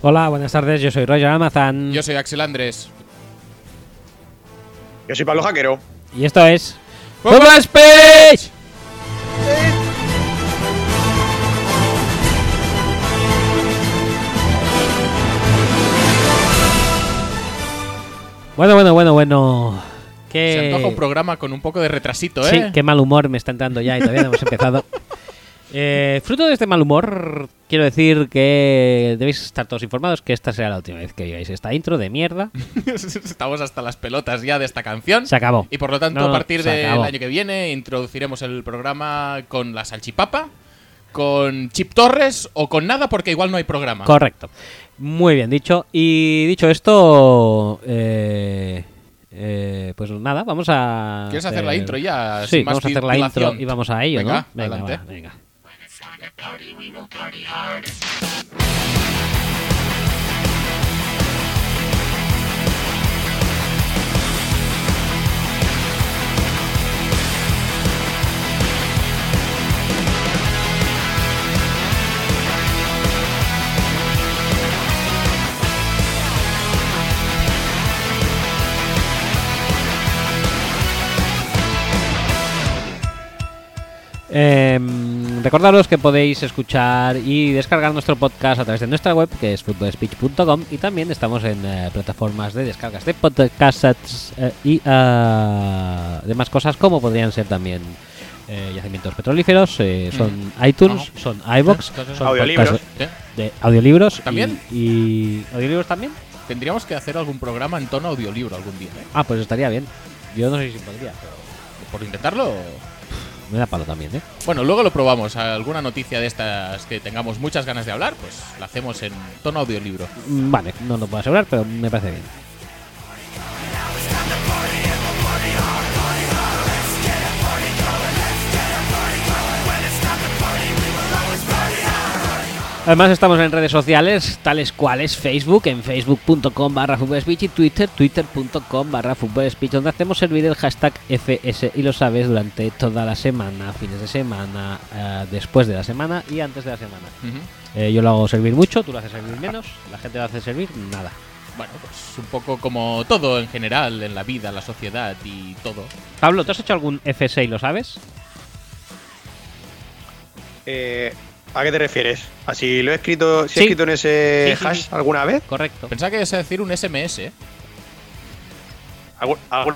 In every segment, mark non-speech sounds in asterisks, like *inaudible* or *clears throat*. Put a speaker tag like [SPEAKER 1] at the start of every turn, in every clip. [SPEAKER 1] Hola, buenas tardes, yo soy Roger Almazán.
[SPEAKER 2] Yo soy Axel Andrés.
[SPEAKER 3] Yo soy Pablo Jaquero.
[SPEAKER 1] Y esto es.
[SPEAKER 2] ¡Fútbol Speech!
[SPEAKER 1] Bueno, bueno, bueno, bueno. Qué...
[SPEAKER 2] Se antoja un programa con un poco de retrasito, ¿eh?
[SPEAKER 1] Eh. Sí, qué mal humor me está entrando ya y todavía no hemos empezado. Eh, fruto de este mal humor, quiero decir que debéis estar todos informados que esta será la última vez que oigáis esta intro de mierda.
[SPEAKER 2] *laughs* Estamos hasta las pelotas ya de esta canción.
[SPEAKER 1] Se acabó.
[SPEAKER 2] Y por lo tanto,
[SPEAKER 1] No, no,
[SPEAKER 2] a partir
[SPEAKER 1] se
[SPEAKER 2] del
[SPEAKER 1] acabó.
[SPEAKER 2] año que viene, introduciremos el programa con la salchipapa, con Chip Torres o con nada, porque igual no hay programa.
[SPEAKER 1] Correcto. Muy bien dicho. Y dicho esto, eh, eh, pues nada, vamos a.
[SPEAKER 2] ¿Quieres hacer la intro ya,
[SPEAKER 1] Sí,
[SPEAKER 2] sin más
[SPEAKER 1] vamos a hacer la
[SPEAKER 2] dilación?
[SPEAKER 1] intro y vamos a ello,
[SPEAKER 2] Venga,
[SPEAKER 1] ¿no? Venga,
[SPEAKER 2] adelante.
[SPEAKER 1] va, venga. Eh, recordaros que podéis escuchar y descargar nuestro podcast a través de nuestra web, que es footballspeech.com, y también estamos en eh, plataformas de descargas de podcasts eh, y ah, demás cosas, como podrían ser también eh, yacimientos petrolíferos, eh, son iTunes, son iBox, son
[SPEAKER 3] Audiolibros.
[SPEAKER 1] podcasts
[SPEAKER 2] ¿Eh?
[SPEAKER 1] de audiolibros. y-
[SPEAKER 2] ¿También?
[SPEAKER 1] Y, ¿Audiolibros también?
[SPEAKER 2] Tendríamos que hacer algún programa en tono audiolibro algún día. ¿eh?
[SPEAKER 1] Ah, pues estaría bien. Yo no sé si podría, pero
[SPEAKER 2] Por intentarlo.
[SPEAKER 1] me da palo también, ¿eh?
[SPEAKER 2] Bueno, luego lo probamos. Alguna noticia de estas que tengamos muchas ganas de hablar, pues la hacemos en tono audiolibro.
[SPEAKER 1] Mm, Vale, no lo puedo asegurar, pero me parece bien. Además estamos en redes sociales tales cuales Facebook, en facebook.com barra futbolspeech y Twitter, twitter.com barra futbolspeech, donde hacemos servir el hashtag FS y lo sabes durante toda la semana, fines de semana, eh, después de la semana y antes de la semana.
[SPEAKER 2] Ujú.
[SPEAKER 1] Eh, yo lo hago servir mucho, tú lo haces servir menos, la gente lo hace servir nada.
[SPEAKER 2] Bueno, pues un poco como todo en general, en la vida, la sociedad y todo.
[SPEAKER 1] Pablo, ¿te has hecho algún FSI, lo sabes?
[SPEAKER 3] Eh, ¿A qué te refieres? ¿Así lo he escrito, si
[SPEAKER 1] Sí.
[SPEAKER 3] he escrito en ese
[SPEAKER 1] Sí, sí,
[SPEAKER 3] hash
[SPEAKER 1] sí.
[SPEAKER 3] alguna vez?
[SPEAKER 1] Correcto.
[SPEAKER 2] Pensaba que ibas a decir un SMS. ¿eh?
[SPEAKER 3] Algún- algún-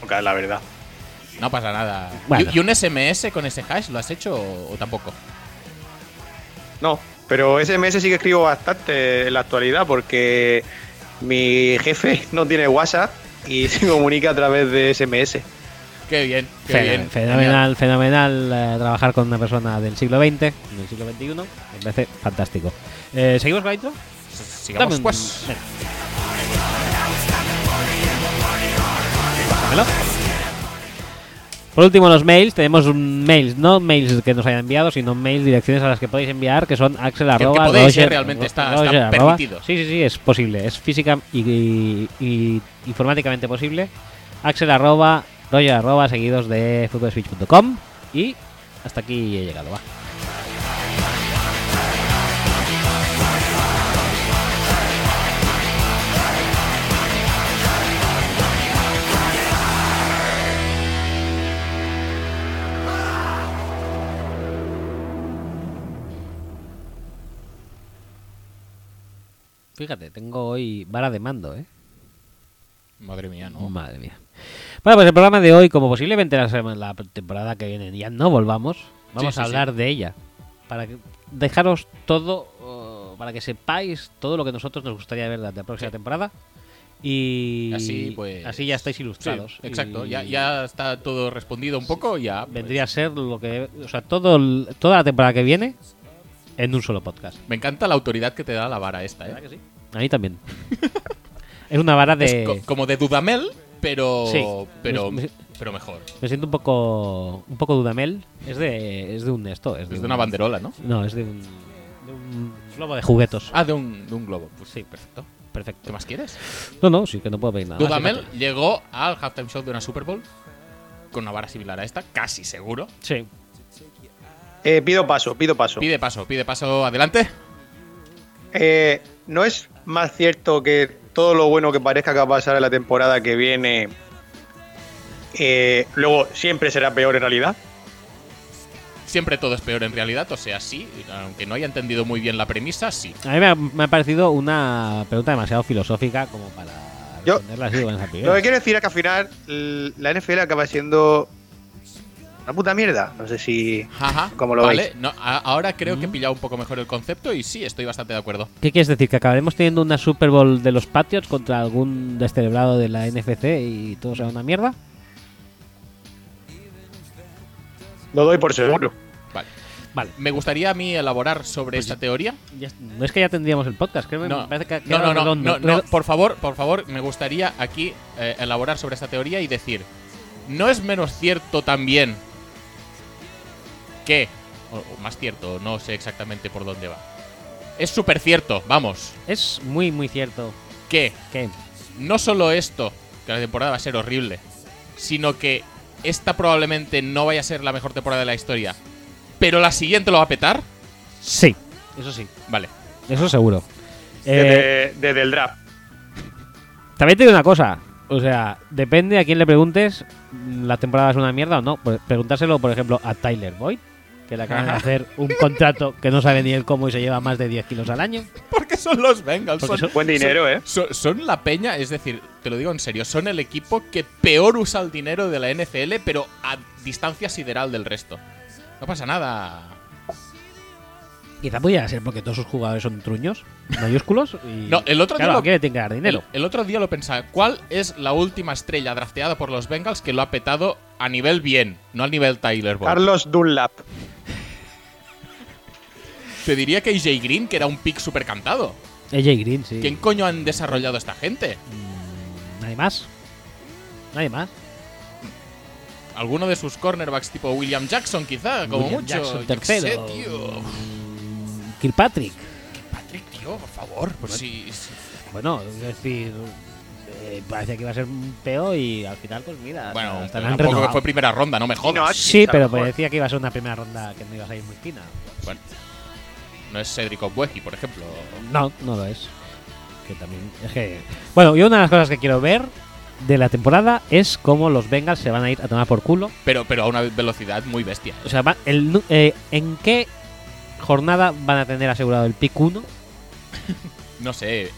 [SPEAKER 3] Poca, la verdad.
[SPEAKER 2] No pasa nada.
[SPEAKER 1] Bueno.
[SPEAKER 2] ¿Y, y un SMS con ese hash lo has hecho o, o tampoco?
[SPEAKER 3] No, pero SMS sí que escribo bastante en la actualidad porque mi jefe *laughs* no tiene WhatsApp y *laughs* se comunica a través de SMS.
[SPEAKER 2] Qué bien, qué
[SPEAKER 1] Fenomen-
[SPEAKER 2] bien.
[SPEAKER 1] fenomenal, fenomenal eh, trabajar con una persona del siglo XX, del siglo XXI, me parece fantástico. Eh, ¿Seguimos con la intro?
[SPEAKER 2] Genial. Sigamos
[SPEAKER 1] Dame un-
[SPEAKER 2] pues.
[SPEAKER 1] venga. Dámelo. Por último, los mails. Tenemos un mails, no mails que nos hayan enviado, sino mails, direcciones a las que podéis enviar, que son axel
[SPEAKER 2] que
[SPEAKER 1] arroba,
[SPEAKER 2] podéis,
[SPEAKER 1] Roger-
[SPEAKER 2] eh, realmente está-
[SPEAKER 1] Roger
[SPEAKER 2] está
[SPEAKER 1] arroba.
[SPEAKER 2] permitido.
[SPEAKER 1] Sí, sí, sí, es posible. Es física y, y- y informáticamente posible. Axel arroba, Roger arroba, seguidos de futbolswitch.com. Y hasta aquí he llegado, va. Fíjate, tengo hoy vara de mando, ¿eh?
[SPEAKER 2] Madre mía, no.
[SPEAKER 1] Madre mía. Bueno, pues el programa de hoy, como posiblemente la, sema- la temporada que viene ya no volvamos, vamos
[SPEAKER 2] sí,
[SPEAKER 1] a
[SPEAKER 2] sí.
[SPEAKER 1] hablar de ella. Para que dejaros todo, eh, para que sepáis todo lo que nosotros nos gustaría ver de la próxima
[SPEAKER 2] Sí.
[SPEAKER 1] temporada. Y
[SPEAKER 2] Así pues.
[SPEAKER 1] así ya estáis
[SPEAKER 2] Sí,
[SPEAKER 1] ilustrados.
[SPEAKER 2] exacto,
[SPEAKER 1] Y
[SPEAKER 2] ya, ya está todo respondido un poco. Ya. pues,
[SPEAKER 1] Vendría a ser lo que. O sea, todo, el- toda la temporada que viene en un solo podcast.
[SPEAKER 2] Me encanta la autoridad que te da la vara esta, ¿eh?
[SPEAKER 1] A mí también. *laughs* es una vara de.
[SPEAKER 2] Es co- como de Dudamel, pero.
[SPEAKER 1] Sí. *laughs*
[SPEAKER 2] Pero,
[SPEAKER 1] Me- me-
[SPEAKER 2] pero mejor.
[SPEAKER 1] Me siento un poco un poco dudamel. Es de es de un esto, es de,
[SPEAKER 2] Es de
[SPEAKER 1] un-
[SPEAKER 2] una banderola, ¿no?
[SPEAKER 1] No, es de un de un globo de juguetos.
[SPEAKER 2] Ah, de un, de un globo. Pues sí, perfecto. ¿Qué
[SPEAKER 1] Perfecto.
[SPEAKER 2] más quieres?
[SPEAKER 1] No, no, sí que no puedo pedir nada. más,
[SPEAKER 2] Dudamel
[SPEAKER 1] fíjate.
[SPEAKER 2] llegó al halftime show de una Super Bowl con una vara similar a esta, casi seguro.
[SPEAKER 1] Sí.
[SPEAKER 3] Eh, pido paso, pido paso.
[SPEAKER 2] Pide paso, pide paso adelante.
[SPEAKER 3] eh, ¿no es más cierto que todo lo bueno que parezca que va a pasar en la temporada que viene, eh, luego siempre será peor en realidad?
[SPEAKER 2] Siempre todo es peor en realidad, o sea, sí, aunque no haya entendido muy bien la premisa, sí.
[SPEAKER 1] A mí me ha, me ha parecido una pregunta demasiado filosófica como para
[SPEAKER 3] Yo-
[SPEAKER 1] responderla así de buenas a
[SPEAKER 3] Lo que
[SPEAKER 1] primeras.
[SPEAKER 3] quiero decir es que al final l- la NFL acaba siendo una puta mierda. No sé si.
[SPEAKER 2] Ajá.
[SPEAKER 3] Como lo
[SPEAKER 2] vale,
[SPEAKER 3] veis.
[SPEAKER 2] no, a- ahora creo
[SPEAKER 1] Mm.
[SPEAKER 2] que he pillado un poco mejor el concepto y sí, estoy bastante de acuerdo.
[SPEAKER 1] ¿Qué quieres decir? ¿Que acabaremos teniendo una Super Bowl de los Patriots contra algún descerebrado de la NFC y todo sea una mierda?
[SPEAKER 3] Lo doy por seguro.
[SPEAKER 2] Vale.
[SPEAKER 1] Vale. Pues
[SPEAKER 2] Me gustaría a mí elaborar sobre esta teoría.
[SPEAKER 1] Ya- no es que ya tendríamos el podcast, creo que
[SPEAKER 2] No,
[SPEAKER 1] me parece que ha
[SPEAKER 2] no,
[SPEAKER 1] quedado
[SPEAKER 2] no, no,
[SPEAKER 1] redondo.
[SPEAKER 2] no, no,
[SPEAKER 1] Redo-
[SPEAKER 2] por favor, por favor, me gustaría aquí eh, elaborar sobre esta teoría y decir, ¿no es menos cierto también que, o, o más cierto, no sé exactamente por dónde va, es súper cierto, vamos,
[SPEAKER 1] Es muy, muy cierto
[SPEAKER 2] que
[SPEAKER 1] que
[SPEAKER 2] no solo esto, que la temporada va a ser horrible, sino que esta probablemente no vaya a ser la mejor temporada de la historia, pero la siguiente lo va a petar,
[SPEAKER 1] sí, eso sí,
[SPEAKER 2] vale. *laughs*
[SPEAKER 1] eso seguro. Eh,
[SPEAKER 3] Desde, desde el draft.
[SPEAKER 1] También te digo una cosa. O sea, depende a quién le preguntes, la temporada es una mierda o no. Pues Preguntárselo, por ejemplo, a Tyler Boyd, que le
[SPEAKER 2] *laughs*
[SPEAKER 1] acaban de hacer un contrato que no sabe ni él cómo y se lleva más de 10 kilos al año.
[SPEAKER 2] Porque son los Bengals,
[SPEAKER 1] Porque
[SPEAKER 2] son-
[SPEAKER 1] son-
[SPEAKER 3] Buen dinero, ¿eh?
[SPEAKER 2] Son, son la peña, es decir, te lo digo en serio, son el equipo que peor usa el dinero de la NFL, pero a distancia sideral del resto. No pasa nada.
[SPEAKER 1] Quizá pudiera ser porque todos sus jugadores son truños, mayúsculos. Y
[SPEAKER 2] *laughs* No, el otro día
[SPEAKER 1] claro,
[SPEAKER 2] lo-
[SPEAKER 1] ¿a quién le tienen que dar dinero.
[SPEAKER 2] El, el otro día lo pensaba, ¿cuál es la última estrella drafteada por los Bengals que lo ha petado a nivel bien, no al nivel Tyler Boyd?
[SPEAKER 3] Carlos Dunlap.
[SPEAKER 2] Te diría que AJ Green, que era un pick super cantado.
[SPEAKER 1] AJ Green, sí.
[SPEAKER 2] ¿Quién coño han desarrollado esta gente?
[SPEAKER 1] Nadie más. Nadie más.
[SPEAKER 2] ¿Alguno de sus cornerbacks tipo William Jackson quizá? Como
[SPEAKER 1] William
[SPEAKER 2] mucho.
[SPEAKER 1] Jackson,
[SPEAKER 2] Yo qué sé,
[SPEAKER 1] tercero.
[SPEAKER 2] tío.
[SPEAKER 1] Mm, Kirkpatrick.
[SPEAKER 2] Patrick, tío, por favor. Pues sí, sí.
[SPEAKER 1] Bueno, es decir, eh, parecía que iba a ser un peo y al final, pues mira,
[SPEAKER 2] Bueno,
[SPEAKER 1] hasta la han
[SPEAKER 2] tampoco que
[SPEAKER 1] renovado.
[SPEAKER 2] fue primera ronda, no me jodas.
[SPEAKER 1] Sí,
[SPEAKER 3] Hutchins, a
[SPEAKER 1] pero
[SPEAKER 3] lo mejor.
[SPEAKER 1] parecía que iba a ser una primera ronda que no iba a salir muy fina.
[SPEAKER 2] Bueno, no es Cedric Obweji, por ejemplo.
[SPEAKER 1] No, no lo es. Que también es que- Bueno, yo una de las cosas que quiero ver de la temporada es cómo los Bengals se van a ir a tomar por culo.
[SPEAKER 2] Pero, pero a una velocidad muy bestia.
[SPEAKER 1] O sea, va- el nu- eh, ¿en qué jornada van a tener asegurado el pick 1?
[SPEAKER 2] No sé.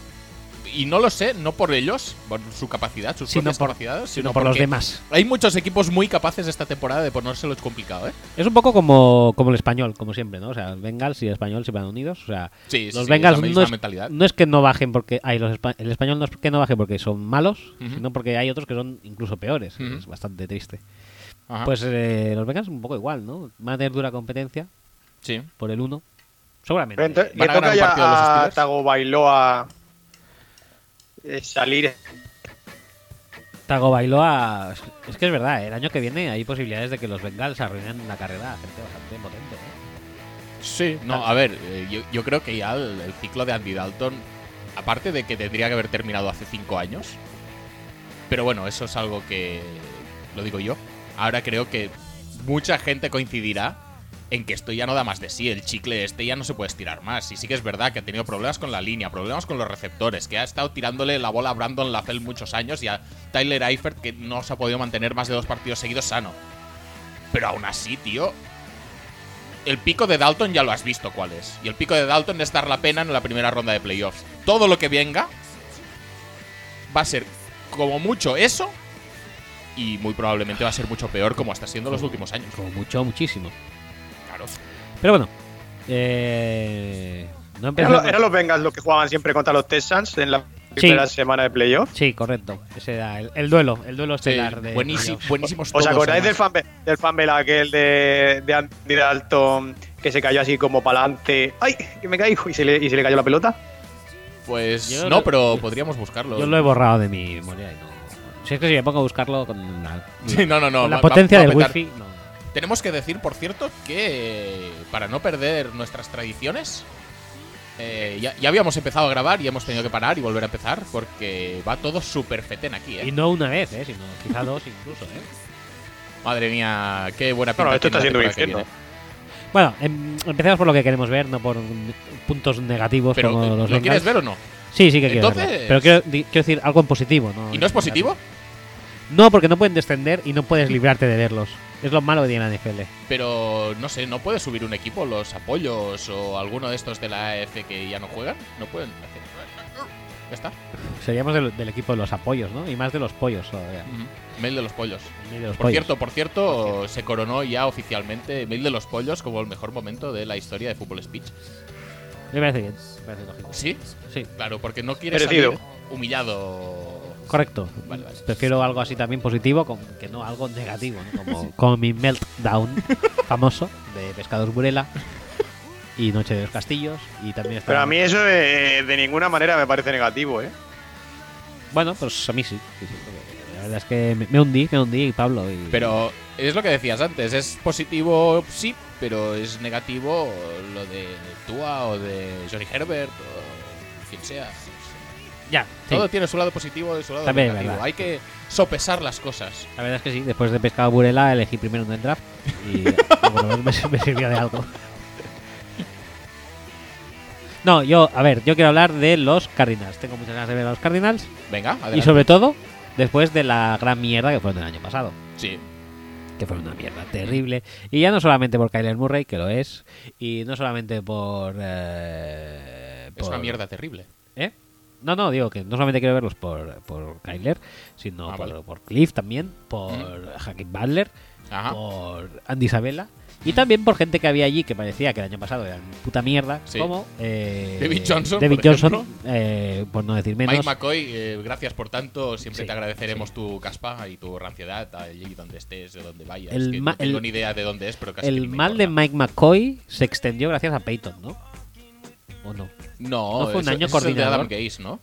[SPEAKER 2] Y no lo sé, no por ellos, por su capacidad, sus
[SPEAKER 1] Sino
[SPEAKER 2] propias
[SPEAKER 1] por-
[SPEAKER 2] capacidades,
[SPEAKER 1] Sino
[SPEAKER 2] sino
[SPEAKER 1] por los
[SPEAKER 2] porque
[SPEAKER 1] demás.
[SPEAKER 2] Hay muchos equipos muy capaces esta temporada de ponérselo complicado, ¿eh?
[SPEAKER 1] Es un poco como, como el español, como siempre, ¿no? O sea, Bengals y el español se van unidos. O sea,
[SPEAKER 2] Sí, sí,
[SPEAKER 1] los
[SPEAKER 2] sí,
[SPEAKER 1] Bengals
[SPEAKER 2] es la
[SPEAKER 1] no
[SPEAKER 2] misma
[SPEAKER 1] es,
[SPEAKER 2] mentalidad.
[SPEAKER 1] no es que no bajen porque ay, los espa- el español no es que no baje porque son malos,
[SPEAKER 2] Ujú.
[SPEAKER 1] sino porque hay otros que son incluso peores.
[SPEAKER 2] Ujú. Ah.
[SPEAKER 1] Es bastante triste.
[SPEAKER 2] Ajá,
[SPEAKER 1] Pues eh, los Bengals un poco igual, ¿no? Van a tener dura competencia
[SPEAKER 2] sí.
[SPEAKER 1] por el 1. Seguramente.
[SPEAKER 3] Pero ento-
[SPEAKER 2] ¿Van a ganar
[SPEAKER 3] le toca
[SPEAKER 2] un partido a los
[SPEAKER 3] ya a
[SPEAKER 2] Steelers?
[SPEAKER 3] Tago Bailoa eh,
[SPEAKER 2] *laughs*
[SPEAKER 3] salir.
[SPEAKER 1] Tago Bailoa. Es que es verdad, ¿eh? el año que viene hay posibilidades de que los Bengals arruinen la carrera a gente bastante potente. ¿eh?
[SPEAKER 2] Sí, no, a ver, eh, yo, yo creo que ya el, el ciclo de Andy Dalton, aparte de que tendría que haber terminado hace cinco años, pero bueno, eso es algo que lo digo yo. Ahora creo que mucha gente coincidirá en que esto ya no da más de sí, el chicle este ya no se puede estirar más. Y sí que es verdad que ha tenido problemas con la línea, problemas con los receptores, que ha estado tirándole la bola a Brandon LaFell muchos años y a Tyler Eifert que no se ha podido mantener más de dos partidos seguidos sano. Pero aún así, tío, el pico de Dalton ya lo has visto cuál es. Y el pico de Dalton es dar la pena en la primera ronda de playoffs. Todo lo que venga va a ser como mucho eso y muy probablemente va a ser mucho peor como está siendo los últimos años.
[SPEAKER 1] Como mucho, muchísimo.
[SPEAKER 2] Claro.
[SPEAKER 1] Pero bueno. Eh, no
[SPEAKER 3] ¿Eran
[SPEAKER 1] empezamos.
[SPEAKER 3] los, eran los Bengals los que jugaban siempre contra los Texans en la
[SPEAKER 1] Sí.
[SPEAKER 3] primera semana de playoff?
[SPEAKER 1] Sí, correcto. Ese era el, el duelo, el duelo
[SPEAKER 2] Sí,
[SPEAKER 1] estelar de
[SPEAKER 2] buenísimo,
[SPEAKER 1] playoffs.
[SPEAKER 2] buenísimos
[SPEAKER 3] ¿Os
[SPEAKER 2] todos,
[SPEAKER 3] acordáis del
[SPEAKER 2] además.
[SPEAKER 3] fan, del fanbel aquel de, de Andy Dalton que se cayó así como para adelante? ¡Ay! Que me caigo. ¿Y se, le, y se le cayó la pelota.
[SPEAKER 2] Pues
[SPEAKER 1] Yo
[SPEAKER 2] no,
[SPEAKER 1] lo-
[SPEAKER 2] pero podríamos buscarlo.
[SPEAKER 1] Yo lo he borrado de mi memoria y no. Si es que si me pongo a buscarlo con la,
[SPEAKER 2] Sí, no, no, no.
[SPEAKER 1] con la
[SPEAKER 2] va- va-
[SPEAKER 1] potencia
[SPEAKER 2] va a
[SPEAKER 1] del
[SPEAKER 2] petar.
[SPEAKER 1] wifi, no.
[SPEAKER 2] Tenemos que decir, por cierto, que eh, para no perder nuestras tradiciones, eh, ya, ya habíamos empezado a grabar y hemos tenido que parar y volver a empezar porque va todo súper fetén aquí,
[SPEAKER 1] Y
[SPEAKER 2] ¿eh?
[SPEAKER 1] no una vez, eh, sino quizá dos incluso, eh.
[SPEAKER 2] Madre mía, qué buena
[SPEAKER 3] No,
[SPEAKER 2] pinta.
[SPEAKER 3] no, esto
[SPEAKER 2] tiene
[SPEAKER 3] está
[SPEAKER 2] la
[SPEAKER 3] siendo un
[SPEAKER 2] temporada que
[SPEAKER 3] infierno.
[SPEAKER 2] viene.
[SPEAKER 1] Bueno, em- empecemos por lo que queremos ver, no por mm, puntos negativos
[SPEAKER 2] Pero, eh,
[SPEAKER 1] como
[SPEAKER 2] ¿lo
[SPEAKER 1] los Bengals.
[SPEAKER 2] quieres ver o no?
[SPEAKER 1] Sí, sí que quiero
[SPEAKER 2] Entonces-
[SPEAKER 1] verlo. Pero quiero, di- quiero decir algo en positivo. ¿no?
[SPEAKER 2] ¿Y no es positivo?
[SPEAKER 1] No, porque no pueden descender y no puedes librarte de verlos. Es lo malo que tiene la NFL.
[SPEAKER 2] Pero no sé, ¿no puede subir un equipo los apoyos o alguno de estos de la AF que ya no juegan? No pueden hacer. Ya está.
[SPEAKER 1] Seríamos del, del equipo de los apoyos, ¿no? Y más de los pollos. todavía.
[SPEAKER 2] Ujú. Mail de los pollos.
[SPEAKER 1] Ni de los
[SPEAKER 2] Mm. Por
[SPEAKER 1] pollos.
[SPEAKER 2] cierto, por cierto, se coronó ya oficialmente Mail de los pollos como el mejor momento de la historia de Fútbol Speech.
[SPEAKER 1] Me parece bien. Me parece lógico.
[SPEAKER 2] Sí,
[SPEAKER 1] Sí,
[SPEAKER 2] claro, porque no quiere
[SPEAKER 3] Merecido.
[SPEAKER 2] salir humillado.
[SPEAKER 1] correcto.
[SPEAKER 2] Vale, vale.
[SPEAKER 1] Prefiero algo así también positivo con- que no algo negativo, ¿no? Como, como mi
[SPEAKER 2] *laughs*
[SPEAKER 1] meltdown famoso de Pescados Burela y Noche de los Castillos. Y también está-
[SPEAKER 3] Pero a mí eso eh, de ninguna manera me parece negativo, ¿eh?
[SPEAKER 1] Bueno, pues a mí sí. sí, sí, porque La verdad es que me, me hundí, me hundí, Pablo. Y...
[SPEAKER 2] Pero es lo que decías antes, es positivo, sí, pero es negativo lo de Tua o de Johnny Herbert o quien sea.
[SPEAKER 1] Ya, sí.
[SPEAKER 2] Todo tiene su lado positivo y su lado
[SPEAKER 1] También es
[SPEAKER 2] negativo.
[SPEAKER 1] verdad.
[SPEAKER 2] Hay que sopesar las cosas.
[SPEAKER 1] La verdad es que sí, después de Pescado Burela elegí primero en el draft y por lo menos me, sir- me sirvió de algo. No, yo, a ver, yo quiero hablar de los Cardinals. Tengo muchas ganas de ver a los Cardinals
[SPEAKER 2] Venga, adelante.
[SPEAKER 1] y sobre todo después de la gran mierda que fueron el año pasado,
[SPEAKER 2] Sí,
[SPEAKER 1] que fue una mierda terrible. Y ya no solamente por Kyler Murray, que lo es, y no solamente por... eh,
[SPEAKER 2] es una
[SPEAKER 1] por-
[SPEAKER 2] mierda terrible.
[SPEAKER 1] ¿Eh? No, no, digo que no solamente quiero verlos por, por Kyler, sino
[SPEAKER 2] Ah,
[SPEAKER 1] por,
[SPEAKER 2] vale.
[SPEAKER 1] por Cliff también, por Hakim Butler,
[SPEAKER 2] Ajá.
[SPEAKER 1] por Andy Isabella y también por gente que había allí que parecía que el año pasado eran puta mierda,
[SPEAKER 2] Sí.
[SPEAKER 1] como eh,
[SPEAKER 2] David Johnson,
[SPEAKER 1] David
[SPEAKER 2] por
[SPEAKER 1] Johnson,
[SPEAKER 2] ejemplo.
[SPEAKER 1] eh, por no decir menos.
[SPEAKER 2] Mike McCoy, eh, gracias por tanto. Siempre
[SPEAKER 1] Sí,
[SPEAKER 2] te agradeceremos tu caspa y tu ranciedad allí donde estés, de donde vayas.
[SPEAKER 1] El
[SPEAKER 2] que
[SPEAKER 1] ma-
[SPEAKER 2] no tengo
[SPEAKER 1] el-
[SPEAKER 2] ni idea de dónde es, pero casi que
[SPEAKER 1] el
[SPEAKER 2] ni me
[SPEAKER 1] mal de
[SPEAKER 2] importa.
[SPEAKER 1] Mike McCoy se extendió gracias a Peyton, ¿no? ¿O no?
[SPEAKER 2] No,
[SPEAKER 1] ¿no fue un año
[SPEAKER 2] eso- eso es el de
[SPEAKER 1] coordinador?
[SPEAKER 2] Adam Gaze, ¿no?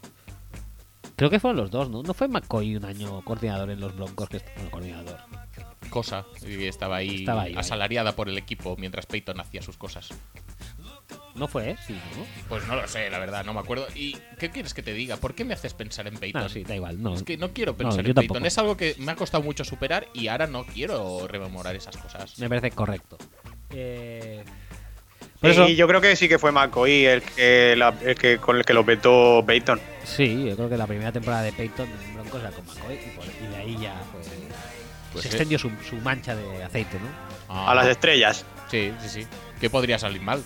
[SPEAKER 1] Creo que fueron los dos, ¿no? ¿No fue McCoy un año coordinador en los Broncos? Que bueno, coordinador.
[SPEAKER 2] Cosa. Y estaba ahí,
[SPEAKER 1] Estaba ahí,
[SPEAKER 2] asalariada por el equipo mientras Peyton hacía sus cosas.
[SPEAKER 1] ¿No fue? eh? Sí, ¿no?
[SPEAKER 2] Pues no lo sé, la verdad, no me acuerdo. ¿Y qué quieres que te diga? ¿Por qué me haces pensar en Peyton?
[SPEAKER 1] Ah, sí, da igual. No.
[SPEAKER 2] Es que no quiero pensar
[SPEAKER 1] yo
[SPEAKER 2] en
[SPEAKER 1] tampoco.
[SPEAKER 2] Peyton. Es algo que me ha costado mucho superar y ahora no quiero rememorar esas cosas.
[SPEAKER 1] Me parece correcto. Eh,
[SPEAKER 3] Y
[SPEAKER 1] por eso-
[SPEAKER 3] yo creo que sí que fue McCoy el que, la- el que con el que lo petó Peyton.
[SPEAKER 1] Sí, yo creo que la primera temporada de Peyton en Broncos era con McCoy y, por- y de ahí ya pues, se
[SPEAKER 2] Pues sí.
[SPEAKER 1] extendió su, su mancha de aceite, ¿no?
[SPEAKER 2] Ah,
[SPEAKER 3] A las estrellas.
[SPEAKER 2] Sí, sí, sí. ¿Qué podría salir mal?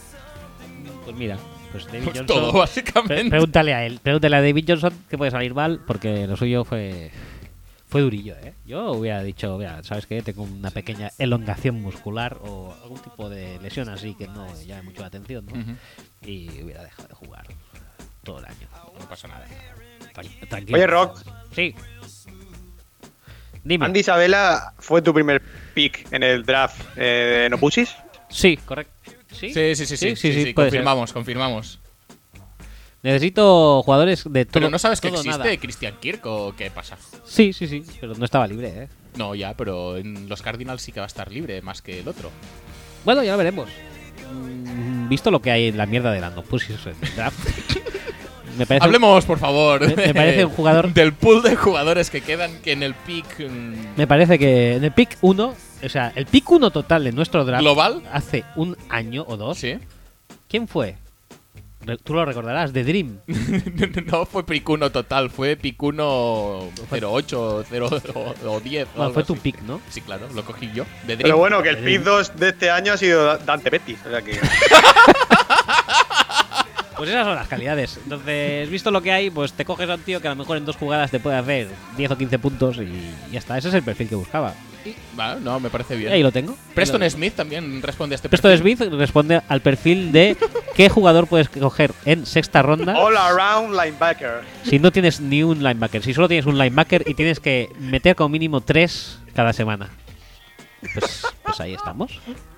[SPEAKER 1] Pues mira, pues David
[SPEAKER 2] Pues
[SPEAKER 1] Johnson.
[SPEAKER 2] todo,
[SPEAKER 1] Pre-
[SPEAKER 2] básicamente.
[SPEAKER 1] pregúntale a él, pregúntale a David Johnson que puede salir mal porque lo suyo fue fue durillo, ¿eh? Yo hubiera dicho, mira, ¿sabes qué? Tengo una pequeña elongación muscular o algún tipo de lesión así que no llame mucho la atención, ¿no?
[SPEAKER 2] Ujú.
[SPEAKER 1] Y hubiera dejado de jugar todo el año.
[SPEAKER 2] No pasa nada.
[SPEAKER 1] Tran- tranquilo.
[SPEAKER 3] Oye, Rock.
[SPEAKER 1] Sí. Dime.
[SPEAKER 3] Andy Isabella fue tu primer pick en el draft eh, de No Pussies.
[SPEAKER 1] Sí, correcto. Sí,
[SPEAKER 2] Sí, sí, sí, sí, sí, sí,
[SPEAKER 1] puede ser.
[SPEAKER 2] confirmamos, confirmamos.
[SPEAKER 1] Necesito jugadores de todo.
[SPEAKER 2] Pero no sabes que
[SPEAKER 1] todo
[SPEAKER 2] existe
[SPEAKER 1] nada.
[SPEAKER 2] Christian Kirk o qué pasa.
[SPEAKER 1] Sí, sí, sí, pero no estaba libre, ¿eh?
[SPEAKER 2] No, ya, pero en los Cardinals sí que va a estar libre más que el otro.
[SPEAKER 1] Bueno, ya lo veremos. Mm, Visto lo que hay en la mierda de Lando Pusis en el draft, *laughs* me parece.
[SPEAKER 2] Hablemos, por favor.
[SPEAKER 1] Me- me parece un jugador-
[SPEAKER 2] Del pool de jugadores que quedan que en el pick mm,
[SPEAKER 1] Me parece que en el pick 1, o sea, el pick 1 total de nuestro draft
[SPEAKER 2] global.
[SPEAKER 1] hace un año o dos.
[SPEAKER 2] Sí.
[SPEAKER 1] ¿Quién fue? Re- Tú lo recordarás, The Dream.
[SPEAKER 2] *laughs* no fue pick 1 total, fue pick 1 08, 0 o, o 10. o
[SPEAKER 1] Bueno,
[SPEAKER 2] algo
[SPEAKER 1] fue tu
[SPEAKER 2] así.
[SPEAKER 1] pick, ¿no?
[SPEAKER 2] Sí, claro, lo cogí yo. De Dream.
[SPEAKER 3] Pero bueno, que el pick 2 de este año ha sido Da- Dante Pettis. O sea
[SPEAKER 1] *laughs*
[SPEAKER 3] que.
[SPEAKER 1] Pues esas son las calidades. Entonces, visto lo que hay, pues te coges a un tío que a lo mejor en dos jugadas te puede hacer 10 o 15 puntos y ya está. Ese es el perfil que buscaba.
[SPEAKER 2] Va, no, me parece
[SPEAKER 1] Y
[SPEAKER 2] bien.
[SPEAKER 1] ahí lo tengo.
[SPEAKER 2] Preston Smith también responde a este
[SPEAKER 1] Preston
[SPEAKER 2] perfil.
[SPEAKER 1] Smith responde al perfil de qué jugador puedes coger en sexta ronda
[SPEAKER 3] All around linebacker.
[SPEAKER 1] si no tienes ni un linebacker. Si solo tienes un linebacker y tienes que meter como mínimo tres cada semana. Pues, pues ahí estamos.
[SPEAKER 2] *laughs*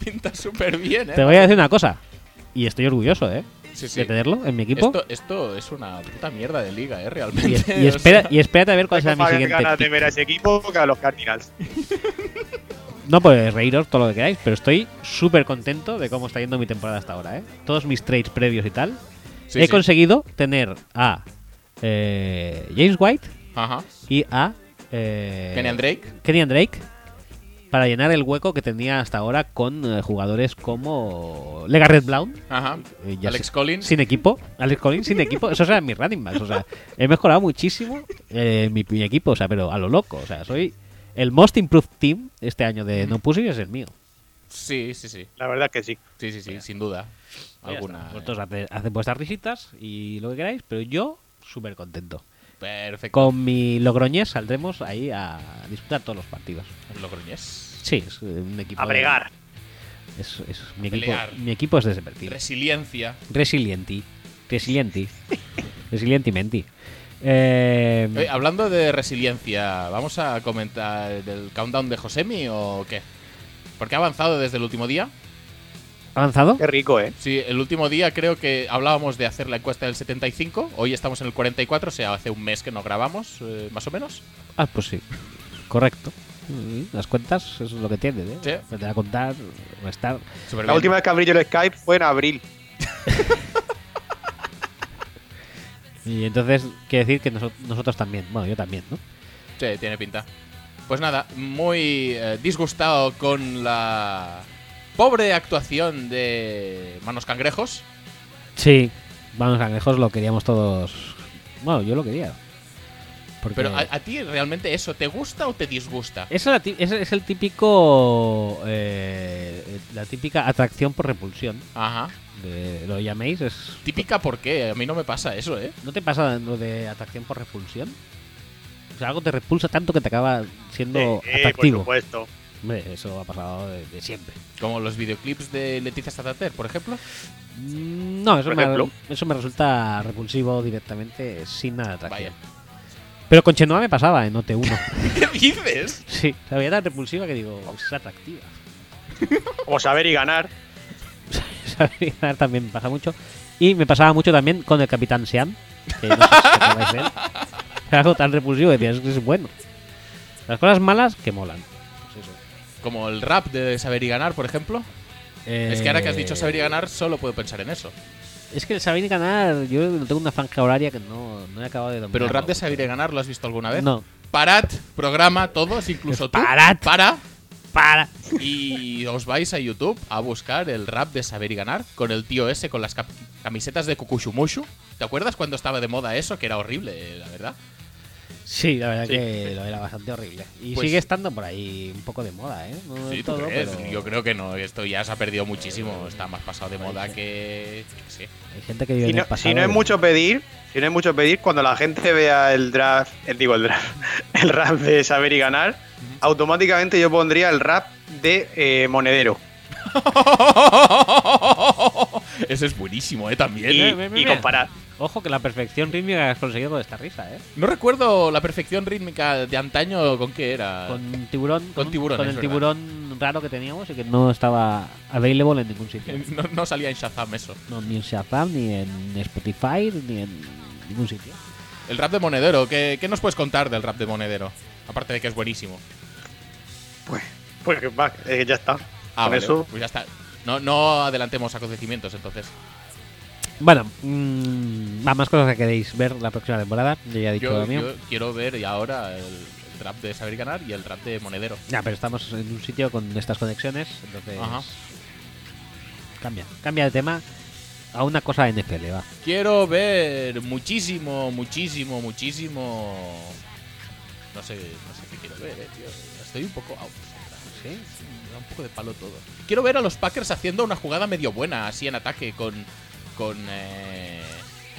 [SPEAKER 2] Pinta súper bien, ¿eh?
[SPEAKER 1] Te voy a decir una cosa. Y estoy orgulloso, ¿eh?
[SPEAKER 2] Sí, sí.
[SPEAKER 1] De tenerlo en mi equipo.
[SPEAKER 2] Esto, esto es una puta mierda de liga, ¿eh?
[SPEAKER 1] Y,
[SPEAKER 2] Realmente.
[SPEAKER 1] y
[SPEAKER 2] *laughs* o
[SPEAKER 1] espera,
[SPEAKER 2] sea,
[SPEAKER 1] y espérate a ver cuál será
[SPEAKER 3] Tengo
[SPEAKER 1] mi
[SPEAKER 3] más
[SPEAKER 1] siguiente.
[SPEAKER 3] ganas de
[SPEAKER 1] pick.
[SPEAKER 3] ver a ese equipo que a los Cardinals.
[SPEAKER 1] No podéis reíros todo lo que queráis, pero estoy súper contento de cómo está yendo mi temporada hasta ahora. ¿eh? Todos mis trades previos y tal.
[SPEAKER 2] sí,
[SPEAKER 1] he
[SPEAKER 2] sí.
[SPEAKER 1] conseguido tener a eh, James White
[SPEAKER 2] Ajá.
[SPEAKER 1] y a eh,
[SPEAKER 2] Kenyan Drake.
[SPEAKER 1] Kenyan Drake para llenar el hueco que tenía hasta ahora con eh, jugadores como Legarrette Blount,
[SPEAKER 2] Ajá.
[SPEAKER 1] eh, ya
[SPEAKER 2] Alex
[SPEAKER 1] sé-
[SPEAKER 2] Collins.
[SPEAKER 1] sin equipo, Alex Collins sin equipo, esos eran mis running backs, o sea, he mejorado muchísimo eh, mi, mi equipo, o sea, pero a lo loco, o sea, soy el most improved team este año de No Pussy es el mío.
[SPEAKER 2] Sí, sí, sí.
[SPEAKER 3] La verdad que sí.
[SPEAKER 2] Sí, sí, sí, sin duda.
[SPEAKER 1] Ya está.
[SPEAKER 2] Alguna. eh.
[SPEAKER 1] Vosotros hace- hacen vuestras risitas y lo que queráis, pero yo súper contento.
[SPEAKER 2] Perfecto.
[SPEAKER 1] Con mi Logroñés saldremos ahí a disputar todos los partidos.
[SPEAKER 2] Logroñés.
[SPEAKER 1] Sí, es eh, un equipo.
[SPEAKER 3] A
[SPEAKER 1] de-
[SPEAKER 3] bregar.
[SPEAKER 1] es, es- mi, equipo,
[SPEAKER 2] Pelear.
[SPEAKER 1] mi equipo es de ese perfil.
[SPEAKER 2] Resiliencia.
[SPEAKER 1] Resilienti.
[SPEAKER 2] *laughs*
[SPEAKER 1] Resilienti. Resilientimenti. Eh,
[SPEAKER 2] Eh, hablando de resiliencia, ¿vamos a comentar del countdown de Josemi o qué? Porque ha avanzado desde el último día.
[SPEAKER 1] ¿Avanzado?
[SPEAKER 3] Qué rico, ¿eh?
[SPEAKER 2] Sí, el último día creo que hablábamos de hacer la encuesta del 75. Hoy estamos en el 44, o sea, hace un mes que no grabamos, eh, más o menos.
[SPEAKER 1] Ah, pues sí. Correcto. Mm, Las cuentas eso es lo que tiene, ¿eh?
[SPEAKER 2] Sí.
[SPEAKER 1] Te da a contar, restar.
[SPEAKER 2] Súper
[SPEAKER 3] La
[SPEAKER 2] bien.
[SPEAKER 3] última vez que abrí yo el Skype fue en abril.
[SPEAKER 1] Y entonces quiere decir que noso- nosotros también. Bueno, yo también, ¿no?
[SPEAKER 2] Sí, tiene pinta. Pues nada, muy eh, disgustado con la pobre actuación de Manos Cangrejos.
[SPEAKER 1] Sí, vamos a lejos, lo queríamos todos. Bueno, yo lo quería. Porque
[SPEAKER 2] Pero a, a ti realmente eso, ¿te gusta o te disgusta?
[SPEAKER 1] eso era ti- ese es el típico. eh, la típica atracción por repulsión.
[SPEAKER 2] Ajá.
[SPEAKER 1] de- lo llaméis. Es,
[SPEAKER 2] Típica porque a mí no me pasa eso, ¿eh?
[SPEAKER 1] ¿No te pasa lo de atracción por repulsión? O sea, algo te repulsa tanto que te acaba siendo
[SPEAKER 3] Eh, eh,
[SPEAKER 1] atractivo.
[SPEAKER 3] por supuesto.
[SPEAKER 1] Hombre, eso ha pasado de, de siempre.
[SPEAKER 2] Como los videoclips de Leticia Satater, por ejemplo.
[SPEAKER 1] Mm, No, eso
[SPEAKER 3] Por
[SPEAKER 1] me,
[SPEAKER 3] ejemplo.
[SPEAKER 1] eso me resulta repulsivo directamente, sin nada de atracción.
[SPEAKER 2] Vaya.
[SPEAKER 1] Pero con Chenoa me pasaba en
[SPEAKER 3] *laughs*
[SPEAKER 1] OT1.
[SPEAKER 2] *laughs* ¿Qué dices?
[SPEAKER 1] sí, la veía tan repulsiva que digo, es atractiva.
[SPEAKER 3] Como saber y ganar.
[SPEAKER 1] *laughs* Sabrina también me pasa mucho. Y me pasaba mucho también con el Capitán Sean. Que no sé si os acordáis de él. *laughs* Era algo tan repulsivo que decías que es bueno. Las cosas malas que molan. Pues eso.
[SPEAKER 2] Como el rap de Saber y Ganar, por ejemplo. Es que ahora que has dicho Saber y Ganar, solo puedo pensar en eso.
[SPEAKER 1] Eh, Es que el saber y ganar, yo tengo una franja horaria que no, no he acabado de dominar.
[SPEAKER 2] Pero el rap de Saber y Ganar, ¿lo has visto alguna vez?
[SPEAKER 1] No.
[SPEAKER 2] Parad, programa, todos, incluso tú.
[SPEAKER 1] Parad.
[SPEAKER 2] *laughs* Para.
[SPEAKER 1] Para.
[SPEAKER 2] Y os vais a YouTube a buscar el rap de Saber y Ganar con el tío ese con las cap- camisetas de Kukushumushu. ¿Te acuerdas cuando estaba de moda eso? Que era horrible, eh, la verdad.
[SPEAKER 1] Sí, la verdad
[SPEAKER 3] Sí.
[SPEAKER 1] que lo era bastante horrible. Y
[SPEAKER 2] Pues-
[SPEAKER 1] sigue estando por ahí un poco de moda, ¿eh? No del
[SPEAKER 2] Sí, ¿tú
[SPEAKER 1] todo,
[SPEAKER 2] crees?
[SPEAKER 1] pero
[SPEAKER 2] Yo creo que no. Esto ya se ha perdido muchísimo. Está más pasado de moda que. yo qué sé.
[SPEAKER 1] hay gente que vive
[SPEAKER 3] Si
[SPEAKER 1] en
[SPEAKER 3] no,
[SPEAKER 1] el pasado.
[SPEAKER 3] si no es
[SPEAKER 1] y-
[SPEAKER 3] mucho pedir, si no es mucho pedir, cuando la gente vea el draft, el, digo el draft, *laughs* el rap de saber y ganar, automáticamente yo pondría el rap de eh, monedero.
[SPEAKER 2] *laughs* Ese es buenísimo, ¿eh? También.
[SPEAKER 3] Y,
[SPEAKER 1] Bien, bien,
[SPEAKER 3] y
[SPEAKER 1] bien.
[SPEAKER 3] comparar.
[SPEAKER 1] Ojo que la perfección rítmica que has conseguido con esta risa, ¿eh?
[SPEAKER 2] No recuerdo la perfección rítmica de antaño con qué era.
[SPEAKER 1] Con tiburón.
[SPEAKER 2] Con
[SPEAKER 1] un-
[SPEAKER 2] tiburón,
[SPEAKER 1] Con
[SPEAKER 2] es
[SPEAKER 1] el
[SPEAKER 2] verdad.
[SPEAKER 1] tiburón raro que teníamos y que no estaba available en ningún sitio.
[SPEAKER 2] No, no salía en Shazam eso.
[SPEAKER 1] No, ni en Shazam, ni en Spotify, ni en ningún sitio.
[SPEAKER 2] El rap de Monedero, ¿qué, qué nos puedes contar del rap de Monedero? Aparte de que es buenísimo.
[SPEAKER 3] Pues, pues va, eh, ya está.
[SPEAKER 1] Ah,
[SPEAKER 3] Con
[SPEAKER 2] vale,
[SPEAKER 3] eso.
[SPEAKER 2] Pues ya está. No, no adelantemos acontecimientos entonces.
[SPEAKER 1] Bueno, mm, va, más cosas que queréis ver la próxima temporada. Yo ya he dicho
[SPEAKER 2] Yo,
[SPEAKER 1] lo mío.
[SPEAKER 2] yo quiero ver y ahora el, el rap de Saber y Ganar y el rap de Monedero.
[SPEAKER 1] Ya, pero estamos en un sitio con estas conexiones, entonces.
[SPEAKER 2] Ajá.
[SPEAKER 1] Cambia, cambia de tema a una cosa NFL, va.
[SPEAKER 2] Quiero ver muchísimo, muchísimo, muchísimo. No sé, no sé qué quiero ver, eh, tío. Estoy un poco out.
[SPEAKER 1] ¿Sí?
[SPEAKER 2] Me da un poco de palo todo. Quiero ver a los Packers haciendo una jugada medio buena, así en ataque, con. con. eh,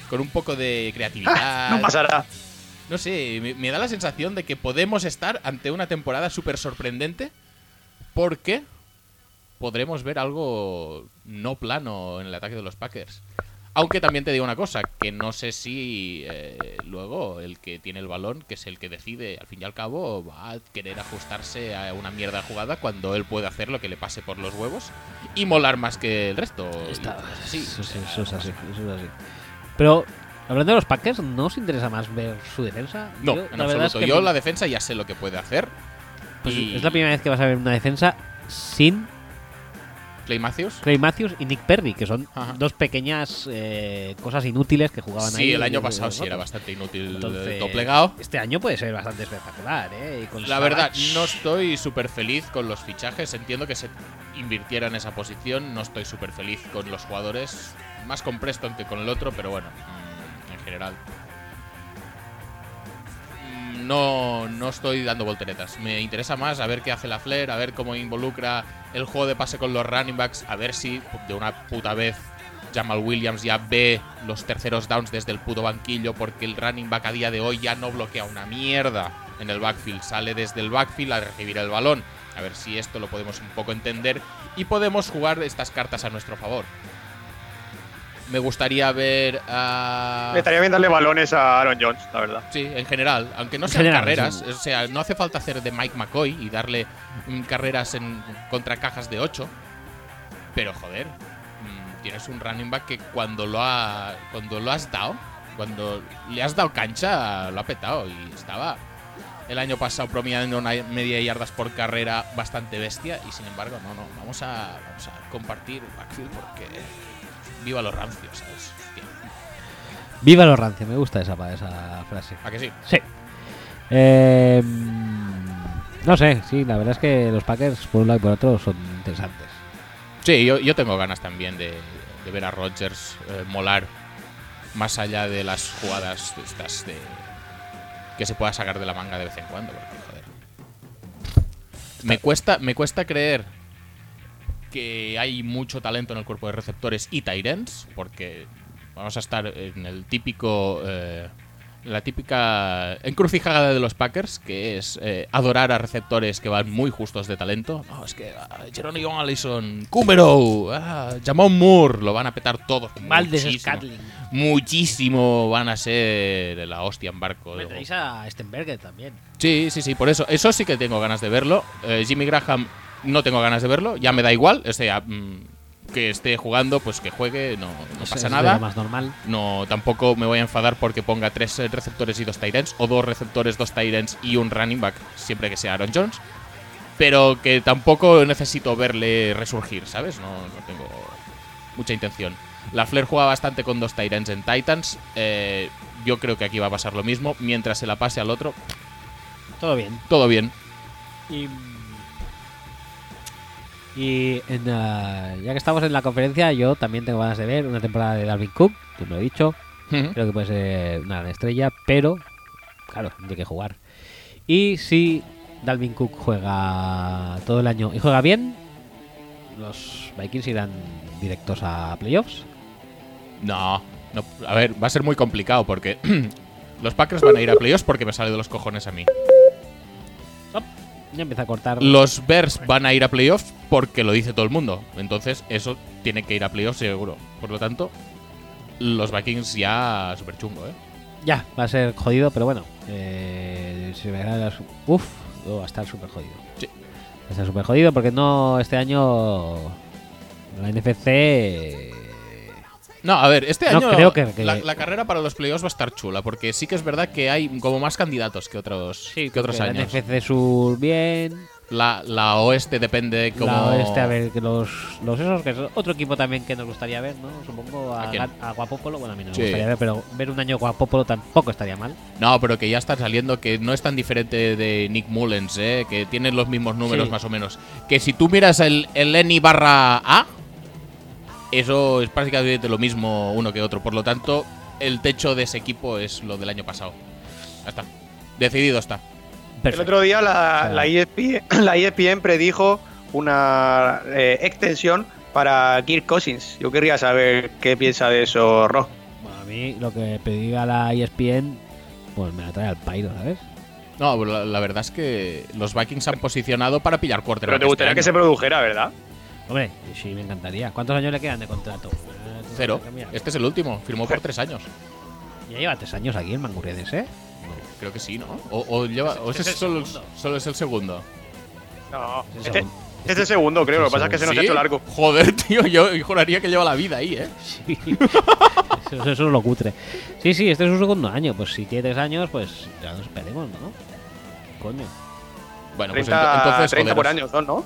[SPEAKER 2] con un poco de
[SPEAKER 1] Ah,
[SPEAKER 2] creatividad.
[SPEAKER 3] Ah, No pasará.
[SPEAKER 2] No sé, me, me da la sensación de que podemos estar ante una temporada súper sorprendente porque podremos ver algo no plano en el ataque de los Packers. Aunque también te digo una cosa, que no sé si eh, luego el que tiene el balón, que es el que decide, al fin y al cabo, va a querer ajustarse a una mierda de jugada cuando él puede hacer lo que le pase por los huevos y molar más que el resto.
[SPEAKER 1] Está,
[SPEAKER 2] Sí,
[SPEAKER 1] eso, sí, eso es así, eso es así. Pero, hablando de los Packers, ¿no os interesa más ver su defensa?
[SPEAKER 2] No,
[SPEAKER 1] Yo,
[SPEAKER 2] en
[SPEAKER 1] la verdad
[SPEAKER 2] absoluto.
[SPEAKER 1] es que
[SPEAKER 2] Yo
[SPEAKER 1] me-
[SPEAKER 2] la defensa ya sé lo que puede hacer.
[SPEAKER 1] pues
[SPEAKER 2] y-
[SPEAKER 1] Es la primera vez que vas a ver una defensa sin
[SPEAKER 2] Clay Matthews.
[SPEAKER 1] Clay Matthews y Nick Perry, que son
[SPEAKER 2] Ajá.
[SPEAKER 1] dos pequeñas eh, cosas inútiles que jugaban ahí.
[SPEAKER 2] Sí, el año
[SPEAKER 1] eh,
[SPEAKER 2] pasado sí
[SPEAKER 1] rotos.
[SPEAKER 2] era bastante inútil
[SPEAKER 1] Entonces,
[SPEAKER 2] eh, toplegado.
[SPEAKER 1] Este año puede ser bastante espectacular, ¿eh? Y con
[SPEAKER 2] La verdad,
[SPEAKER 1] Savage-
[SPEAKER 2] no estoy súper feliz con los fichajes. Entiendo que se invirtiera en esa posición. No estoy súper feliz con los jugadores. Más con Preston que con el otro, pero bueno, mm, en general. Mm, No, no estoy dando volteretas. Me interesa más a ver qué hace la Flair, a ver cómo involucra el juego de pase con los running backs, a ver si de una puta vez Jamal Williams ya ve los terceros downs desde el puto banquillo porque el running back a día de hoy ya no bloquea una mierda en el backfield. Sale desde el backfield a recibir el balón. A ver si esto lo podemos un poco entender y podemos jugar estas cartas a nuestro favor. Me gustaría ver
[SPEAKER 1] ah.
[SPEAKER 2] a...
[SPEAKER 3] Me estaría bien darle balones a Aaron Jones, la verdad.
[SPEAKER 2] Sí, en general, aunque no
[SPEAKER 1] En
[SPEAKER 2] sean
[SPEAKER 1] general,
[SPEAKER 2] carreras,
[SPEAKER 1] sí.
[SPEAKER 2] o sea, no hace falta hacer de Mike McCoy y darle mm, carreras en contra cajas de 8, pero joder, mm, tienes un running back que cuando lo ha cuando lo has dado, cuando le has dado cancha, lo ha petado y estaba el año pasado promediando una media yardas por carrera bastante bestia y sin embargo, no, no, vamos a vamos a compartir backfield porque viva los rancios, ¿sabes? Hostia,
[SPEAKER 1] Viva los rancios, me gusta esa, pa- esa frase.
[SPEAKER 2] ¿A que sí?
[SPEAKER 1] Sí. Eh, mm, no sé, sí, la verdad es que los Packers, por un lado y por otro, son interesantes.
[SPEAKER 2] Sí, yo, yo tengo ganas también de, de ver a Rodgers eh, molar más allá de las jugadas de estas de que se pueda sacar de la manga de vez en cuando, porque, joder. Me cuesta, me cuesta creer que hay mucho talento en el cuerpo de receptores y Tyrants, porque vamos a estar en el típico eh, la típica encrucijada de los Packers, que es eh, adorar a receptores que van muy justos de talento. No, es que ah, Jerónimo Allison, Cumero, ah, Jamon Moore, lo van a petar todos.
[SPEAKER 1] Valdes
[SPEAKER 2] muchísimo.
[SPEAKER 1] Scantling.
[SPEAKER 2] Muchísimo van a ser la hostia en barco.
[SPEAKER 1] Me tenéis a Stenberger también.
[SPEAKER 2] Sí, sí, sí, por eso. Eso sí que tengo ganas de verlo. Eh, Jimmy Graham no tengo ganas de verlo, ya me da igual. O sea, mm, que esté jugando, pues que juegue, no, no
[SPEAKER 1] Eso
[SPEAKER 2] pasa
[SPEAKER 1] es de lo
[SPEAKER 2] nada.
[SPEAKER 1] más normal.
[SPEAKER 2] No, tampoco me voy a enfadar porque ponga tres eh, receptores y dos Tyrants, o dos receptores, dos Tyrants y un running back, siempre que sea Aaron Jones. Pero que tampoco necesito verle resurgir, ¿sabes? No, no tengo mucha intención. La Flair juega bastante con dos Tyrants en Titans. eh, yo creo que aquí va a pasar lo mismo. Mientras se la pase al otro,
[SPEAKER 1] Todo bien.
[SPEAKER 2] todo bien.
[SPEAKER 1] Y, y en, ah, ya que estamos en la conferencia, yo también tengo ganas de ver una temporada de Dalvin Cook, que me lo he dicho. Creo que puede ser una gran estrella, pero claro, tiene que jugar. Y si Dalvin Cook juega todo el año y juega bien, los Vikings irán directos a playoffs.
[SPEAKER 2] No, no, a ver, va a ser muy complicado porque *clears throat* los Packers van a ir a playoffs porque me sale de los cojones a mí.
[SPEAKER 1] Op, Ya empieza a cortar.
[SPEAKER 2] Los Bears van a ir a playoffs porque lo dice todo el mundo. Entonces, eso tiene que ir a playoffs seguro. Por lo tanto, los Vikings ya súper chungo, ¿eh?
[SPEAKER 1] Ya, va a ser jodido, pero bueno. Eh, si me gana las- Uf, oh, va a estar súper jodido.
[SPEAKER 2] Sí.
[SPEAKER 1] Va a estar súper jodido porque no este año la NFC...
[SPEAKER 2] No, a ver, este
[SPEAKER 1] No,
[SPEAKER 2] año
[SPEAKER 1] creo que- que-
[SPEAKER 2] La, la carrera para los playoffs va a estar chula porque sí que es verdad que hay como más candidatos que otros, que otros
[SPEAKER 1] La
[SPEAKER 2] años.
[SPEAKER 1] NFC Sur bien,
[SPEAKER 2] La, la oeste depende como...
[SPEAKER 1] La oeste, a ver, que los, los esos, que es otro equipo también que nos gustaría ver, ¿no? Supongo a,
[SPEAKER 2] ¿A quién?
[SPEAKER 1] Gan- a Guapopolo, bueno, a mí no me
[SPEAKER 2] Sí.
[SPEAKER 1] gustaría ver, pero ver un año Guapopolo tampoco estaría mal.
[SPEAKER 2] No, pero que ya está saliendo que no es tan diferente de Nick Mullens, ¿eh? que tienen los mismos números
[SPEAKER 1] Sí.
[SPEAKER 2] más o menos. Que si tú miras el, el N barra A, eso es prácticamente lo mismo uno que otro. Por lo tanto, el techo de ese equipo es lo del año pasado. Ya está. Decidido está.
[SPEAKER 3] El otro día la,
[SPEAKER 1] Claro.
[SPEAKER 3] la, E ESPN, *clears throat* la ESPN predijo una eh, extensión para Kirk Cousins. Yo querría saber qué piensa de eso, Rock.
[SPEAKER 1] Bueno, a mí lo que pedí a la E ESPN, pues me la trae al pairo, ¿sabes?
[SPEAKER 2] No, pero la, la verdad es que los Vikings se han posicionado para pillar quarterback.
[SPEAKER 3] Pero te gustaría que
[SPEAKER 2] este
[SPEAKER 3] se
[SPEAKER 2] año.
[SPEAKER 3] produjera, ¿verdad?
[SPEAKER 1] Hombre, sí, me encantaría. ¿Cuántos años le quedan de contrato? Eh,
[SPEAKER 2] Cero.
[SPEAKER 1] tengo que cambiar.
[SPEAKER 2] Este es el último. Firmó
[SPEAKER 3] *laughs*
[SPEAKER 2] por tres años.
[SPEAKER 1] Ya lleva tres años aquí en Mangurrientes, ¿eh?
[SPEAKER 2] Creo que sí, ¿no? O, o lleva, o
[SPEAKER 1] Este
[SPEAKER 2] ese
[SPEAKER 1] es el
[SPEAKER 2] solo,
[SPEAKER 1] segundo.
[SPEAKER 2] solo es el segundo.
[SPEAKER 3] No,
[SPEAKER 1] Es el
[SPEAKER 3] este,
[SPEAKER 1] segundo.
[SPEAKER 3] este es el segundo, creo. Lo que
[SPEAKER 1] Es el
[SPEAKER 3] pasa es que se nos
[SPEAKER 2] ¿Sí?
[SPEAKER 3] ha hecho largo.
[SPEAKER 2] Joder, *laughs* tío, yo juraría que lleva la vida ahí, ¿eh?
[SPEAKER 1] *laughs* Sí. eso, eso es lo cutre. Sí, sí, este es su segundo año. Pues si tiene tres años, pues ya nos esperemos, ¿no? Coño.
[SPEAKER 2] Bueno,
[SPEAKER 3] 30,
[SPEAKER 2] pues ento- entonces.
[SPEAKER 3] 30 por
[SPEAKER 2] joderos.
[SPEAKER 3] año son, ¿no?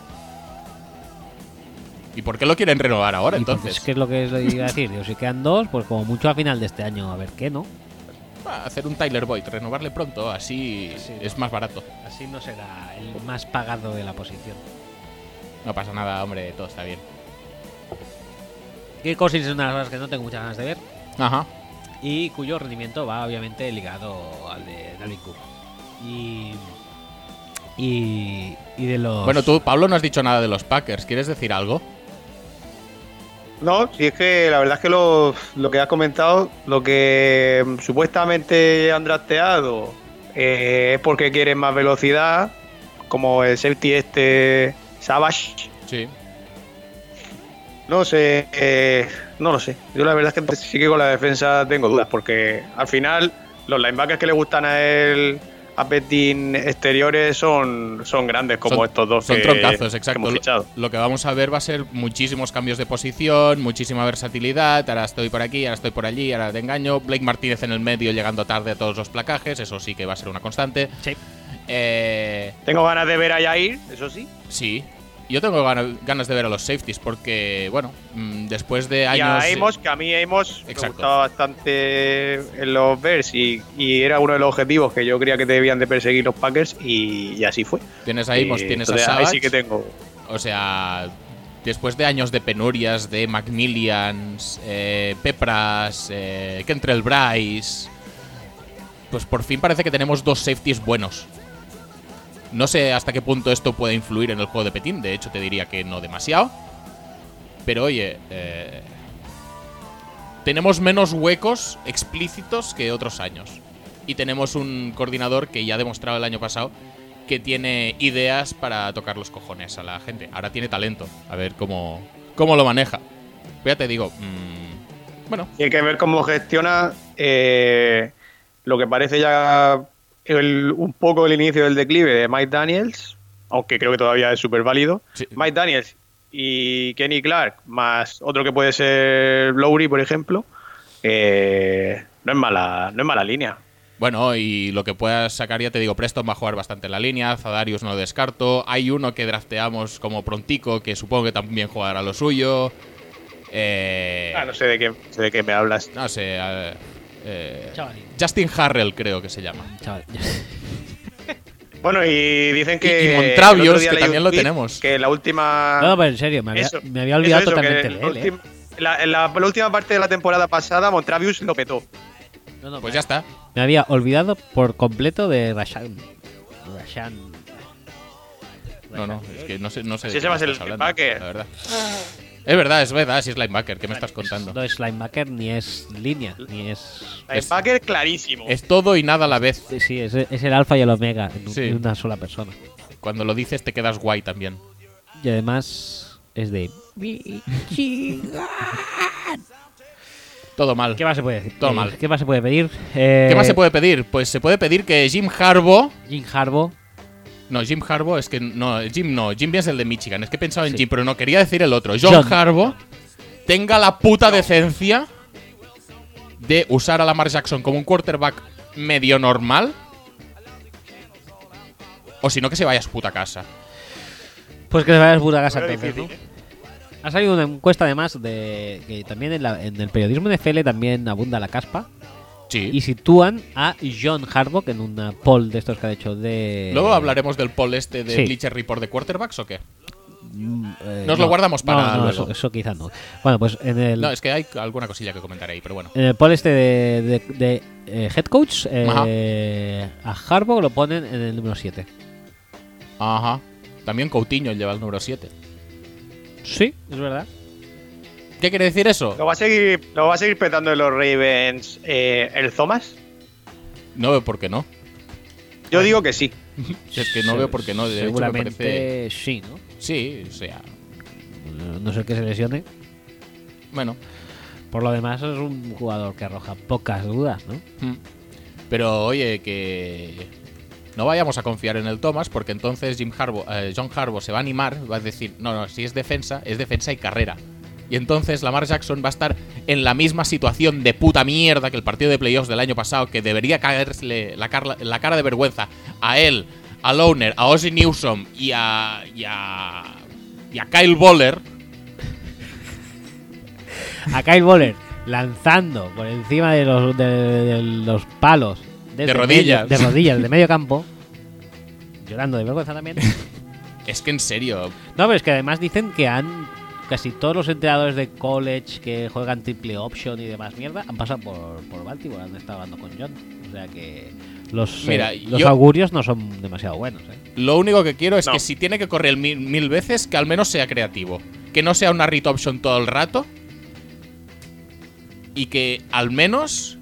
[SPEAKER 2] ¿Y por qué lo quieren renovar ahora
[SPEAKER 1] Y
[SPEAKER 2] entonces?
[SPEAKER 1] pues, ¿Qué es lo que les iba a decir? Digo, si quedan dos, pues como mucho a final de este año, a ver qué, ¿no?
[SPEAKER 2] Va, hacer un Tyler Boyd, renovarle pronto, así
[SPEAKER 1] Sí.
[SPEAKER 2] es más barato.
[SPEAKER 1] Así no será el más pagado de la posición.
[SPEAKER 2] No pasa nada, hombre, todo está bien.
[SPEAKER 1] Kirk Cousins es una de las cosas que no tengo muchas ganas de ver
[SPEAKER 2] Ajá.
[SPEAKER 1] y cuyo rendimiento va obviamente ligado al de Dalvin Cook. Y, y, y de los...
[SPEAKER 2] Bueno, tú, Pablo, no has dicho nada de los Packers. ¿Quieres decir algo?
[SPEAKER 3] No, si es que la verdad es que lo, lo que has comentado, lo que mm, supuestamente han drafteado eh, es porque quieren más velocidad, como el safety este Savage.
[SPEAKER 2] Sí.
[SPEAKER 3] No sé, eh, no lo sé. Yo la verdad es que sí que con la defensa tengo dudas, porque al final los linebackers que le gustan a él a Petin exteriores son, son grandes como
[SPEAKER 2] Son-
[SPEAKER 3] estos dos
[SPEAKER 2] Son
[SPEAKER 3] que,
[SPEAKER 2] troncazos,
[SPEAKER 3] que
[SPEAKER 2] exacto.
[SPEAKER 3] hemos fichado.
[SPEAKER 2] Lo, lo que vamos a ver va a ser muchísimos cambios de posición, muchísima versatilidad. Ahora estoy por aquí, ahora estoy por allí, ahora te engaño. Blake Martínez en el medio llegando tarde a todos los placajes, eso sí que va a ser una constante.
[SPEAKER 1] Sí.
[SPEAKER 2] Eh,
[SPEAKER 3] Tengo ganas de ver a Yair, eso sí,
[SPEAKER 2] sí. Yo tengo gana- ganas de ver a los safeties porque, bueno, mm, después de
[SPEAKER 3] y a
[SPEAKER 2] años.
[SPEAKER 3] Amos, que a mí Amos me
[SPEAKER 2] Exacto.
[SPEAKER 3] gustaba bastante en los Bears y, y era uno de los objetivos que yo creía que debían de perseguir los Packers y, y así fue.
[SPEAKER 2] Tienes a Amos,
[SPEAKER 3] Eh,
[SPEAKER 2] tienes a
[SPEAKER 3] entonces, ahí
[SPEAKER 2] Savage.
[SPEAKER 3] sí que tengo.
[SPEAKER 2] O sea, después de años de penurias de Macmillans, eh, Pepras, eh, Kentrell Bryce, pues por fin parece que tenemos dos safeties buenos. No sé hasta qué punto esto puede influir en el juego de Petín, de hecho te diría que no demasiado. Pero oye, eh, tenemos menos huecos explícitos que otros años. Y tenemos un coordinador que ya ha demostrado el año pasado que tiene ideas para tocar los cojones a la gente. Ahora tiene talento. A ver cómo, cómo lo maneja. Pero Ya te digo, mm, bueno,
[SPEAKER 3] Y hay que ver cómo gestiona eh, lo que parece ya el- un poco el inicio del declive de Mike Daniels, aunque creo que todavía es súper válido.
[SPEAKER 2] Sí.
[SPEAKER 3] Mike Daniels y Kenny Clark, más otro que puede ser Lowry, por ejemplo, eh, no, es mala, no es mala línea.
[SPEAKER 2] Bueno, y lo que puedas sacar, ya te digo, Preston va a jugar bastante en la línea, Zadarius no lo descarto, hay uno que drafteamos como prontico, que supongo que también jugará lo suyo. Eh,
[SPEAKER 3] Ah, no sé de qué, sé de qué me hablas.
[SPEAKER 2] no sé. eh, eh,
[SPEAKER 1] Chavalín.
[SPEAKER 2] Justin Harrell creo que se llama.
[SPEAKER 1] Chaval.
[SPEAKER 3] Bueno, y dicen que.
[SPEAKER 2] Y- y Montravios,
[SPEAKER 3] el otro día
[SPEAKER 2] que
[SPEAKER 3] leí
[SPEAKER 2] también
[SPEAKER 3] un
[SPEAKER 2] lo
[SPEAKER 3] tweet
[SPEAKER 2] tenemos.
[SPEAKER 3] Que la última.
[SPEAKER 1] No, no, pero en serio, me había,
[SPEAKER 3] Ah, Eso,
[SPEAKER 1] me había olvidado
[SPEAKER 3] eso, eso, que
[SPEAKER 1] totalmente
[SPEAKER 3] en
[SPEAKER 1] de
[SPEAKER 3] la
[SPEAKER 1] él, ¿eh?
[SPEAKER 3] ultim- la- en la, la última parte de la temporada pasada, Montravius lo petó.
[SPEAKER 1] No, no,
[SPEAKER 2] Pues
[SPEAKER 1] me,
[SPEAKER 2] ya está.
[SPEAKER 1] me había olvidado por completo de Rashan. Rashan.
[SPEAKER 2] No, no, es que no sé, no sé.
[SPEAKER 3] Así
[SPEAKER 2] de qué
[SPEAKER 3] se va a ser
[SPEAKER 2] estás
[SPEAKER 3] el
[SPEAKER 2] hablando,
[SPEAKER 3] linebacker.
[SPEAKER 2] La verdad. Es verdad, es verdad, si es linebacker, ¿qué me estás contando?
[SPEAKER 1] No es linebacker, ni es línea, ni es...
[SPEAKER 2] Es-
[SPEAKER 3] Linebacker clarísimo.
[SPEAKER 2] Es todo y nada a la vez.
[SPEAKER 1] Sí, es, es el alfa y el omega en, un-
[SPEAKER 2] Sí.
[SPEAKER 1] en una sola persona.
[SPEAKER 2] Cuando lo dices te quedas guay también.
[SPEAKER 1] Y además es de...
[SPEAKER 2] Todo mal.
[SPEAKER 1] ¿Qué más se puede decir?
[SPEAKER 2] Todo
[SPEAKER 1] Eh,
[SPEAKER 2] mal.
[SPEAKER 1] ¿Qué más se puede pedir? Eh,
[SPEAKER 2] ¿Qué más se puede pedir? Pues se puede pedir que Jim Harbaugh
[SPEAKER 1] Jim Harbaugh.
[SPEAKER 2] No, Jim Harbaugh es que no, Jim no, Jim es el de Michigan. Es que he pensado en
[SPEAKER 1] Sí.
[SPEAKER 2] Jim, pero no quería decir el otro. John,
[SPEAKER 1] John.
[SPEAKER 2] Harbaugh tenga la puta decencia de usar a Lamar Jackson como un quarterback medio normal. O si no, que se vaya a su puta casa.
[SPEAKER 1] Pues que se vaya a puta casa
[SPEAKER 3] Era
[SPEAKER 1] entonces,
[SPEAKER 3] difícil,
[SPEAKER 2] ¿eh?
[SPEAKER 1] ¿no? Ha salido una encuesta además de que también en, la- en el periodismo NFL también abunda la caspa y
[SPEAKER 2] Sí.
[SPEAKER 1] sitúan a John Harbaugh en una poll de estos que ha hecho de...
[SPEAKER 2] Luego hablaremos del poll este de
[SPEAKER 1] sí.
[SPEAKER 2] Bleacher Report de quarterbacks o qué.
[SPEAKER 1] Mm, eh,
[SPEAKER 2] Nos lo guardamos
[SPEAKER 1] no,
[SPEAKER 2] para
[SPEAKER 1] no,
[SPEAKER 2] luego.
[SPEAKER 1] Eso, eso quizá no. Bueno, pues en el,
[SPEAKER 2] No, es que hay alguna cosilla que comentar ahí, pero bueno.
[SPEAKER 1] en el poll este de, de- de, eh, head coach, eh, a Harbaugh lo ponen en el número 7.
[SPEAKER 2] Ajá. También Coutinho lleva el número 7.
[SPEAKER 1] Sí, es verdad.
[SPEAKER 2] ¿Qué quiere decir eso?
[SPEAKER 3] ¿Lo va a seguir, lo va a seguir petando en los Ravens eh, el Thomas?
[SPEAKER 2] No veo por qué no.
[SPEAKER 3] Yo digo que sí.
[SPEAKER 2] Si es que no
[SPEAKER 1] Se-
[SPEAKER 2] veo por qué no. De hecho, me
[SPEAKER 1] seguramente
[SPEAKER 2] parece-
[SPEAKER 1] sí, ¿no?
[SPEAKER 2] Sí, o sea.
[SPEAKER 1] No- No sé que se lesione.
[SPEAKER 2] Bueno.
[SPEAKER 1] Por lo demás es un jugador que arroja pocas dudas, ¿no?
[SPEAKER 2] mm. Pero oye, que. No vayamos a confiar en el Thomas porque entonces Jim Harbaugh, eh, John Harbaugh se va a animar, va a decir, no, no, si es defensa, es defensa y carrera. Y entonces Lamar Jackson va a estar en la misma situación de puta mierda que el partido de playoffs del año pasado, que debería caerle la, carla- la cara de vergüenza a él, a Lowner, a Ozzy Newsom y a, y a, y a Kyle Boller
[SPEAKER 1] a Kyle Bowler lanzando por encima de los, de, de los palos desde
[SPEAKER 2] rodillas.
[SPEAKER 1] medio- de rodillas de medio *laughs* campo llorando de vergüenza también
[SPEAKER 2] Es que en serio,
[SPEAKER 1] no pero es que además dicen que han casi todos los entrenadores de college que juegan triple option y demás mierda han pasado por, por Baltimore han estado hablando con John o sea que los, eh,
[SPEAKER 2] Mira,
[SPEAKER 1] los
[SPEAKER 2] yo-
[SPEAKER 1] augurios no son demasiado buenos ¿eh?
[SPEAKER 2] lo único que quiero es
[SPEAKER 3] No.
[SPEAKER 2] que si tiene que correr mil, mil veces, que al menos sea creativo. Que no sea una read option todo el rato. Y que al menos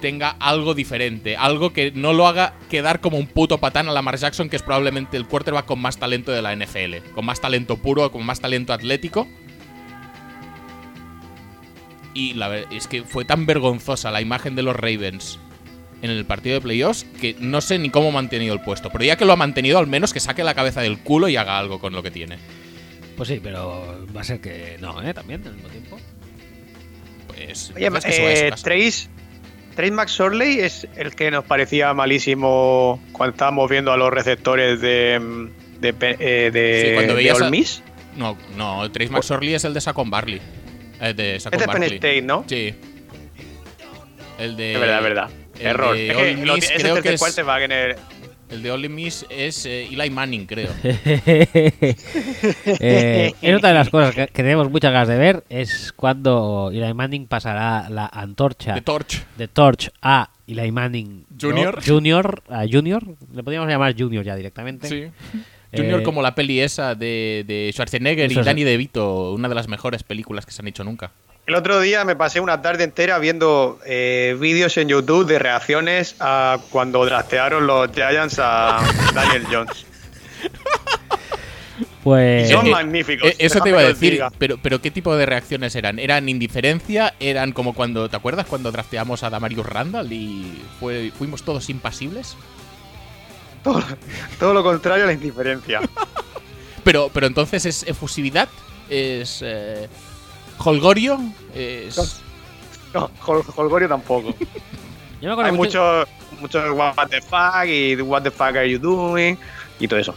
[SPEAKER 2] tenga algo diferente. Algo que no lo haga quedar como un puto patán a Lamar Jackson, que es probablemente el quarterback con más talento de la NFL. Con más talento puro, con más talento atlético. Y la verdad es que fue tan vergonzosa la imagen de los Ravens en el partido de playoffs que no sé ni cómo ha mantenido el puesto. Pero ya que lo ha mantenido, al menos que saque la cabeza del culo y haga algo con lo que tiene.
[SPEAKER 1] pues sí pero va a ser que no ¿eh? también al mismo tiempo
[SPEAKER 2] Pues,
[SPEAKER 3] Oye,
[SPEAKER 2] entonces que se vaya a su
[SPEAKER 3] eh,
[SPEAKER 2] casa.
[SPEAKER 3] Trace, Trace McSorley es el que nos parecía malísimo cuando estábamos viendo a los receptores de. mm, de, pe- eh, de,
[SPEAKER 2] Sí, cuando
[SPEAKER 3] de
[SPEAKER 2] veías
[SPEAKER 3] Ole
[SPEAKER 2] a-
[SPEAKER 3] Miss.
[SPEAKER 2] No, no, Trace McSorley es el de Sacon Barley. El de Saquon
[SPEAKER 3] Este es Penn
[SPEAKER 2] Barkley.
[SPEAKER 3] State, ¿no?
[SPEAKER 2] Sí. El de.
[SPEAKER 3] es verdad, es verdad.
[SPEAKER 2] el
[SPEAKER 3] Error.
[SPEAKER 2] de
[SPEAKER 3] Es que
[SPEAKER 2] Ole
[SPEAKER 3] lo-
[SPEAKER 2] Miss
[SPEAKER 3] es el
[SPEAKER 2] creo que
[SPEAKER 3] tercer
[SPEAKER 2] es-
[SPEAKER 3] quarterback en el.
[SPEAKER 2] El de Only Miss es eh, Eli Manning, creo.
[SPEAKER 1] *laughs* Eh, es otra de las cosas que, que tenemos muchas ganas de ver es cuando Eli Manning pasará la antorcha
[SPEAKER 2] de Torch.
[SPEAKER 1] de Torch a Eli Manning
[SPEAKER 2] Junior.
[SPEAKER 1] ¿no? Junior a Junior le podríamos llamar Junior ya directamente
[SPEAKER 2] Sí. Junior
[SPEAKER 1] Eh,
[SPEAKER 2] como la peli esa de, de Schwarzenegger y
[SPEAKER 1] Eso es-
[SPEAKER 2] Danny DeVito, una de las mejores películas que se han hecho nunca.
[SPEAKER 3] El otro día me pasé una tarde entera viendo eh, vídeos en YouTube de reacciones a cuando draftearon los Giants a Daniel Jones.
[SPEAKER 1] pues
[SPEAKER 3] Son
[SPEAKER 2] Eh, eh,
[SPEAKER 3] magníficos.
[SPEAKER 2] Eh, eso
[SPEAKER 3] déjame
[SPEAKER 2] te iba a
[SPEAKER 3] que os
[SPEAKER 2] decir,
[SPEAKER 3] diga.
[SPEAKER 2] pero, pero ¿qué tipo de reacciones eran? ¿Eran indiferencia? ¿Eran como cuando, ¿te acuerdas cuando drafteamos a Damarius Randall y fue- fuimos todos impasibles?
[SPEAKER 3] Todo, todo lo contrario a la indiferencia.
[SPEAKER 2] Pero, pero entonces es efusividad, es eh, holgorio, es...
[SPEAKER 3] No, Hol- Holgorio tampoco.
[SPEAKER 1] yo me acuerdo
[SPEAKER 3] Hay
[SPEAKER 1] mucho-
[SPEAKER 3] muchos muchos what the fuck y what the fuck are you doing y todo eso.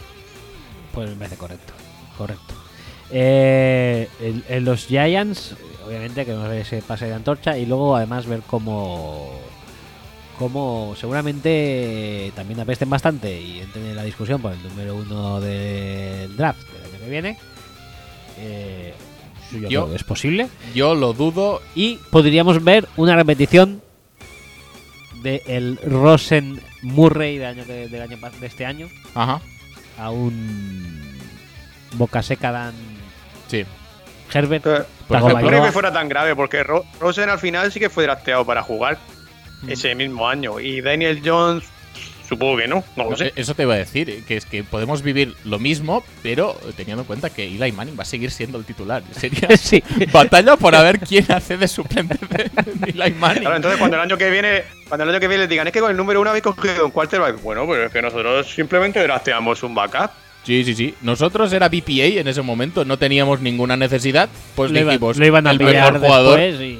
[SPEAKER 1] Pues me parece correcto. Correcto. Eh, en, en los Giants, obviamente que no sé ese pase de antorcha y luego además ver cómo, cómo seguramente también apesten bastante y entren en la discusión por el número uno del draft del año que viene. Eh, yo
[SPEAKER 2] Yo-
[SPEAKER 1] creo que es posible.
[SPEAKER 2] Yo lo dudo.
[SPEAKER 1] Y podríamos ver una repetición del Rosen Murray del año, que- del año pa- de este año
[SPEAKER 2] Ajá,
[SPEAKER 1] a un boca seca Dan
[SPEAKER 2] sí.
[SPEAKER 1] Herbert.
[SPEAKER 3] Pero
[SPEAKER 2] Por
[SPEAKER 1] Tago
[SPEAKER 2] ejemplo,
[SPEAKER 3] no creo
[SPEAKER 1] Bailoa.
[SPEAKER 3] que fuera tan grave porque Ro- Rosen al final sí que fue drafteado para jugar
[SPEAKER 2] Mm.
[SPEAKER 3] ese mismo año y Daniel Jones supongo que no, no lo
[SPEAKER 2] No,
[SPEAKER 3] sé.
[SPEAKER 2] eh, Eso te iba a decir, que es que podemos vivir lo mismo, pero teniendo en cuenta que Eli Manning va a seguir siendo el titular. Sería
[SPEAKER 1] *laughs* sí.
[SPEAKER 2] batalla por a ver quién hace de suplente de de Eli Manning.
[SPEAKER 3] Claro, entonces cuando el año que viene, cuando el año que viene les digan es que con el número uno habéis cogido un quarterback, bueno, pero es que nosotros simplemente drafteamos un backup.
[SPEAKER 2] Sí, sí, sí. Nosotros era BPA en ese momento, no teníamos ninguna necesidad, pues
[SPEAKER 1] lo, iba-
[SPEAKER 2] dijimos,
[SPEAKER 1] lo iban a
[SPEAKER 2] el
[SPEAKER 1] pillar
[SPEAKER 2] mejor jugador.
[SPEAKER 1] después y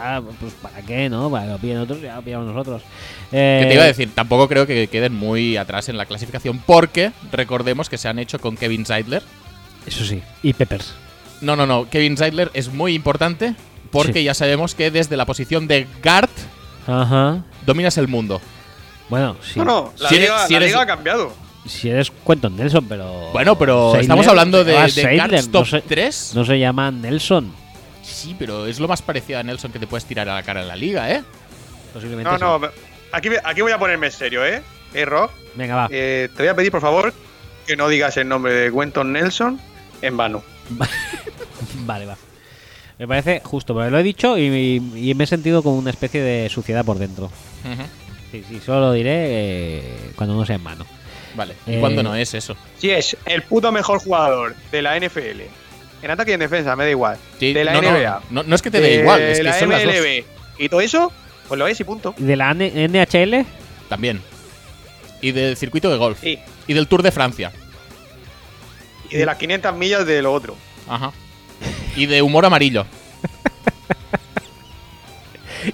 [SPEAKER 1] ah, pues para qué, ¿no? Para que lo pillen otros, ya lo pillamos nosotros.
[SPEAKER 2] Que
[SPEAKER 1] Eh,
[SPEAKER 2] te iba a decir, tampoco creo que queden muy atrás en la clasificación, porque recordemos que se han hecho con Kevin Zeidler.
[SPEAKER 1] Eso sí. Y Peppers.
[SPEAKER 2] No, no, no, Kevin Zeidler es muy importante, porque
[SPEAKER 1] Sí.
[SPEAKER 2] ya sabemos que desde la posición de guard
[SPEAKER 1] Ajá.
[SPEAKER 2] dominas el mundo.
[SPEAKER 1] Bueno, sí.
[SPEAKER 3] No, no, la,
[SPEAKER 2] Si eres-
[SPEAKER 3] liga,
[SPEAKER 2] si
[SPEAKER 3] la
[SPEAKER 2] eres-
[SPEAKER 3] liga ha cambiado.
[SPEAKER 1] Si eres Quentin Nelson, pero.
[SPEAKER 2] Bueno, pero
[SPEAKER 1] Seidler,
[SPEAKER 2] estamos hablando de,
[SPEAKER 1] ah,
[SPEAKER 2] de
[SPEAKER 1] Seidler,
[SPEAKER 2] guards
[SPEAKER 1] no
[SPEAKER 2] top
[SPEAKER 1] se-
[SPEAKER 2] 3.
[SPEAKER 1] No se llama Nelson.
[SPEAKER 2] Sí, pero es lo más parecido a Nelson que te puedes tirar a la cara en la liga, ¿eh?
[SPEAKER 1] Posiblemente.
[SPEAKER 3] No,
[SPEAKER 1] sí.
[SPEAKER 3] no, aquí, aquí voy a ponerme en serio, ¿eh? Eh, Rock,
[SPEAKER 1] Venga, va.
[SPEAKER 2] Ah.
[SPEAKER 3] eh, te voy a pedir por favor que no digas el nombre de Quentin Nelson en vano.
[SPEAKER 1] *laughs* Vale, va. Me parece justo, pero lo he dicho y, y- y me he sentido como una especie de suciedad por dentro. Sí, sí, solo lo diré eh, cuando no sea en mano.
[SPEAKER 2] Vale, ¿y
[SPEAKER 1] Eh,
[SPEAKER 2] cuándo no es eso?
[SPEAKER 3] Si es el puto mejor jugador de la NFL, en ataque y en defensa, me da igual,
[SPEAKER 2] Sí,
[SPEAKER 3] de la
[SPEAKER 2] no, no,
[SPEAKER 3] NBA,
[SPEAKER 2] No, no es que te dé igual, es
[SPEAKER 3] de
[SPEAKER 2] que
[SPEAKER 3] la
[SPEAKER 2] son las dos.
[SPEAKER 3] MLB y todo eso, pues lo es y punto.
[SPEAKER 1] ¿Y de la N- NHL?
[SPEAKER 2] También. Y del circuito de golf.
[SPEAKER 3] Sí,
[SPEAKER 2] Y del Tour de Francia.
[SPEAKER 3] y de las 500 millas de lo otro.
[SPEAKER 2] Ajá. Y de humor amarillo, *laughs*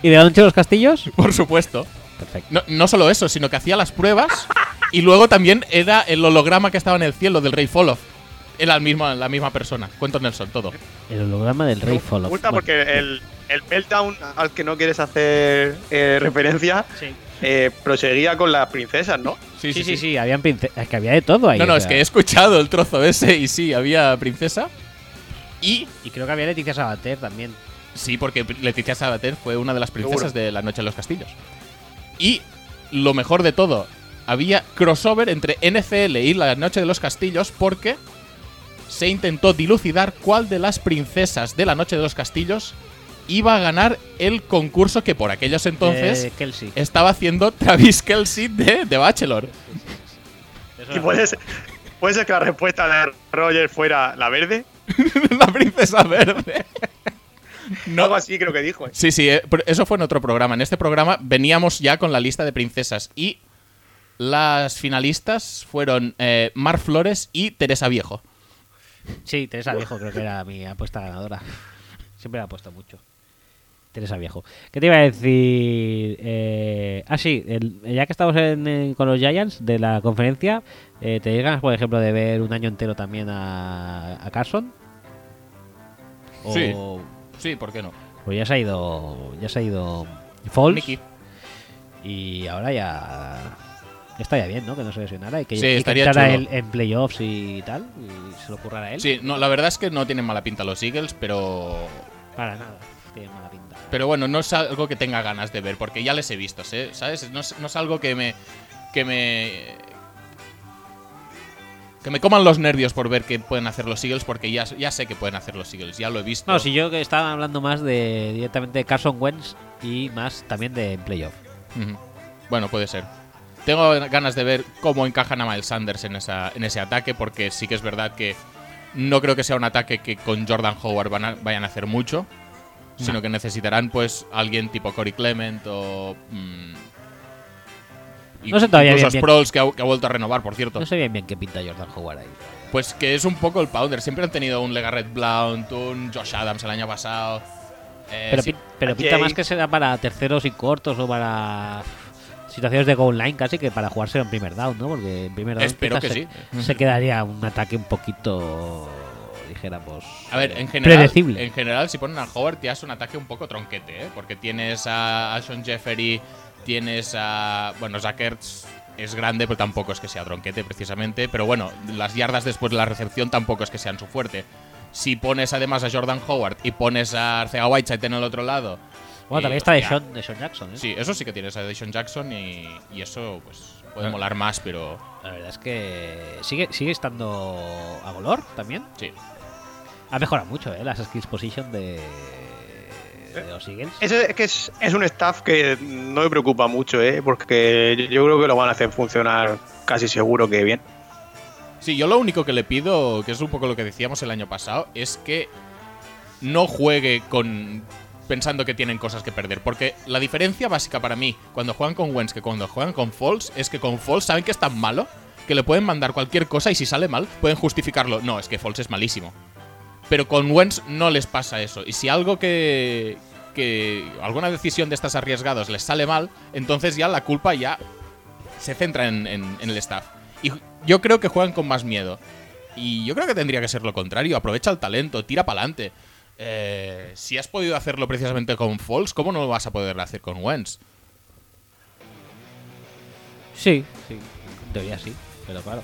[SPEAKER 1] ¿Y de la noche de los castillos?
[SPEAKER 2] por supuesto.
[SPEAKER 1] Perfecto.
[SPEAKER 2] No, no solo eso, sino que hacía las pruebas y luego también era el holograma que estaba en el cielo del Rey Folof. Era el mismo, la misma persona. Cuento Nelson, todo.
[SPEAKER 1] El holograma del rey
[SPEAKER 3] Me
[SPEAKER 1] Follow.
[SPEAKER 3] gusta porque el, el meltdown al que no quieres hacer eh, referencia
[SPEAKER 4] Sí.
[SPEAKER 3] eh, proseguía con las princesas, ¿no?
[SPEAKER 2] Sí,
[SPEAKER 1] Sí, sí, sí, habían pince- es que había de todo ahí.
[SPEAKER 2] No, no,
[SPEAKER 1] o
[SPEAKER 2] es
[SPEAKER 1] sea.
[SPEAKER 2] que he escuchado el trozo ese y sí, había princesa. Y
[SPEAKER 1] Y creo que había Leticia Sabater también.
[SPEAKER 2] sí, porque Leticia Sabater fue una de las princesas
[SPEAKER 3] Seguro.
[SPEAKER 2] de La Noche en los Castillos. Y lo mejor de todo, había crossover entre NCL y La Noche de los Castillos porque se intentó dilucidar cuál de las princesas de La Noche de los Castillos iba a ganar el concurso que por aquellos entonces
[SPEAKER 1] Eh, Kelsey.
[SPEAKER 2] estaba haciendo Travis Kelsey de The Bachelor. *laughs*
[SPEAKER 3] Y puede ser, puede ser que la respuesta de Roger fuera la verde.
[SPEAKER 2] la princesa verde.
[SPEAKER 3] Algo
[SPEAKER 2] No.
[SPEAKER 3] así creo que dijo. ¿eh?
[SPEAKER 2] Sí, sí, eh, pero eso fue en otro programa. En este programa veníamos ya con la lista de princesas y las finalistas fueron eh, Mar Flores y Teresa Viejo.
[SPEAKER 1] Sí, Teresa Viejo creo que era mi apuesta ganadora. *laughs* Siempre la apuesto mucho. Teresa Viejo. ¿Qué te iba a decir? Eh, ah, sí, el- ya que estamos en- en- con los Giants de la conferencia, eh, ¿te llegas, por ejemplo, de ver un año entero también a, a Carson? O-
[SPEAKER 2] Sí. Sí, ¿por qué no?
[SPEAKER 1] Pues ya se ha ido. Ya se ha ido. Falls.
[SPEAKER 2] Mickey.
[SPEAKER 1] Y ahora ya. ya Estaría bien, ¿no? Que no se lesionara y que,
[SPEAKER 2] Sí,
[SPEAKER 1] y que
[SPEAKER 2] estaría
[SPEAKER 1] entrara
[SPEAKER 2] chulo.
[SPEAKER 1] él en playoffs y tal. Y se lo ocurra a él.
[SPEAKER 2] Sí, no, la verdad es que no tienen mala pinta los Eagles, pero.
[SPEAKER 1] Para nada. Tiene mala pinta.
[SPEAKER 2] Pero bueno, no es algo que tenga ganas de ver, porque ya les he visto, ¿eh? ¿sabes? No es, no es algo que me. que me. que me coman los nervios por ver qué pueden hacer los Eagles, porque ya, ya sé que pueden hacer los Eagles, ya lo he visto.
[SPEAKER 1] No, si yo que estaba hablando más de directamente de Carson Wentz y más también de playoff.
[SPEAKER 2] Ujú. Bueno, puede ser. Tengo ganas de ver cómo encajan a Miles Sanders en, esa, en ese ataque, porque sí que es verdad que no creo que sea un ataque que con Jordan Howard van a- vayan a hacer mucho, sino que necesitarán pues alguien tipo Cory Clement o... mm,
[SPEAKER 1] No sé todavía
[SPEAKER 2] incluso
[SPEAKER 1] bien, bien.
[SPEAKER 2] Sproles, que ha, que ha vuelto a renovar, por cierto.
[SPEAKER 1] No sé bien bien qué pinta Jordan Howard ahí.
[SPEAKER 2] Pues que es un poco el powder. Siempre han tenido un Legarrette Blount, un Josh Adams el año pasado. Eh,
[SPEAKER 1] Pero,
[SPEAKER 2] sí.
[SPEAKER 1] pin- pero
[SPEAKER 3] Aquí
[SPEAKER 1] pinta
[SPEAKER 3] hay-
[SPEAKER 1] más que será para terceros y cortos o para situaciones de goal line casi que para jugarse en primer down, ¿no? Porque en primer down
[SPEAKER 2] Espero
[SPEAKER 1] quizás
[SPEAKER 2] que
[SPEAKER 1] se, se quedaría un ataque un poquito, dijéramos,
[SPEAKER 2] A ver, en
[SPEAKER 1] eh,
[SPEAKER 2] general,
[SPEAKER 1] predecible.
[SPEAKER 2] en general, si ponen a Howard, te hace un ataque un poco tronquete, ¿eh? Porque tienes a Ashon Jeffery, tienes a. Bueno, Zakerts es grande, pero tampoco es que sea tronquete precisamente. Pero bueno, las yardas después de la recepción tampoco es que sean su fuerte. Si pones además a Jordan Howard y pones a Arcega Whiteside en el otro lado.
[SPEAKER 1] Bueno,
[SPEAKER 2] y,
[SPEAKER 1] también está de
[SPEAKER 2] hostia,
[SPEAKER 1] Sean, de Sean Jackson, ¿eh?
[SPEAKER 2] eh, Sí, eso sí que tienes a Deshaun Jackson y, y eso, pues, puede
[SPEAKER 1] Ah.
[SPEAKER 2] molar más, pero.
[SPEAKER 1] La verdad es que sigue, sigue estando a color también.
[SPEAKER 2] Sí.
[SPEAKER 1] Ha mejorado mucho, ¿eh? Las skills position de, de los Eagles.
[SPEAKER 3] Ese es que es, es un staff que no me preocupa mucho, ¿eh? porque yo- yo creo que lo van a hacer funcionar casi seguro que bien.
[SPEAKER 2] Sí, yo lo único que le pido, que es un poco lo que decíamos el año pasado, es que no juegue con pensando que tienen cosas que perder, porque la diferencia básica para mí cuando juegan con Wentz que cuando juegan con Falls es que con Falls saben que es tan malo que le pueden mandar cualquier cosa y si sale mal pueden justificarlo. No, es que Falls es malísimo. Pero con Wentz no les pasa eso. Y si algo que que alguna decisión de estas arriesgadas les sale mal, entonces ya la culpa ya se centra en, en- en el staff. Y yo creo que juegan con más miedo. Y yo creo que tendría que ser lo contrario. Aprovecha el talento, tira para adelante. si has podido hacerlo precisamente con Falls, ¿cómo no lo vas a poder hacer con Wentz?
[SPEAKER 1] Sí, sí. En teoría sí, pero claro.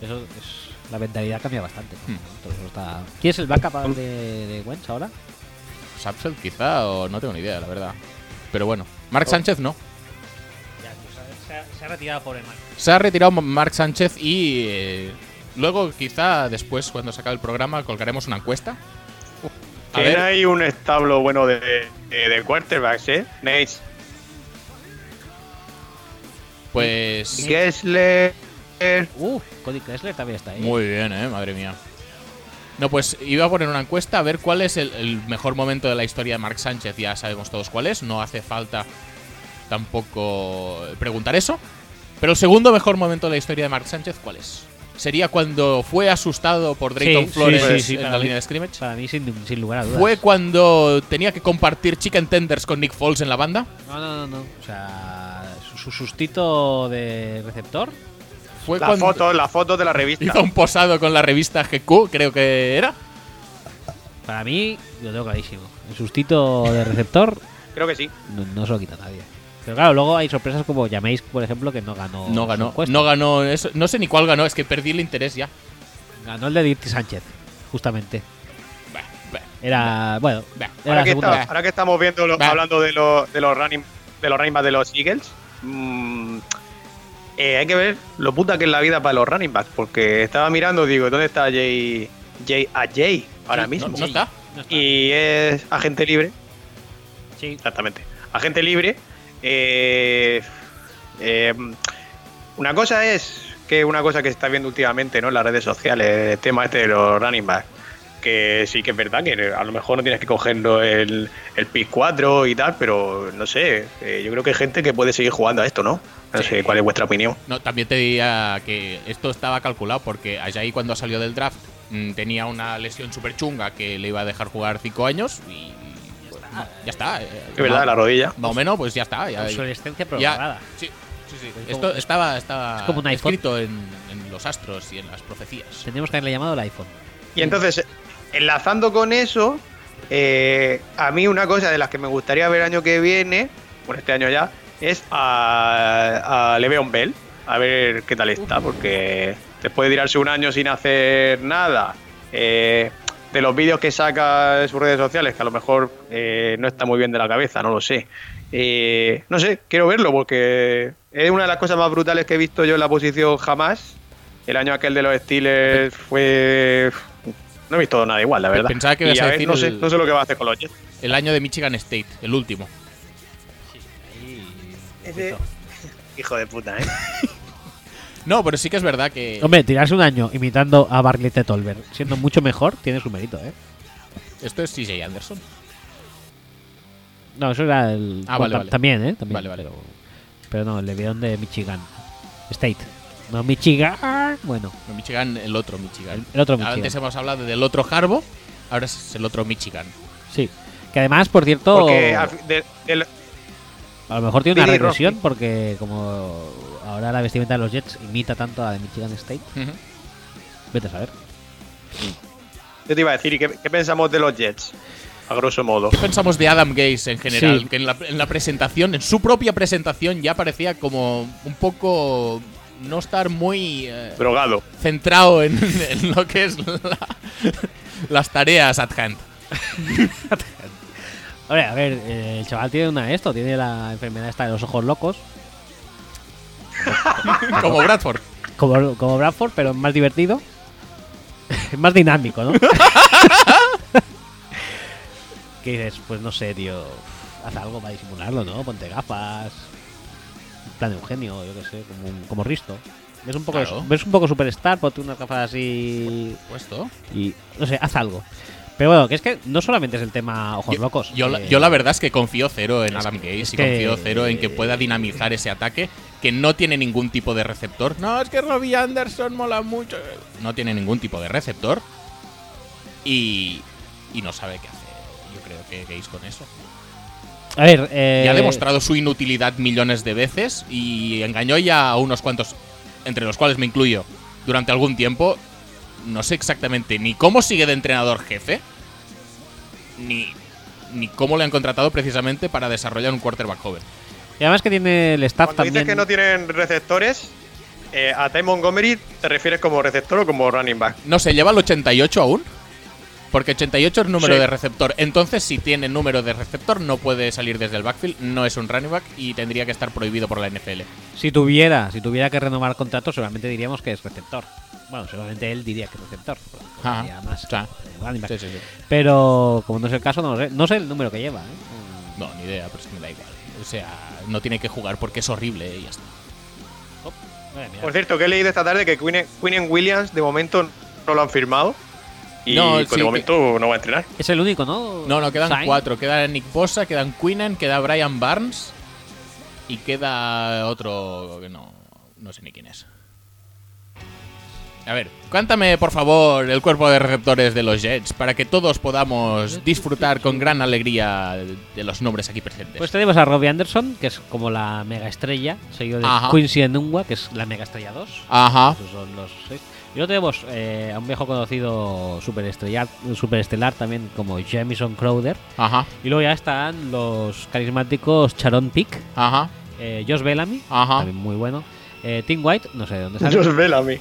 [SPEAKER 1] Eso es, la mentalidad cambia bastante. ¿no?
[SPEAKER 2] Hmm.
[SPEAKER 1] Todo eso está- ¿Quién es el backup de, de Wentz ahora?
[SPEAKER 2] Sapsel quizá, o no tengo ni idea, la verdad. Pero bueno, Mark Sánchez no.
[SPEAKER 1] se, ha retirado por el mal.
[SPEAKER 2] Se ha retirado Ma- Mark Sánchez y eh, luego quizá después, cuando se acabe el programa, colgaremos una encuesta. A
[SPEAKER 3] Tienen
[SPEAKER 2] ver,
[SPEAKER 3] ahí un establo bueno de, de, de quarterbacks, ¿eh? Nate
[SPEAKER 2] pues...
[SPEAKER 3] Gessler.
[SPEAKER 1] Uh, Cody Kessler también está ahí.
[SPEAKER 2] Muy bien, eh, madre mía. No, pues iba a poner una encuesta a ver cuál es el, el mejor momento de la historia de Mark Sánchez. Ya sabemos todos cuál es, no hace falta tampoco preguntar eso. Pero el segundo mejor momento de la historia de Mark Sánchez, ¿cuál es? Sería cuando fue asustado por Drayton
[SPEAKER 1] Sí,
[SPEAKER 2] Flores
[SPEAKER 1] sí, sí, sí,
[SPEAKER 2] en
[SPEAKER 1] para
[SPEAKER 2] la
[SPEAKER 1] mí.
[SPEAKER 2] línea de scrimmage.
[SPEAKER 1] Para mí, sin, sin lugar a dudas.
[SPEAKER 2] Fue cuando tenía que compartir chicken tenders con Nick Foles en la banda.
[SPEAKER 1] No, no, no, no. O sea, su, su sustito de receptor
[SPEAKER 2] Fue
[SPEAKER 3] Las
[SPEAKER 2] cuando
[SPEAKER 3] fotos, las fotos de la revista.
[SPEAKER 2] hizo un posado con la revista GQ, creo que era.
[SPEAKER 1] Para mí, lo tengo clarísimo. El sustito de receptor
[SPEAKER 3] Creo que sí.
[SPEAKER 1] no, no se lo quita nadie. Pero claro, luego hay sorpresas como llaméis, por ejemplo, que no ganó.
[SPEAKER 2] No
[SPEAKER 1] su
[SPEAKER 2] ganó.
[SPEAKER 1] encuesta.
[SPEAKER 2] No ganó. eso- no sé ni cuál ganó, es que perdí el interés ya.
[SPEAKER 1] Ganó el de Dirty Sánchez, justamente.
[SPEAKER 2] Bah, bah.
[SPEAKER 1] Era, bueno,
[SPEAKER 2] Bah.
[SPEAKER 1] era
[SPEAKER 3] Ahora
[SPEAKER 1] la
[SPEAKER 3] que,
[SPEAKER 1] segunda.
[SPEAKER 3] está- ahora que estamos viendo lo-
[SPEAKER 2] Va.
[SPEAKER 3] hablando de, los de los running de los running back de los Eagles, mm, eh, hay que ver lo puta que es la vida para los running backs, porque estaba mirando, digo, ¿dónde está Jay, Jay a Jay ahora
[SPEAKER 2] No-
[SPEAKER 3] mismo?
[SPEAKER 2] No, está.
[SPEAKER 1] No está.
[SPEAKER 3] Y es agente libre,
[SPEAKER 1] Sí.
[SPEAKER 3] exactamente. Agente libre. eh, eh, una cosa es que una cosa que se está viendo últimamente ¿no? en las redes sociales, el tema este de los running backs, que sí que es verdad que a lo mejor no tienes que cogerlo el, el pick 4 y tal, pero no sé, eh, yo creo que hay gente que puede seguir jugando a esto, ¿no?
[SPEAKER 2] Sí.
[SPEAKER 3] No sé cuál es vuestra opinión.
[SPEAKER 2] No, también te diría que esto estaba calculado porque Ajayi cuando salió del draft mm, tenía una lesión súper chunga que le iba a dejar jugar 5 años y pues, no, ya está. eh,
[SPEAKER 3] Es verdad,
[SPEAKER 2] más-
[SPEAKER 3] la rodilla.
[SPEAKER 2] Más o menos, pues ya está. ya-
[SPEAKER 1] Obsolescencia
[SPEAKER 2] ya-
[SPEAKER 1] programada.
[SPEAKER 2] sí, sí, sí.
[SPEAKER 1] Es
[SPEAKER 2] Esto
[SPEAKER 1] como-
[SPEAKER 2] estaba, estaba
[SPEAKER 1] es como un iPhone.
[SPEAKER 2] escrito en, en los astros y en las profecías.
[SPEAKER 1] Tendríamos que haberle llamado el iPhone.
[SPEAKER 3] Y entonces, enlazando con eso, eh, a mí una cosa de las que me gustaría ver año que viene, por este año ya, es a, a Le'Veon Bell, a ver qué tal está, porque después de tirarse un año sin hacer nada, eh, de los vídeos que saca de sus redes sociales, que a lo mejor eh, no está muy bien de la cabeza, no lo sé. Eh, no sé, quiero verlo porque es una de las cosas más brutales que he visto yo en la posición jamás. El año aquel de los Steelers fue. No he visto nada igual, la verdad.
[SPEAKER 2] Pensaba que
[SPEAKER 3] Y
[SPEAKER 2] ibas a
[SPEAKER 3] ver,
[SPEAKER 2] decir
[SPEAKER 3] no, sé,
[SPEAKER 2] el-
[SPEAKER 3] no sé lo que va a hacer con los Jets.
[SPEAKER 2] El año de Michigan State, el último.
[SPEAKER 3] Ese- Hijo de puta, ¿eh?
[SPEAKER 2] No, pero sí que es verdad que.
[SPEAKER 1] Hombre, tirarse un año imitando a Bartlett de Tolbert, siendo mucho mejor, tiene su mérito, ¿eh?
[SPEAKER 2] Esto es CJ Anderson.
[SPEAKER 1] No, eso era el.
[SPEAKER 2] Ah,
[SPEAKER 1] bueno,
[SPEAKER 2] vale,
[SPEAKER 1] tam-
[SPEAKER 2] vale.
[SPEAKER 1] También, ¿eh? También,
[SPEAKER 2] Vale, vale.
[SPEAKER 1] Pero, pero no, el Levión de Michigan State. No, Michigan. Bueno,
[SPEAKER 2] No, Michigan, el otro Michigan.
[SPEAKER 1] el otro Michigan.
[SPEAKER 2] Antes hemos hablado del otro Harbo, ahora es el otro Michigan.
[SPEAKER 1] Sí. Que además, por cierto,
[SPEAKER 3] Porque al fi- de- de-
[SPEAKER 1] a lo mejor tiene una
[SPEAKER 3] Billy
[SPEAKER 1] regresión porque como ahora la vestimenta de los Jets imita tanto a la de Michigan State, vete a saber.
[SPEAKER 3] yo te iba a decir, ¿y qué, qué pensamos de los Jets? A grosso modo.
[SPEAKER 2] ¿Qué pensamos de Adam Gaze en general?
[SPEAKER 1] Sí.
[SPEAKER 2] Que en la, en la presentación, en su propia presentación, ya parecía como un poco no estar muy eh,
[SPEAKER 3] Drogado.
[SPEAKER 2] centrado en, en lo que es la- las tareas at hand.
[SPEAKER 1] Hombre, a ver, eh, el chaval tiene una de esto, tiene la enfermedad esta de los ojos locos,
[SPEAKER 2] Como Bradford.
[SPEAKER 1] como, como Bradford, pero más divertido, *laughs* más dinámico, ¿no? *laughs* ¿Qué dices? Pues no sé, tío, haz algo para disimularlo, ¿no? Ponte gafas, en plan Eugenio, yo qué sé, como, un- como Risto. Ves un poco,
[SPEAKER 2] Claro.
[SPEAKER 1] ves un poco superstar, ponte unas gafas así
[SPEAKER 2] Puesto.
[SPEAKER 1] y no sé, haz algo. Pero bueno, que es que no solamente es el tema ojos
[SPEAKER 2] Yo-
[SPEAKER 1] locos.
[SPEAKER 2] Yo, la-
[SPEAKER 1] eh,
[SPEAKER 2] yo la verdad es que confío cero
[SPEAKER 1] es
[SPEAKER 2] en Adam
[SPEAKER 1] que-
[SPEAKER 2] Gaze
[SPEAKER 1] es
[SPEAKER 2] y
[SPEAKER 1] que- eh,
[SPEAKER 2] confío cero en que pueda dinamizar ese ataque que no tiene ningún tipo de receptor. No, es que Robbie Anderson mola mucho. No tiene ningún tipo de receptor y, y no sabe qué hacer. Yo creo que Gaze con eso.
[SPEAKER 1] A ver, eh,
[SPEAKER 2] Ya ha demostrado su inutilidad millones de veces y engañó ya a unos cuantos, entre los cuales me incluyo, durante algún tiempo. No sé exactamente ni cómo sigue de entrenador jefe, ni, ni cómo le han contratado precisamente para desarrollar un quarterback joven.
[SPEAKER 1] Y además que tiene el staff
[SPEAKER 3] Cuando
[SPEAKER 1] también.
[SPEAKER 3] dices que no tienen receptores, eh, a Ty Montgomery te refieres como receptor o como running back.
[SPEAKER 2] No sé, lleva el 88 aún. Porque 88 es número
[SPEAKER 3] Sí.
[SPEAKER 2] de receptor. Entonces, si tiene número de receptor, no puede salir desde el backfield. No es un running back y tendría que estar prohibido por la NFL.
[SPEAKER 1] Si tuviera, si tuviera que renovar contrato, seguramente diríamos que es receptor. Bueno, seguramente él diría que es receptor. porque
[SPEAKER 2] Ajá.
[SPEAKER 1] sería más,
[SPEAKER 2] O sea,
[SPEAKER 1] eh, running back.
[SPEAKER 2] Sí, sí, sí.
[SPEAKER 1] Pero como no es el caso, no lo sé. No sé el número que lleva. ¿eh?
[SPEAKER 2] No, ni idea, pero es que me da igual. O sea, no tiene que jugar porque es horrible eh, y ya está.
[SPEAKER 1] Madre mía.
[SPEAKER 3] Por cierto, que he leído esta tarde que Queen, Queen Williams de momento no lo han firmado. Y
[SPEAKER 2] No,
[SPEAKER 3] por
[SPEAKER 2] sí,
[SPEAKER 3] el momento no va a *laughs* entrenar.
[SPEAKER 1] Es el único, ¿no?
[SPEAKER 2] No, no, quedan
[SPEAKER 1] Sainz.
[SPEAKER 2] cuatro. Queda Nick Bosa, quedan Queenan, queda Brian Barnes y queda otro que no, no sé ni quién es. A ver, cuéntame por favor el cuerpo de receptores de los Jets para que todos podamos disfrutar con gran alegría de los nombres aquí presentes.
[SPEAKER 1] Pues tenemos a Robbie Anderson, que es como la mega estrella, seguido de
[SPEAKER 2] Ajá.
[SPEAKER 1] Quincy Enunwa, que es la mega estrella 2.
[SPEAKER 2] Ajá.
[SPEAKER 1] Esos son los seis. Y luego tenemos eh, a un viejo conocido superestrellar, superestelar también como Jamison Crowder.
[SPEAKER 2] Ajá.
[SPEAKER 1] Y luego ya están los carismáticos Charon Pick,
[SPEAKER 2] Ajá.
[SPEAKER 1] eh, Josh Bellamy, *laughs*
[SPEAKER 2] Ajá.
[SPEAKER 1] también muy bueno, eh, Tim White, no sé de dónde sale,
[SPEAKER 3] Dios vela a mí.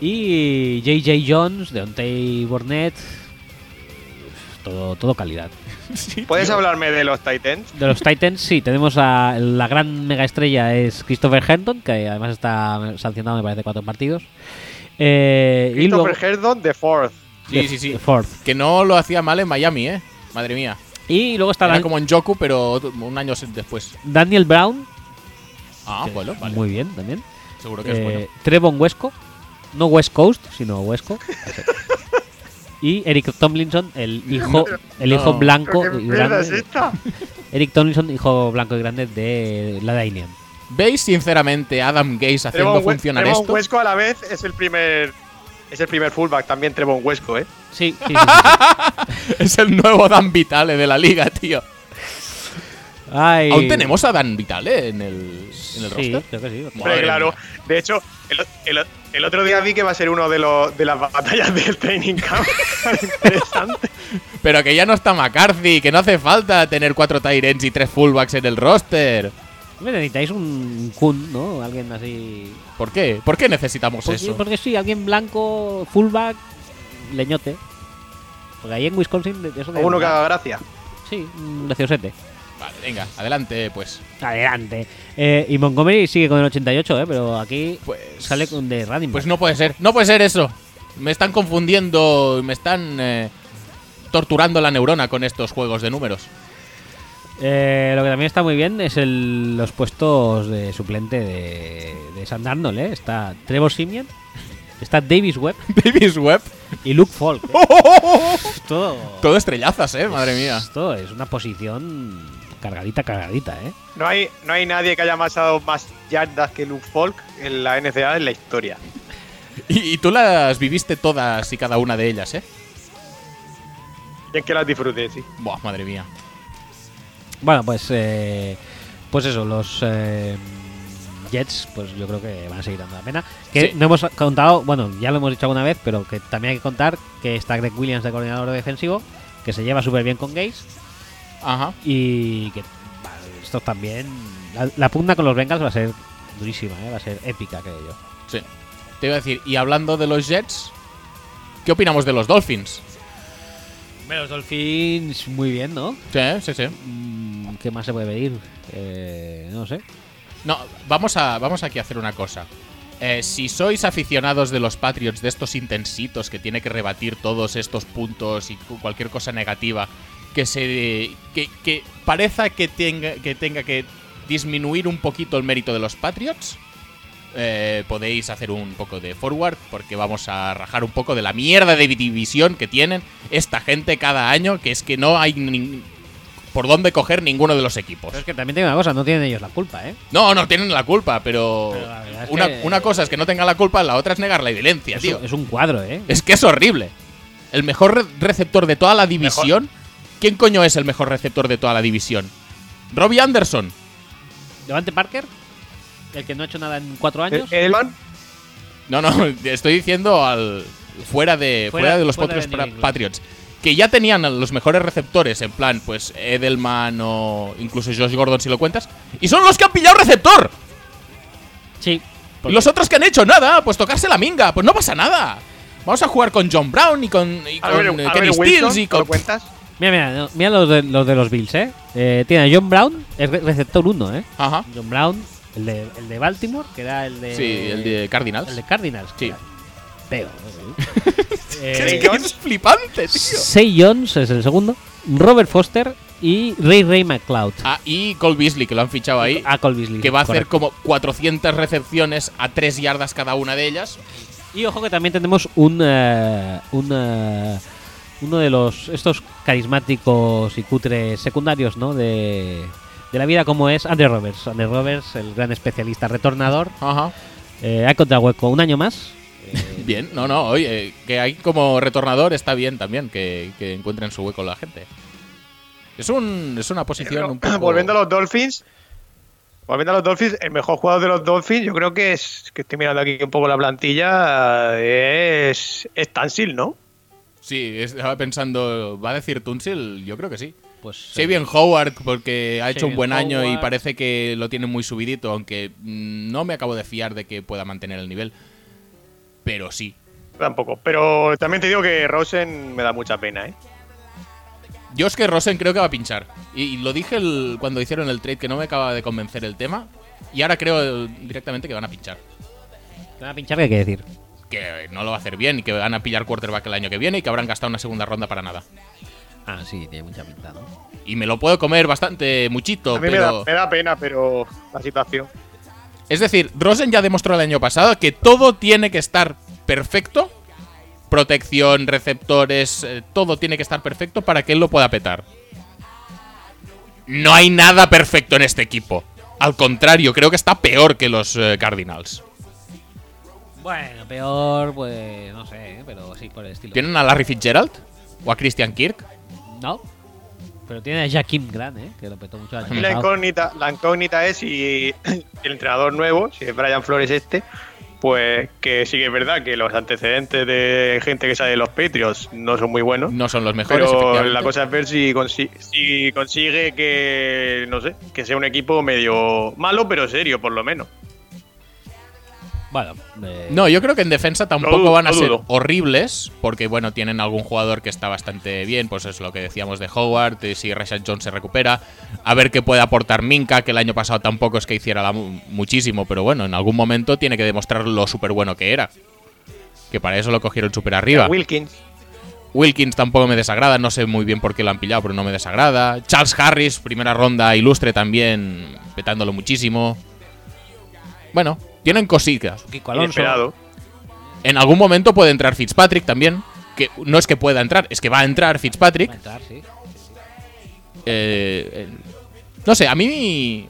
[SPEAKER 1] y JJ Jones, Deontay Burnett. Todo, todo calidad.
[SPEAKER 3] ¿Puedes hablarme de los Titans?
[SPEAKER 1] De los Titans, sí, tenemos a la gran mega estrella es Christopher Herndon, que además está sancionado, me parece, cuatro partidos. Eh, y luego,
[SPEAKER 3] Christopher Herdon, The Fourth.
[SPEAKER 2] Sí, sí, sí.
[SPEAKER 1] Ford.
[SPEAKER 2] Que no lo hacía mal en Miami, ¿eh? Madre mía.
[SPEAKER 1] Y luego está
[SPEAKER 2] Era
[SPEAKER 1] Dan-
[SPEAKER 2] como en Joku, pero otro- un año después.
[SPEAKER 1] Daniel Brown,
[SPEAKER 2] Ah,
[SPEAKER 1] que
[SPEAKER 2] bueno,
[SPEAKER 1] es
[SPEAKER 2] vale.
[SPEAKER 1] muy bien también.
[SPEAKER 2] Seguro que es
[SPEAKER 1] Eh,
[SPEAKER 2] bueno.
[SPEAKER 1] Trevon Huesco, no West Coast, sino
[SPEAKER 2] *laughs*
[SPEAKER 1] Huesco. y Eric Tomlinson, el hijo, el hijo
[SPEAKER 2] no.
[SPEAKER 1] blanco
[SPEAKER 3] ¿Qué
[SPEAKER 1] y
[SPEAKER 3] mierda es
[SPEAKER 1] grande-
[SPEAKER 3] esta?
[SPEAKER 1] Eric Tomlinson, hijo blanco y grande de la Dainian.
[SPEAKER 2] ¿Veis sinceramente a Adam Gaze haciendo
[SPEAKER 3] Trevon Hue-
[SPEAKER 2] funcionar
[SPEAKER 3] Trevon
[SPEAKER 2] esto?
[SPEAKER 3] Huesco a la vez es el primer. Es el primer fullback también, Trevon Huesco, ¿eh?
[SPEAKER 1] Sí, sí, sí, sí.
[SPEAKER 2] Es el nuevo Dan Vitale de la liga, tío.
[SPEAKER 1] *laughs* Ay.
[SPEAKER 2] ¿Aún tenemos a Dan Vitale en el, en el
[SPEAKER 1] sí,
[SPEAKER 2] roster?
[SPEAKER 1] creo que sí.
[SPEAKER 2] Madre
[SPEAKER 3] Hombre, claro.
[SPEAKER 2] mía.
[SPEAKER 3] De hecho, el, o- el o- el otro día vi que va a ser uno de, los, de las batallas del
[SPEAKER 2] *laughs*
[SPEAKER 3] training camp. Interesante.
[SPEAKER 2] Pero que ya no está McCarthy, que no hace falta tener cuatro Tyrants y tres fullbacks en el roster.
[SPEAKER 1] Hombre, Necesitáis un Kun, ¿no? Alguien así.
[SPEAKER 2] ¿Por qué? ¿Por qué necesitamos
[SPEAKER 1] Porque,
[SPEAKER 2] Pues eso?
[SPEAKER 1] porque sí, alguien blanco, fullback, leñote. Porque ahí en Wisconsin. de- Eso de
[SPEAKER 3] Uno que haga gracia.
[SPEAKER 1] Sí, un graciosete.
[SPEAKER 2] Vale, venga, adelante, pues.
[SPEAKER 1] Adelante. Eh, y Montgomery sigue con el 88, ¿eh? Pero aquí
[SPEAKER 2] Pues-
[SPEAKER 1] sale con de Running back.
[SPEAKER 2] Pues no puede ser, no puede ser eso. Me están confundiendo, me están eh, torturando la neurona con estos juegos de números.
[SPEAKER 1] Eh, lo que también está muy bien es el, los puestos de suplente de, de Sam Darnold, ¿eh? Está Trevor Simeon, está Davis Webb
[SPEAKER 2] Davis Webb.
[SPEAKER 1] y Luke Falk. ¿eh?
[SPEAKER 2] *laughs*
[SPEAKER 1] Todo,
[SPEAKER 2] Todo estrellazas, eh, madre mía.
[SPEAKER 1] Esto es una posición cargadita, cargadita, ¿eh?
[SPEAKER 3] No hay, no hay nadie que haya amasado más yardas que Luke Folk en la NCAA en la historia.
[SPEAKER 2] Y, y tú las viviste todas y cada una de ellas, eh.
[SPEAKER 3] Y es que las disfrute, sí.
[SPEAKER 2] Buah, madre mía.
[SPEAKER 1] Bueno, pues eh, pues eso, los eh, Jets, pues yo creo que van a seguir dando la pena. Que
[SPEAKER 2] Sí.
[SPEAKER 1] no hemos contado, bueno, ya lo hemos dicho alguna vez, pero que también hay que contar que está Greg Williams de coordinador defensivo, que se lleva súper bien con Gates
[SPEAKER 2] Ajá.
[SPEAKER 1] y que bah, esto también. La, la pugna con los Bengals va a ser durísima, ¿eh? va a ser épica, creo yo.
[SPEAKER 2] Sí. Te iba a decir, y hablando de los Jets, ¿qué opinamos de los Dolphins?
[SPEAKER 1] Los Dolphins, muy bien, ¿no? Mm,
[SPEAKER 2] Sí, eh, sí, sí.
[SPEAKER 1] ¿Qué más se puede pedir? Eh, no sé.
[SPEAKER 2] No, vamos, a, vamos aquí a hacer una cosa. Eh, si sois aficionados de los Patriots, de estos intensitos que tiene que rebatir todos estos puntos y cu- cualquier cosa negativa, que se que, que parezca que tenga, que tenga que disminuir un poquito el mérito de los Patriots, eh, podéis hacer un poco de forward porque vamos a rajar un poco de la mierda de división que tienen esta gente cada año, que es que no hay nin- por dónde coger ninguno de los equipos.
[SPEAKER 1] Pero es que también tengo una cosa, no tienen ellos la culpa, ¿eh?
[SPEAKER 2] No, no tienen la culpa, pero,
[SPEAKER 1] Pero la verdad es
[SPEAKER 2] una,
[SPEAKER 1] que-
[SPEAKER 2] una cosa es que no tengan la culpa, la otra es negar la evidencia,
[SPEAKER 1] Es
[SPEAKER 2] tío.
[SPEAKER 1] un- es un cuadro, ¿eh?
[SPEAKER 2] Es que es horrible. El mejor re- receptor de toda la división. ¿Quién coño es el mejor receptor de toda la división? Robbie Anderson.
[SPEAKER 1] Devante Parker, el que no ha hecho nada en cuatro
[SPEAKER 3] El-
[SPEAKER 1] años.
[SPEAKER 3] Eh, Edelman,
[SPEAKER 2] No, no, *laughs* estoy diciendo al fuera de fuera,
[SPEAKER 1] Fuera-
[SPEAKER 2] de los
[SPEAKER 1] fuera de
[SPEAKER 2] propios
[SPEAKER 1] New
[SPEAKER 2] pra-
[SPEAKER 1] England.
[SPEAKER 2] Patriots. Que ya tenían a los mejores receptores, en plan, pues Edelman o incluso Josh Gordon, si lo cuentas. Y son los que han pillado receptor.
[SPEAKER 1] Sí.
[SPEAKER 2] Y Los otros que han hecho nada, pues tocarse la minga, pues no pasa nada. Vamos a jugar con John Brown y con, y con,
[SPEAKER 3] Albert,
[SPEAKER 2] eh,
[SPEAKER 3] Albert
[SPEAKER 2] Kenny Stills
[SPEAKER 3] Wilson,
[SPEAKER 2] y
[SPEAKER 3] ¿te lo
[SPEAKER 2] con.
[SPEAKER 3] cuentas?
[SPEAKER 1] Mira, mira, no, mira los, de, los de los Bills, ¿eh? Eh, Tiene a John Brown, es re- receptor uno, ¿eh?
[SPEAKER 2] Ajá.
[SPEAKER 1] John Brown, el de, el de Baltimore, que era el de.
[SPEAKER 2] Sí, el de Cardinals.
[SPEAKER 1] Eh, el de Cardinals.
[SPEAKER 2] Sí.
[SPEAKER 1] que era Feo.
[SPEAKER 2] *laughs*
[SPEAKER 1] ¿eh?
[SPEAKER 2] Es
[SPEAKER 1] Eh,
[SPEAKER 2] que es flipante, tío.
[SPEAKER 1] Say Jones es el segundo. Robert Foster y Ray Ray McLeod.
[SPEAKER 2] Ah, y Cole Beasley, que lo han fichado ahí,
[SPEAKER 1] a Cole Beasley,
[SPEAKER 2] que va a hacer
[SPEAKER 1] Ah, correcto.
[SPEAKER 2] como 400 recepciones a 3 yardas cada una de ellas.
[SPEAKER 1] Y ojo que también tenemos un. eh, un eh, uno de los. Estos carismáticos y cutres secundarios, ¿no? De, de la vida, como es Andy Roberts. Andy Roberts, el gran especialista retornador,
[SPEAKER 2] Ajá.
[SPEAKER 1] Eh, ha encontrado hueco un año más.
[SPEAKER 2] Bien, no, no, oye, eh, que hay como retornador está bien también, que, que encuentren su hueco la gente. Es, un, es una posición
[SPEAKER 3] Pero,
[SPEAKER 2] un
[SPEAKER 3] *clears throat*
[SPEAKER 2] poco...
[SPEAKER 3] Volviendo a los Dolphins, volviendo a los Dolphins, el mejor jugador de los Dolphins, yo creo que es, que estoy mirando aquí un poco la plantilla, es, es Tansil, ¿no?
[SPEAKER 2] Sí, estaba pensando, ¿va a decir Tunsil? Yo creo que sí.
[SPEAKER 1] Pues,
[SPEAKER 2] Xavier Howard, porque ha hecho
[SPEAKER 1] Xavier
[SPEAKER 2] un buen año y
[SPEAKER 1] Howard.
[SPEAKER 2] parece que lo tiene muy subidito, aunque mm, no me acabo de fiar de que pueda mantener el nivel. Pero sí.
[SPEAKER 3] Tampoco. Pero también te digo que Rosen me da mucha pena, ¿eh?
[SPEAKER 2] Yo es que Rosen creo que va a pinchar. Y, y lo dije el- cuando hicieron el trade, que no me acaba de convencer el tema. Y ahora creo eh, directamente que van a pinchar.
[SPEAKER 1] Te van a eh, pinchar, ¿qué hay que decir?
[SPEAKER 2] Que no lo va a hacer bien y que van a pillar quarterback el año que viene y que habrán gastado una segunda ronda para nada.
[SPEAKER 1] Ah, sí, tiene mucha pinta, ¿no?
[SPEAKER 2] Y me lo puedo comer bastante, muchito,
[SPEAKER 3] A mí me
[SPEAKER 2] pero...
[SPEAKER 3] da, me da pena, pero la situación.
[SPEAKER 2] Es decir, Rosen ya demostró el año pasado que todo tiene que estar perfecto. Protección, receptores, eh, todo tiene que estar perfecto para que él lo pueda petar. No hay nada perfecto en este equipo. Al contrario, creo que está peor que los eh, Cardinals.
[SPEAKER 1] Bueno, peor, pues no sé, ¿eh? pero sí, por el estilo.
[SPEAKER 2] ¿Tienen a Larry Fitzgerald? ¿O a Christian Kirk?
[SPEAKER 1] No. Pero tiene a Jaquim Grant, ¿eh? que lo petó mucho el año
[SPEAKER 3] Y la
[SPEAKER 1] pasado.
[SPEAKER 3] incógnita, la incógnita es si *clears throat* el entrenador nuevo, si es Brian Flores este, pues que sí que es verdad que los antecedentes de gente que sale de los Patriots no son muy buenos.
[SPEAKER 2] No son los mejores.
[SPEAKER 3] Pero
[SPEAKER 2] efectivamente.
[SPEAKER 3] la cosa es ver si, consi- si consigue que, no sé, que sea un equipo medio malo, pero serio, por lo menos.
[SPEAKER 1] Bueno, eh,
[SPEAKER 2] No, yo creo que en defensa tampoco
[SPEAKER 3] dudo,
[SPEAKER 2] van a
[SPEAKER 3] lo
[SPEAKER 2] ser
[SPEAKER 3] dudo.
[SPEAKER 2] horribles, porque bueno, tienen algún jugador que está bastante bien, pues es lo que decíamos de Howard, eh, si Rashad Jones se recupera, a ver qué puede aportar Minka, que el año pasado tampoco es que hiciera la mu- muchísimo, pero bueno, en algún momento tiene que demostrar lo súper bueno que era. Que para eso lo cogieron súper arriba.
[SPEAKER 3] Wilkins.
[SPEAKER 2] Wilkins tampoco me desagrada, no sé muy bien por qué lo han pillado, pero no me desagrada. Charles Harris, primera ronda ilustre también, petándolo muchísimo. Bueno, tienen cositas.
[SPEAKER 1] Kiko Alonso.
[SPEAKER 3] Inesperado.
[SPEAKER 2] En algún momento puede entrar Fitzpatrick también. Que no es que pueda entrar, es que va a entrar
[SPEAKER 1] Va
[SPEAKER 2] Fitzpatrick.
[SPEAKER 1] a entrar, sí.
[SPEAKER 2] Eh, eh, no sé, a mí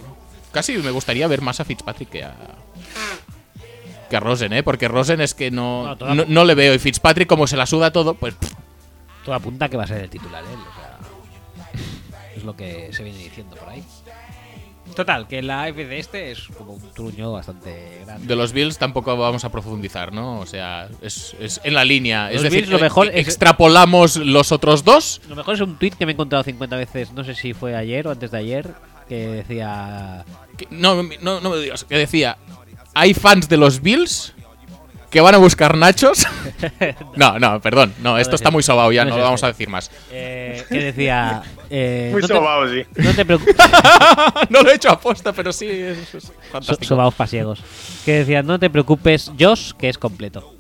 [SPEAKER 2] casi me gustaría ver más a Fitzpatrick que a, que a Rosen, ¿eh? Porque Rosen es que no,
[SPEAKER 1] No, toda-
[SPEAKER 2] no, no le veo. Y Fitzpatrick, como se la suda todo, pues pff,
[SPEAKER 1] Todo apunta a que va a ser el titular, ¿eh? O sea, es lo que se viene diciendo por ahí. Total, que la AFC este es como un truño bastante grande.
[SPEAKER 2] de los Bills tampoco vamos a profundizar, ¿no? O sea, es, es en la línea.
[SPEAKER 1] Los
[SPEAKER 2] es decir,
[SPEAKER 1] Bills lo mejor
[SPEAKER 2] eh,
[SPEAKER 1] es-
[SPEAKER 2] extrapolamos los otros dos.
[SPEAKER 1] Lo mejor es un tweet que me he encontrado 50 veces, no sé si fue ayer o antes de ayer, que decía...
[SPEAKER 2] que- no, no, no me digas, que decía, hay fans de los Bills que van a buscar
[SPEAKER 1] *laughs*
[SPEAKER 2] nachos. no, no, perdón, no, esto
[SPEAKER 1] es
[SPEAKER 2] está muy sobado ya,
[SPEAKER 1] No
[SPEAKER 2] no
[SPEAKER 1] es
[SPEAKER 2] lo vamos
[SPEAKER 1] este.
[SPEAKER 2] a decir más. *laughs*
[SPEAKER 1] eh, que decía... eh,
[SPEAKER 3] Muy
[SPEAKER 1] no te-
[SPEAKER 3] sobao, sí.
[SPEAKER 1] No te preocupes.
[SPEAKER 2] no lo he hecho aposta, pero sí, es, es fantástico.
[SPEAKER 1] Sobaos pasiegos. Que decía, no te preocupes, Josh, que es completo.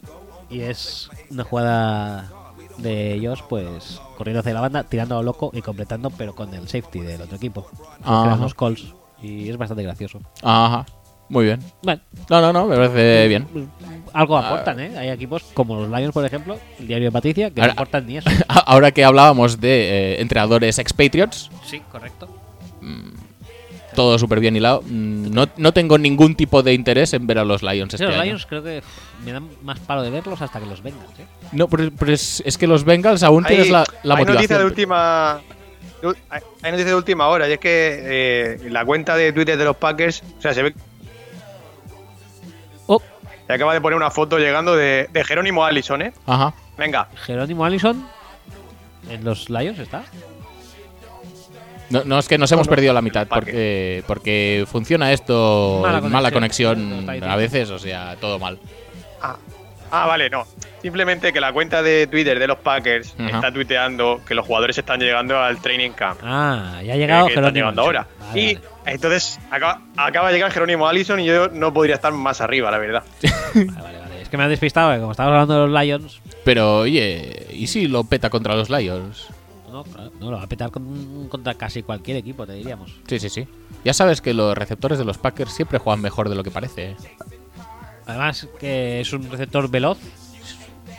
[SPEAKER 1] Y es una jugada de Josh, pues, corriendo hacia la banda, tirando a lo loco y completando, pero con el safety del otro equipo.
[SPEAKER 2] Ajá.
[SPEAKER 1] Eran los calls. Y es bastante gracioso.
[SPEAKER 2] Ajá, muy bien.
[SPEAKER 1] Bueno, pues,
[SPEAKER 2] No, no, no, me parece bien.
[SPEAKER 1] algo aportan, ¿eh? Hay equipos como los Lions, por ejemplo, el diario de Patricia, que
[SPEAKER 2] Ahora-
[SPEAKER 1] no aportan
[SPEAKER 2] *laughs*
[SPEAKER 1] ni eso.
[SPEAKER 2] Ahora que hablábamos de eh, entrenadores expatriates,
[SPEAKER 1] sí, correcto.
[SPEAKER 2] todo súper bien hilado. mm, No, no tengo ningún tipo de interés en ver a los Lions este
[SPEAKER 1] los
[SPEAKER 2] año.
[SPEAKER 1] Lions creo que uf, me dan más palo de verlos hasta que los vengan, ¿eh?
[SPEAKER 2] No, pero, pero es, es que los Bengals aún tienes la, la
[SPEAKER 3] hay
[SPEAKER 2] motivación.
[SPEAKER 3] noticia de última de u- hay hay noticia de última hora y es que eh, la cuenta de Twitter de los Packers o sea se ve
[SPEAKER 1] Oh,
[SPEAKER 3] que acaba de poner una foto llegando de, de Jerónimo Allison eh
[SPEAKER 2] Ajá.
[SPEAKER 3] venga
[SPEAKER 1] Jerónimo Allison en los Lions está.
[SPEAKER 2] No, no, es que nos hemos
[SPEAKER 3] no,
[SPEAKER 2] perdido la mitad
[SPEAKER 3] ¿para
[SPEAKER 2] porque, porque funciona esto
[SPEAKER 1] Mala
[SPEAKER 2] mala,
[SPEAKER 1] conexión,
[SPEAKER 2] conexión,
[SPEAKER 1] lo está diciendo.
[SPEAKER 2] a veces, o sea, todo mal.
[SPEAKER 3] ah, ah, vale no simplemente que la cuenta de Twitter de los Packers
[SPEAKER 2] Ajá.
[SPEAKER 3] está tuiteando que los jugadores están llegando al training camp Eh,
[SPEAKER 1] Ah, ya ha llegado
[SPEAKER 3] que están
[SPEAKER 1] Jerónimo.
[SPEAKER 3] llegando ahora
[SPEAKER 1] Allison. Vale,
[SPEAKER 3] *laughs* y
[SPEAKER 1] vale.
[SPEAKER 3] entonces acaba, acaba de llegar Jerónimo Allison y yo no podría estar más arriba la verdad
[SPEAKER 1] Vale, vale, vale. Es que me han despistado, porque como estábamos hablando de los Lions,
[SPEAKER 2] Pero oye, ¿y si lo peta contra los Lions?
[SPEAKER 1] no, claro, no lo va a petar con- contra casi cualquier equipo, te diríamos.
[SPEAKER 2] Sí, sí, sí. Ya sabes que los receptores de los Packers siempre juegan mejor de lo que parece. ¿eh?
[SPEAKER 1] Además, que es un receptor veloz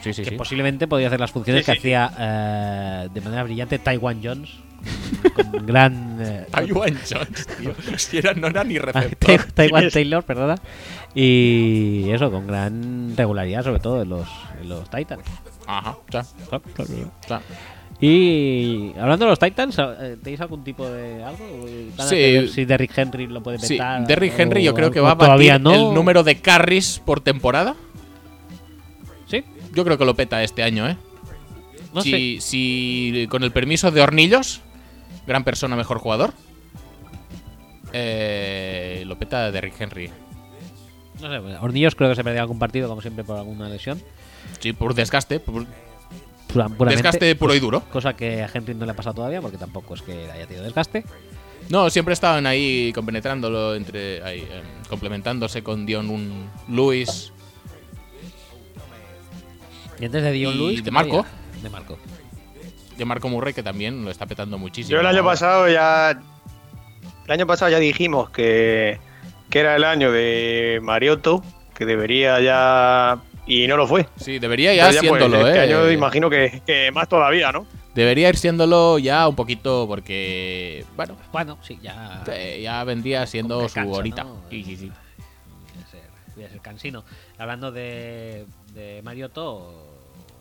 [SPEAKER 2] Sí, sí,
[SPEAKER 1] que
[SPEAKER 2] sí.
[SPEAKER 1] posiblemente podría hacer las funciones
[SPEAKER 3] Sí,
[SPEAKER 1] que hacía eh, de manera brillante Taiwan Jones con *laughs* gran.
[SPEAKER 3] *laughs*
[SPEAKER 1] eh,
[SPEAKER 2] Taiwan Jones, tío. *laughs* Si era, no era ni
[SPEAKER 1] Ah,
[SPEAKER 2] receptor. *laughs*
[SPEAKER 1] Tai- *laughs* Taiwan Taylor, perdona. Y eso, con gran regularidad, sobre todo en los, en los Titans.
[SPEAKER 2] Ajá, ya, ya.
[SPEAKER 1] Y hablando de los Titans, eh, ¿tenéis algún tipo de algo? ¿Van a
[SPEAKER 2] Sí.
[SPEAKER 1] ver Si Derrick Henry lo puede
[SPEAKER 2] Sí,
[SPEAKER 1] petar.
[SPEAKER 2] Derrick Henry yo
[SPEAKER 1] o
[SPEAKER 2] creo que
[SPEAKER 1] algo-
[SPEAKER 2] va a
[SPEAKER 1] o todavía
[SPEAKER 2] batir
[SPEAKER 1] no.
[SPEAKER 2] el número de carries por temporada.
[SPEAKER 1] Sí,
[SPEAKER 2] Yo creo que lo peta este año, ¿eh?
[SPEAKER 1] no sé.
[SPEAKER 2] si, si con el permiso de Hornillos, gran persona, mejor jugador. Eh, lo peta Derrick Henry.
[SPEAKER 1] No sé, bueno, Hornillos creo que se perdió algún partido, como siempre, por alguna lesión.
[SPEAKER 2] Sí, por desgaste, por
[SPEAKER 1] Pura- puramente. pues
[SPEAKER 2] desgaste puro y duro.
[SPEAKER 1] Cosa que a Henry no le ha pasado todavía, porque tampoco es que haya tenido desgaste.
[SPEAKER 2] No, siempre estaban ahí compenetrándolo entre. ahí, eh, complementándose con Dion un Lewis.
[SPEAKER 1] Y antes de Dion
[SPEAKER 2] Y
[SPEAKER 1] Lewis.
[SPEAKER 2] de
[SPEAKER 1] ¿qué
[SPEAKER 2] Marco.
[SPEAKER 1] había? De Marco.
[SPEAKER 2] De Marco Murray, que también lo está petando muchísimo.
[SPEAKER 3] Yo el año pasado ya. El año pasado ya dijimos que, que era el año de Mariotto, que debería ya. Y no lo fue.
[SPEAKER 2] Sí, debería ya,
[SPEAKER 3] Pero pues,
[SPEAKER 2] siéndolo,
[SPEAKER 3] este
[SPEAKER 2] ¿eh?
[SPEAKER 3] año imagino que, que más todavía, ¿no?
[SPEAKER 2] Debería ir siéndolo ya un poquito porque. Bueno,
[SPEAKER 1] Bueno, sí, ya.
[SPEAKER 2] eh, ya vendría siendo
[SPEAKER 1] que
[SPEAKER 2] su
[SPEAKER 1] cansa,
[SPEAKER 2] horita.
[SPEAKER 1] ¿no?
[SPEAKER 2] Sí, sí, sí.
[SPEAKER 1] Voy a ser, voy a ser cansino. Hablando de, de Mariotto,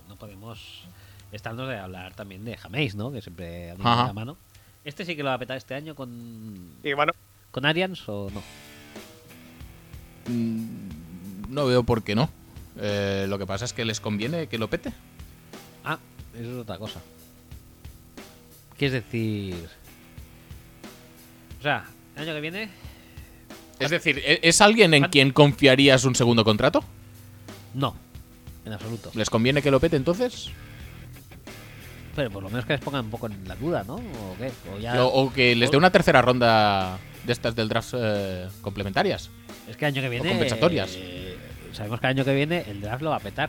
[SPEAKER 1] no podemos estarnos de hablar también de Jameis, ¿no? Que siempre ha tenido
[SPEAKER 2] Ajá.
[SPEAKER 1] la mano. ¿Este sí que lo va a petar este año con,
[SPEAKER 3] Y bueno,
[SPEAKER 1] con Arians o no?
[SPEAKER 2] Mm, No veo por qué no. Eh, lo que pasa es que les conviene que lo pete.
[SPEAKER 1] Ah, eso es otra cosa. Quieres decir. O sea, el año que viene.
[SPEAKER 2] Es decir, ¿e- ¿es alguien en quien confiarías un segundo contrato?
[SPEAKER 1] No, en absoluto.
[SPEAKER 2] ¿Les conviene que lo pete entonces?
[SPEAKER 1] Pero por lo menos que les pongan un poco en la duda, ¿no? ¿O qué? O ya.
[SPEAKER 2] O, o que les dé una tercera ronda de estas del draft eh, complementarias.
[SPEAKER 1] Es que el año que viene.
[SPEAKER 2] compensatorias.
[SPEAKER 1] eh, sabemos que el año que viene el draft lo va a petar.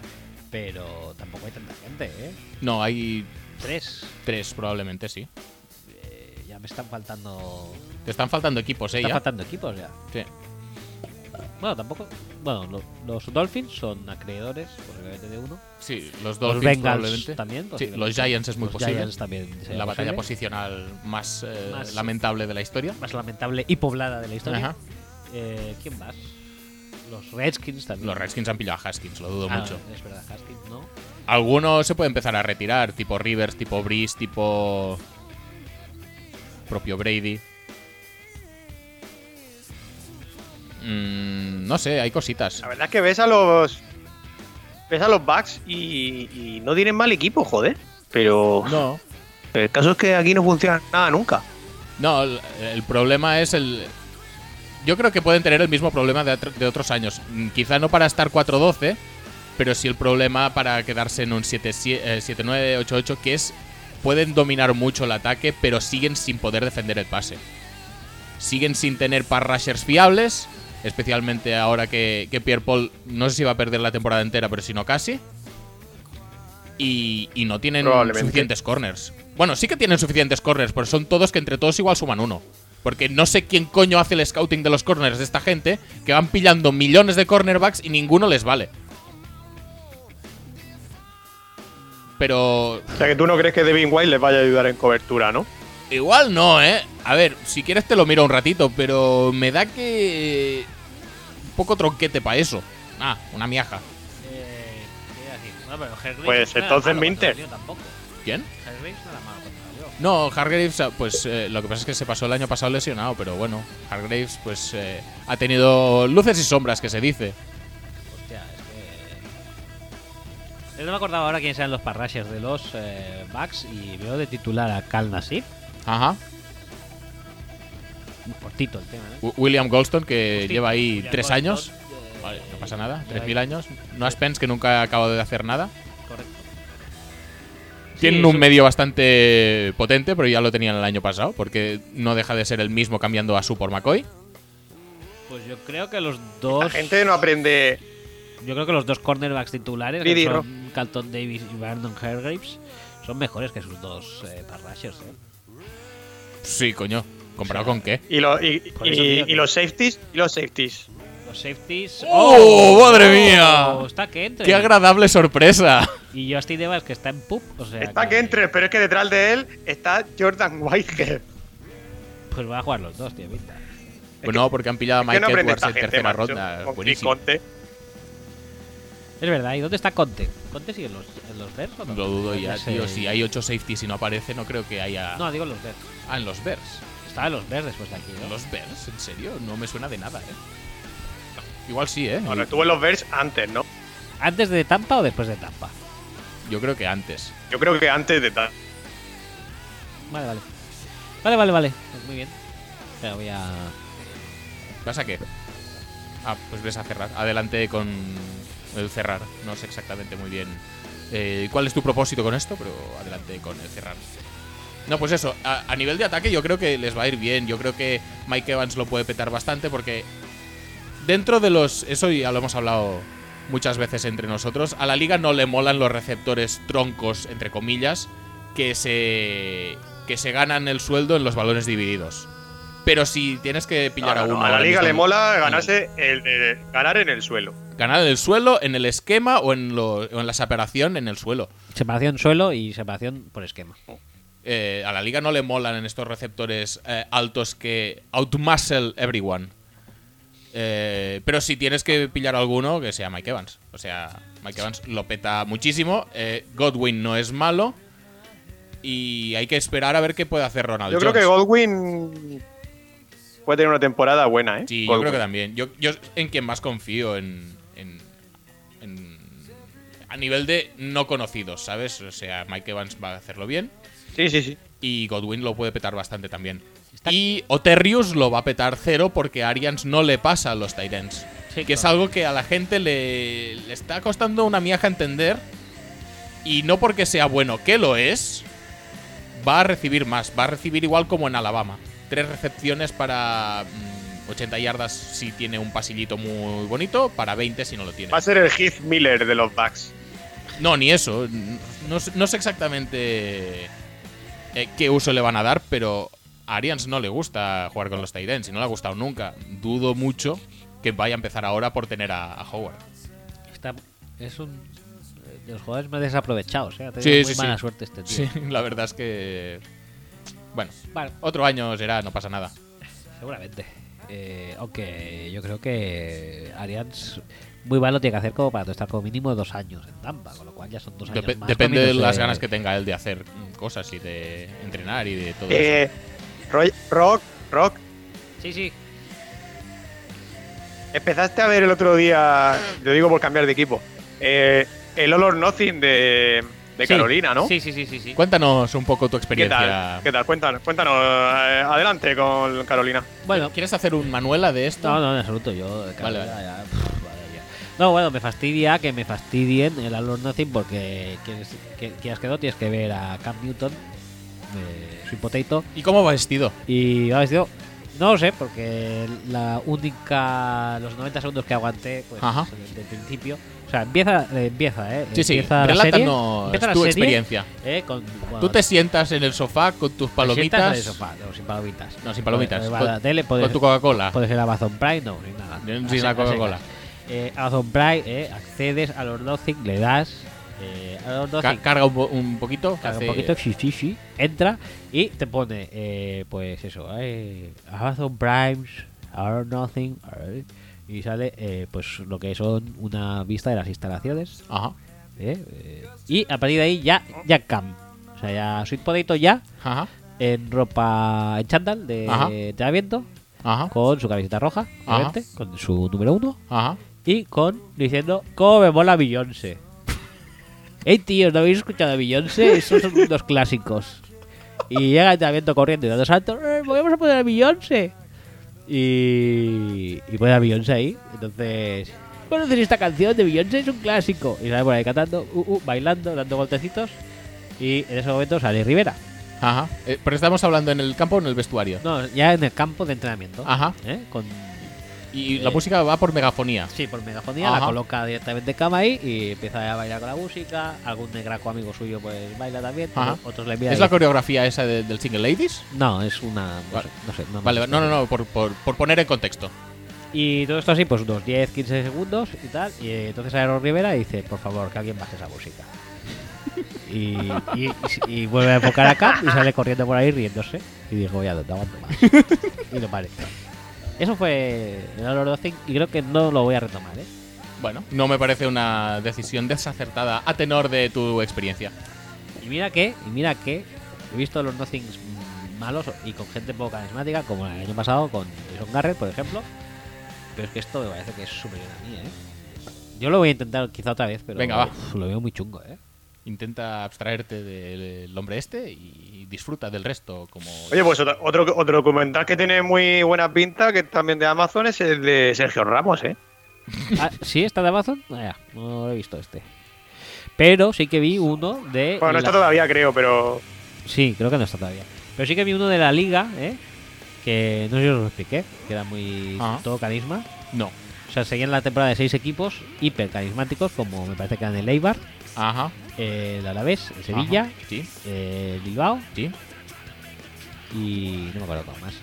[SPEAKER 1] Pero tampoco hay tanta gente, ¿eh?
[SPEAKER 2] No, hay
[SPEAKER 1] Tres.
[SPEAKER 2] tres probablemente, sí.
[SPEAKER 1] Eh, ya me están faltando.
[SPEAKER 2] Te están faltando equipos, ¿eh?
[SPEAKER 1] Están
[SPEAKER 2] ya?
[SPEAKER 1] faltando equipos ya.
[SPEAKER 2] Sí.
[SPEAKER 1] Bueno, tampoco. Bueno, lo- los Dolphins son acreedores, posiblemente de uno.
[SPEAKER 2] Sí, los
[SPEAKER 1] Los
[SPEAKER 2] Dolphins
[SPEAKER 1] Bengals
[SPEAKER 2] probablemente.
[SPEAKER 1] también,
[SPEAKER 2] Sí,
[SPEAKER 1] posiblemente.
[SPEAKER 2] los Giants es muy
[SPEAKER 1] Los
[SPEAKER 2] posible.
[SPEAKER 1] Giants también. sería
[SPEAKER 2] la batalla
[SPEAKER 1] posible.
[SPEAKER 2] posicional más, eh,
[SPEAKER 1] Más-
[SPEAKER 2] lamentable de la historia.
[SPEAKER 1] Más lamentable y poblada de la historia.
[SPEAKER 2] Ajá.
[SPEAKER 1] Eh, ¿Quién más? Los Redskins también.
[SPEAKER 2] Los Redskins han pillado a Haskins, lo dudo
[SPEAKER 1] Ah,
[SPEAKER 2] mucho.
[SPEAKER 1] Es verdad, Haskins, ¿no?
[SPEAKER 2] Algunos se puede empezar a retirar, tipo Rivers, tipo Breeze, tipo propio Brady. Mm, no sé, hay cositas.
[SPEAKER 3] la verdad es que ves a los. Ves a los Bucks y, y no tienen mal equipo, joder. Pero
[SPEAKER 2] No,
[SPEAKER 3] el caso es que aquí no funciona nada nunca.
[SPEAKER 2] no, el, el problema es el... Yo creo que pueden tener el mismo problema de, atr- de otros años. Mm, Quizá no para estar 4-12, pero sí el problema para quedarse en un 7-7, eh, 7-9, 8-8, que es... Pueden dominar mucho el ataque, pero siguen sin poder defender el pase. siguen sin tener pass rushers fiables, especialmente ahora que, que Pierre Paul no sé si va a perder la temporada entera, pero si no casi. Y, y no tienen
[SPEAKER 3] Probablemente.
[SPEAKER 2] suficientes corners. Bueno, sí que tienen suficientes corners, pero son todos que entre todos igual suman uno. Porque no sé quién coño hace el scouting de los corners de esta gente, que van pillando millones de cornerbacks y ninguno les vale. Pero
[SPEAKER 3] O sea que tú no crees que Devin White les vaya a ayudar en cobertura, ¿no?
[SPEAKER 2] Igual no, ¿eh? A ver, si quieres te lo miro un ratito, pero me da que... Un poco tronquete para eso. Ah, una miaja.
[SPEAKER 1] Eh, ¿qué iba a decir? Bueno, pero Hargreaves
[SPEAKER 3] Pues
[SPEAKER 1] no era
[SPEAKER 3] entonces
[SPEAKER 1] malo
[SPEAKER 3] Minter.
[SPEAKER 1] cuando salió Tampoco.
[SPEAKER 2] ¿Quién?
[SPEAKER 1] Hargreaves no era malo cuando salió.
[SPEAKER 2] No, Hargraves, ah, pues eh, lo que pasa es que se pasó el año pasado lesionado, pero bueno, Hargraves pues eh, ha tenido luces y sombras, que se dice.
[SPEAKER 1] Hostia, es que. Eh, No me acordaba ahora quiénes eran los parrashers de los eh, Bucks y veo de titular a Cal Nasib.
[SPEAKER 2] Ajá.
[SPEAKER 1] Muy cortito el tema, ¿eh?
[SPEAKER 2] W- William Goldstone, que
[SPEAKER 1] Justito.
[SPEAKER 2] Eh, lleva ahí
[SPEAKER 1] William
[SPEAKER 2] tres
[SPEAKER 1] Goldstone,
[SPEAKER 2] años.
[SPEAKER 1] eh,
[SPEAKER 2] Vale, no pasa nada,
[SPEAKER 1] lleva
[SPEAKER 2] tres
[SPEAKER 1] ahí-
[SPEAKER 2] mil años. No Spence, que nunca ha acabado de hacer nada.
[SPEAKER 1] Correcto. Sí,
[SPEAKER 2] Tienen
[SPEAKER 1] es
[SPEAKER 2] un medio bastante potente, pero ya lo tenían el año pasado, porque no deja de ser el mismo cambiando a su por McCoy.
[SPEAKER 1] Pues yo creo que los dos.
[SPEAKER 3] La gente no aprende.
[SPEAKER 1] Yo creo que los dos cornerbacks titulares, que
[SPEAKER 3] Didi
[SPEAKER 1] son Carlton Davis y Brandon Hargraves, son mejores que sus dos eh, parrashers, ¿eh?
[SPEAKER 2] Sí, coño. ¿Comparado
[SPEAKER 1] O sea,
[SPEAKER 2] con qué?
[SPEAKER 3] Y, lo- y-
[SPEAKER 1] Por eso
[SPEAKER 3] y-
[SPEAKER 1] digo
[SPEAKER 3] y
[SPEAKER 1] que-
[SPEAKER 3] los safeties, y los safeties.
[SPEAKER 1] Los los safeties.
[SPEAKER 2] ¡Oh, madre mía!
[SPEAKER 1] Está que entre.
[SPEAKER 2] ¡Qué agradable
[SPEAKER 3] *laughs*
[SPEAKER 2] sorpresa!
[SPEAKER 1] y yo estoy de Evans que está en pup. O sea,
[SPEAKER 3] Está que entre, pero es que detrás de él está Jordan Whitehead.
[SPEAKER 1] Pues va a jugar los dos, tío. pinta.
[SPEAKER 2] Pues no, porque han pillado a
[SPEAKER 3] Que no
[SPEAKER 2] Mike
[SPEAKER 3] aprende
[SPEAKER 2] Edwards
[SPEAKER 3] esta
[SPEAKER 2] en
[SPEAKER 3] gente,
[SPEAKER 2] tercera
[SPEAKER 3] macho.
[SPEAKER 2] ronda.
[SPEAKER 3] Con Chris
[SPEAKER 2] Buenísimo.
[SPEAKER 3] Conte.
[SPEAKER 1] Es verdad. ¿Y dónde está Conte? ¿Conte sigue en los, en los Bears o no?
[SPEAKER 2] Lo dudo ya,
[SPEAKER 1] Ese-
[SPEAKER 2] tío. Si hay 8 safeties y no aparece, no creo que haya.
[SPEAKER 1] No, digo en los Bears.
[SPEAKER 2] Ah, en los Bears.
[SPEAKER 1] Estaba en los Bears después de aquí,
[SPEAKER 2] ¿En
[SPEAKER 1] ¿no?
[SPEAKER 2] los Bears? ¿En serio? No me suena de nada, ¿eh? Igual sí, ¿eh?
[SPEAKER 3] Bueno, estuvo en los Bears antes, ¿no?
[SPEAKER 1] ¿Antes de Tampa o después de Tampa?
[SPEAKER 2] Yo creo que antes.
[SPEAKER 3] Yo creo que antes de tal.
[SPEAKER 1] Vale, vale. Vale, vale, vale. Pues muy bien. Espera, voy a.
[SPEAKER 2] ¿Pasa qué? Ah, pues ves a cerrar. Adelante con el cerrar. No sé exactamente muy bien eh, cuál es tu propósito con esto, pero adelante con el cerrar. No, pues eso. A, a nivel de ataque yo creo que les va a ir bien. Yo creo que Mike Evans lo puede petar bastante porque dentro de los... Eso ya lo hemos hablado muchas veces entre nosotros. A la liga no le molan los receptores troncos, entre comillas, que se, que se ganan el sueldo en los balones divididos. Pero si tienes que pillar
[SPEAKER 3] No,
[SPEAKER 2] a
[SPEAKER 3] no,
[SPEAKER 2] uno... Mm.
[SPEAKER 3] a la
[SPEAKER 2] ahora
[SPEAKER 3] liga
[SPEAKER 2] mismo-
[SPEAKER 3] le mola ganarse el, eh, ganar en el suelo.
[SPEAKER 2] Ganar en el suelo, en el esquema o en, lo- o en la separación en el suelo.
[SPEAKER 1] Separación suelo y separación por esquema.
[SPEAKER 2] Eh, a la liga no le molan en estos receptores eh, altos que outmuscle everyone. Eh, pero si tienes que pillar alguno, que sea Mike Evans. O sea, Mike Evans lo peta muchísimo. eh, Godwin no es malo. Y hay que esperar a ver qué puede hacer Ronald
[SPEAKER 3] Yo creo
[SPEAKER 2] Jones.
[SPEAKER 3] que Goldwyn puede tener una temporada buena, ¿eh?
[SPEAKER 2] Sí, yo
[SPEAKER 3] Godwin.
[SPEAKER 2] creo que también. Yo, yo en quien más confío en, en- en- A nivel de no conocidos, ¿sabes? O sea, Mike Evans va a hacerlo bien.
[SPEAKER 3] Sí, sí, sí.
[SPEAKER 2] Y Godwin lo puede petar bastante también.
[SPEAKER 1] Está-
[SPEAKER 2] Y Oterrius lo va a petar cero porque Arians no le pasa a los Tyrants.
[SPEAKER 1] Sí,
[SPEAKER 2] que es
[SPEAKER 1] claro.
[SPEAKER 2] algo que a la gente le, le está costando una miaja entender. Y no porque sea bueno, que lo es, va a recibir más. Va a recibir igual como en Alabama. Tres recepciones para mm, 80 yardas si tiene un pasillito muy bonito, para 20 si no lo tiene.
[SPEAKER 3] Va a ser el Heath Miller de los Bucks.
[SPEAKER 2] No, ni eso. No, sé- no sé exactamente eh, qué uso le van a dar, pero a Arians no le gusta jugar con los Tyrens y no le ha gustado nunca. Dudo mucho que vaya a empezar ahora por tener a, a Howard.
[SPEAKER 1] Está- es un. De los jugadores más desaprovechados, ¿eh? Ha tenido
[SPEAKER 2] Sí,
[SPEAKER 1] muy
[SPEAKER 2] sí, sí.
[SPEAKER 1] mala suerte este tío.
[SPEAKER 2] Sí, *laughs* la verdad es que. Bueno,
[SPEAKER 1] Vale,
[SPEAKER 2] otro año será, no pasa nada.
[SPEAKER 1] seguramente. Eh, aunque yo creo que Arians muy mal lo tiene que hacer como para estar como mínimo dos años en Tampa, con lo cual ya son dos años
[SPEAKER 2] Dep-
[SPEAKER 1] más.
[SPEAKER 2] depende de
[SPEAKER 1] comiéndose-
[SPEAKER 2] las ganas que tenga él de hacer mm, cosas y de entrenar y de todo eso.
[SPEAKER 3] Eh, Roy- rock, Rock,
[SPEAKER 1] Sí, sí.
[SPEAKER 3] empezaste a ver el otro día, yo digo por cambiar de equipo, eh, el All or Nothing de, de
[SPEAKER 1] Sí.
[SPEAKER 3] Carolina, ¿no?
[SPEAKER 1] Sí, sí, sí, sí. sí.
[SPEAKER 2] Cuéntanos un poco tu
[SPEAKER 3] ¿Qué
[SPEAKER 2] experiencia.
[SPEAKER 3] tal? ¿Qué tal? Cuéntanos, cuéntanos eh, adelante con Carolina.
[SPEAKER 1] Bueno,
[SPEAKER 2] ¿Quieres hacer un Manuela de esto?
[SPEAKER 1] No, no, en absoluto. Yo, de
[SPEAKER 2] Vale,
[SPEAKER 1] carrera, ya, pf, vale, ya. No, bueno, me fastidia que me fastidien el All or Nothing porque quieres, que, quieras que no, tienes que ver a Cam Newton, eh, su potato,
[SPEAKER 2] ¿Y cómo va vestido?
[SPEAKER 1] y ha vestido. No lo sé, porque la única. los 90 segundos que aguanté, pues
[SPEAKER 2] Ajá.
[SPEAKER 1] desde el principio. O sea, empieza, eh, empieza, ¿eh?
[SPEAKER 2] Sí, sí,
[SPEAKER 1] empieza la serie,
[SPEAKER 2] relátanos
[SPEAKER 1] empieza la
[SPEAKER 2] tu
[SPEAKER 1] serie,
[SPEAKER 2] experiencia.
[SPEAKER 1] eh, con, bueno,
[SPEAKER 2] Tú te sientas en el sofá con
[SPEAKER 1] sientas
[SPEAKER 2] tus
[SPEAKER 1] en
[SPEAKER 2] palomitas.
[SPEAKER 1] el sofá, no, sin palomitas.
[SPEAKER 2] No, sin palomitas.
[SPEAKER 1] Eh, va a
[SPEAKER 2] con,
[SPEAKER 1] la tele, puedes-
[SPEAKER 2] con tu Coca-Cola.
[SPEAKER 1] Puede ser Amazon Prime, no, sin nada.
[SPEAKER 2] Sin
[SPEAKER 1] A
[SPEAKER 2] la
[SPEAKER 1] secas,
[SPEAKER 2] Coca-Cola.
[SPEAKER 1] a secas. Eh, Amazon Prime, eh, accedes a los Nothing, le das eh, a los
[SPEAKER 2] Ca-
[SPEAKER 1] Nothing,
[SPEAKER 2] carga un, po- un poquito.
[SPEAKER 1] carga
[SPEAKER 2] hace-
[SPEAKER 1] un poquito, sí, sí, sí, entra y te pone, eh, pues eso, eh, Amazon Prime, a los Nothing, eh, y sale eh, pues lo que son una vista de las instalaciones.
[SPEAKER 2] Ajá.
[SPEAKER 1] eh, eh, y a partir de ahí ya, ya cam. O sea, ya Sweet Potato ya
[SPEAKER 2] Ajá.
[SPEAKER 1] en ropa, en chándal de
[SPEAKER 2] Ajá.
[SPEAKER 1] entrenamiento,
[SPEAKER 2] Ajá.
[SPEAKER 1] con su camiseta roja,
[SPEAKER 2] Ajá.
[SPEAKER 1] obviamente, con su número uno
[SPEAKER 2] Ajá.
[SPEAKER 1] y con diciendo cómo me mola Beyoncé. Ey, tíos, ¿no habéis escuchado a Beyoncé? Esos son unos clásicos. Y llega el entrenamiento corriendo y dando saltos. "Eh, vamos a poner a Beyoncé! Y, y pone a Beyoncé ahí. Entonces, ¿conoces esta canción de Beyoncé? Es un clásico. Y sale por ahí cantando, uh, uh, bailando, dando golpecitos. Y en ese momento sale Rivera.
[SPEAKER 2] Ajá. Eh, pero estamos hablando en el campo o en el vestuario.
[SPEAKER 1] No, ya en el campo de entrenamiento.
[SPEAKER 2] Ajá.
[SPEAKER 1] ¿eh? Con
[SPEAKER 2] Y
[SPEAKER 1] Eh.
[SPEAKER 2] la música va por megafonía.
[SPEAKER 1] Sí, pues por megafonía, la
[SPEAKER 2] Ajá.
[SPEAKER 1] coloca directamente en cama ahí y empieza a bailar con la música. Algún negraco amigo suyo pues baila también,
[SPEAKER 2] Ajá.
[SPEAKER 1] otros le miran.
[SPEAKER 2] ¿Es
[SPEAKER 1] y-
[SPEAKER 2] la coreografía esa de- del Single Ladies?
[SPEAKER 1] No, es una... No
[SPEAKER 2] Vale.
[SPEAKER 1] sé, no sé.
[SPEAKER 2] Vale, no, no, no, por, por- por poner en contexto.
[SPEAKER 1] Y todo esto así, pues unos 10, 15 segundos y tal. Y eh, entonces Aero Rivera dice, por favor, que alguien baje esa música. Y, y- y vuelve a enfocar a Cap y sale corriendo por ahí riéndose. Y dijo, ya no te aguanto
[SPEAKER 2] *laughs*
[SPEAKER 1] más. Y lo paré. Eso fue el Honor Nothing y creo que no lo voy a retomar, ¿eh?
[SPEAKER 2] Bueno, no me parece una decisión desacertada a tenor de tu experiencia.
[SPEAKER 1] Y mira que, y mira que, he visto los nothings mm, malos y con gente poco carismática, como el año pasado con Jason Garrett, por ejemplo. Pero es que esto me parece que es superior a mí, ¿eh? Yo lo voy a intentar quizá otra vez, pero
[SPEAKER 2] Venga, va.
[SPEAKER 1] uf, lo veo muy chungo, ¿eh?
[SPEAKER 2] Intenta abstraerte del hombre este y disfruta del resto como...
[SPEAKER 3] Oye, pues otro, otro, otro documental que tiene muy buena pinta, que es también de Amazon, es el de Sergio Ramos, ¿eh?
[SPEAKER 1] Ah, ¿Sí? ¿Está de Amazon? Ah, ya, no lo he visto este. Pero sí que vi uno de...
[SPEAKER 3] Bueno, no está
[SPEAKER 1] la-
[SPEAKER 3] todavía, creo, pero.
[SPEAKER 1] Sí, creo que no está todavía. Pero sí que vi uno de la liga, ¿eh? Que no sé si os lo expliqué, que era muy...
[SPEAKER 2] Ah.
[SPEAKER 1] todo carisma.
[SPEAKER 2] No.
[SPEAKER 1] O sea, seguían la temporada de seis equipos hiper carismáticos, como me parece que eran el Eibar,
[SPEAKER 2] Ajá.
[SPEAKER 1] eh, el Alavés, el Sevilla,
[SPEAKER 2] ajá. Sí,
[SPEAKER 1] eh, el Bilbao
[SPEAKER 2] sí.
[SPEAKER 1] y no me acuerdo cuál más.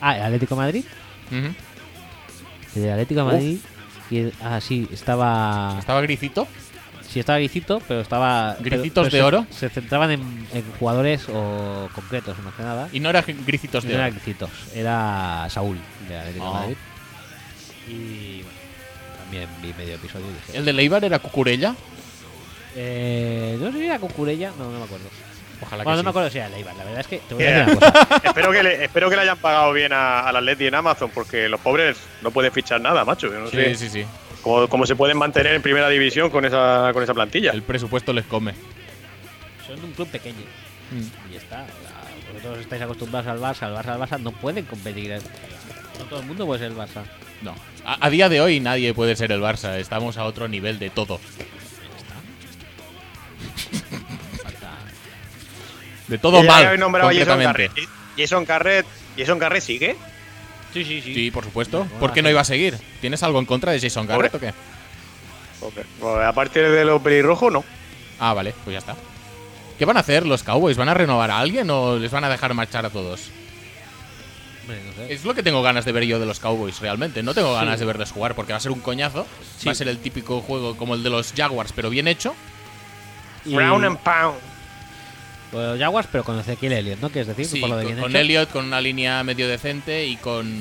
[SPEAKER 1] Ah, el Atlético de Madrid.
[SPEAKER 2] Ujú.
[SPEAKER 1] El Atlético de
[SPEAKER 2] Uf.
[SPEAKER 1] Madrid. y el- ah, sí, estaba.
[SPEAKER 2] Estaba Grifito.
[SPEAKER 1] Sí, estaba Gricito, pero estaba. pero- pero
[SPEAKER 2] Gricitos de
[SPEAKER 1] se-
[SPEAKER 2] oro.
[SPEAKER 1] Se centraban en, en jugadores o concretos, más que nada.
[SPEAKER 2] Y no era Gricitos
[SPEAKER 1] No
[SPEAKER 2] de...
[SPEAKER 1] era
[SPEAKER 2] oro.
[SPEAKER 1] Gricitos, era Saúl de Atlético de
[SPEAKER 2] Ah.
[SPEAKER 1] Madrid. Y bueno, también vi medio episodio y dije.
[SPEAKER 2] El de Leibar era Cucurella.
[SPEAKER 1] Eh, no sé si era con Curella, no, no me acuerdo.
[SPEAKER 2] Ojalá
[SPEAKER 1] Bueno, no me
[SPEAKER 2] que sí.
[SPEAKER 1] acuerdo si era Leibar, la verdad es que te voy a
[SPEAKER 3] Yeah.
[SPEAKER 1] decir
[SPEAKER 2] *laughs*
[SPEAKER 1] una cosa.
[SPEAKER 3] espero, que le, espero que le hayan pagado bien a- al Atleti en Amazon, porque los pobres no pueden fichar nada, macho. Yo no sé
[SPEAKER 2] Sí, sí, sí.
[SPEAKER 3] cómo, cómo se pueden mantener en primera división con esa, con esa plantilla.
[SPEAKER 2] El presupuesto les come.
[SPEAKER 1] Son un club pequeño y ya está. O sea, Vosotros estáis acostumbrados al Barça, al Barça, al Barça, no pueden competir. eh. No todo el mundo puede ser el Barça.
[SPEAKER 2] No. A, a día de hoy nadie puede ser el Barça. Estamos a otro nivel
[SPEAKER 1] *laughs*
[SPEAKER 2] de todo.
[SPEAKER 1] Falta-
[SPEAKER 2] De todo
[SPEAKER 3] Y ya que
[SPEAKER 2] mal.
[SPEAKER 3] habéis nombrado a Jason
[SPEAKER 2] completamente.
[SPEAKER 3] Carrett. Jason Carrett. ¿Jason Carrett sigue?
[SPEAKER 1] Sí, sí, sí.
[SPEAKER 2] Sí, por supuesto.
[SPEAKER 1] Bueno,
[SPEAKER 2] ¿Por qué no iba a seguir? ¿Tienes algo en contra de Jason Garrett o qué?
[SPEAKER 3] Ok. Bueno, a partir de lo pelirrojo, no.
[SPEAKER 2] Ah, vale, pues ya está. ¿Qué van a hacer los Cowboys? ¿Van a renovar a alguien o les van a dejar marchar a todos?
[SPEAKER 1] Hombre, no sé.
[SPEAKER 2] Es lo que tengo ganas de ver yo de los Cowboys realmente. No tengo ganas de verles jugar porque va a ser un coñazo.
[SPEAKER 1] Sí.
[SPEAKER 2] Va a ser el típico juego como el de los Jaguars, pero bien hecho.
[SPEAKER 1] Y-
[SPEAKER 3] Brown and Pound.
[SPEAKER 1] Pues los Jaguars, pero con Ezequiel Elliot, ¿no? Quieres decir,
[SPEAKER 2] Sí, pues
[SPEAKER 1] por lo de
[SPEAKER 2] con,
[SPEAKER 1] bien
[SPEAKER 2] con
[SPEAKER 1] hecho.
[SPEAKER 2] Elliot, con una línea medio decente y con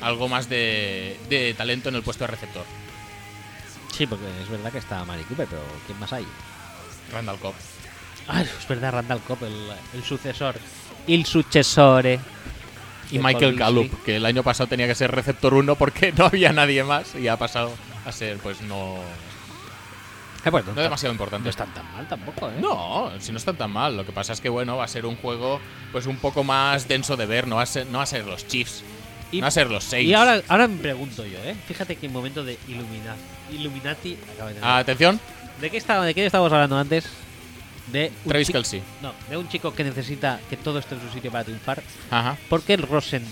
[SPEAKER 2] algo más de, de talento en el puesto de receptor.
[SPEAKER 1] Sí, porque es verdad que está Mari Cooper, pero ¿quién más hay?
[SPEAKER 2] Randall Cobb.
[SPEAKER 1] Ah, es verdad, Randall Cobb, el, el sucesor. El sucesore.
[SPEAKER 2] Y
[SPEAKER 1] de
[SPEAKER 2] Michael
[SPEAKER 1] Paul
[SPEAKER 2] Gallup,
[SPEAKER 1] Beasley.
[SPEAKER 2] que el año pasado tenía que ser receptor 1 porque *laughs* no había nadie más y ha pasado a ser, pues, no,
[SPEAKER 1] Eh, pues, no,
[SPEAKER 2] no
[SPEAKER 1] está-
[SPEAKER 2] demasiado importante.
[SPEAKER 1] no están tan mal tampoco, ¿eh?
[SPEAKER 2] No, si no están tan mal. Lo que pasa es que, bueno, va a ser un juego pues un poco más denso de ver. No va a ser, no va a ser los Chiefs.
[SPEAKER 1] Y-
[SPEAKER 2] no va a ser los Saints.
[SPEAKER 1] Y ahora, ahora me pregunto yo, ¿eh? Fíjate que en momento de Illuminati, Illuminati acaba de tener.
[SPEAKER 2] Atención,
[SPEAKER 1] ¿De qué estaba, de qué estábamos hablando antes? De un
[SPEAKER 2] Travis
[SPEAKER 1] chi-
[SPEAKER 2] Kelsey.
[SPEAKER 1] no, de un chico que necesita que todo esté en su sitio para triunfar.
[SPEAKER 2] Ajá.
[SPEAKER 1] ¿Por qué el Rosen?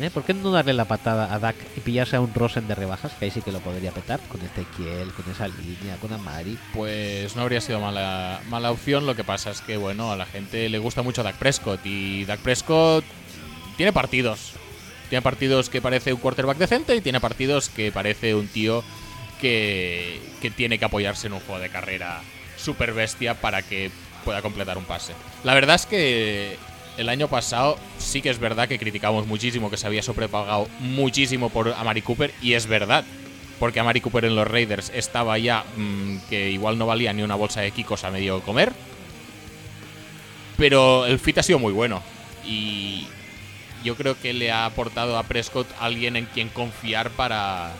[SPEAKER 1] ¿eh? ¿Por qué no darle la patada a Dak y pillarse a un Rosen de rebajas? Que ahí sí que lo podría petar con este Kiel, con esa línea, con Amari.
[SPEAKER 2] Pues no habría sido mala, mala opción. Lo que pasa es que, bueno, a la gente le gusta mucho Dak Prescott. Y Dak Prescott tiene partidos. Tiene partidos que parece un quarterback decente y tiene partidos que parece un tío que, que tiene que apoyarse en un juego de carrera super bestia para que pueda completar un pase. La verdad es que el año pasado sí que es verdad que criticamos muchísimo que se había sobrepagado muchísimo por Amari Cooper y es verdad. Porque Amari Cooper en los Raiders estaba ya mm, que igual no valía ni una bolsa de kikos a medio comer. Pero el fit ha sido muy bueno. Y yo creo que le ha aportado a Prescott alguien en quien confiar para,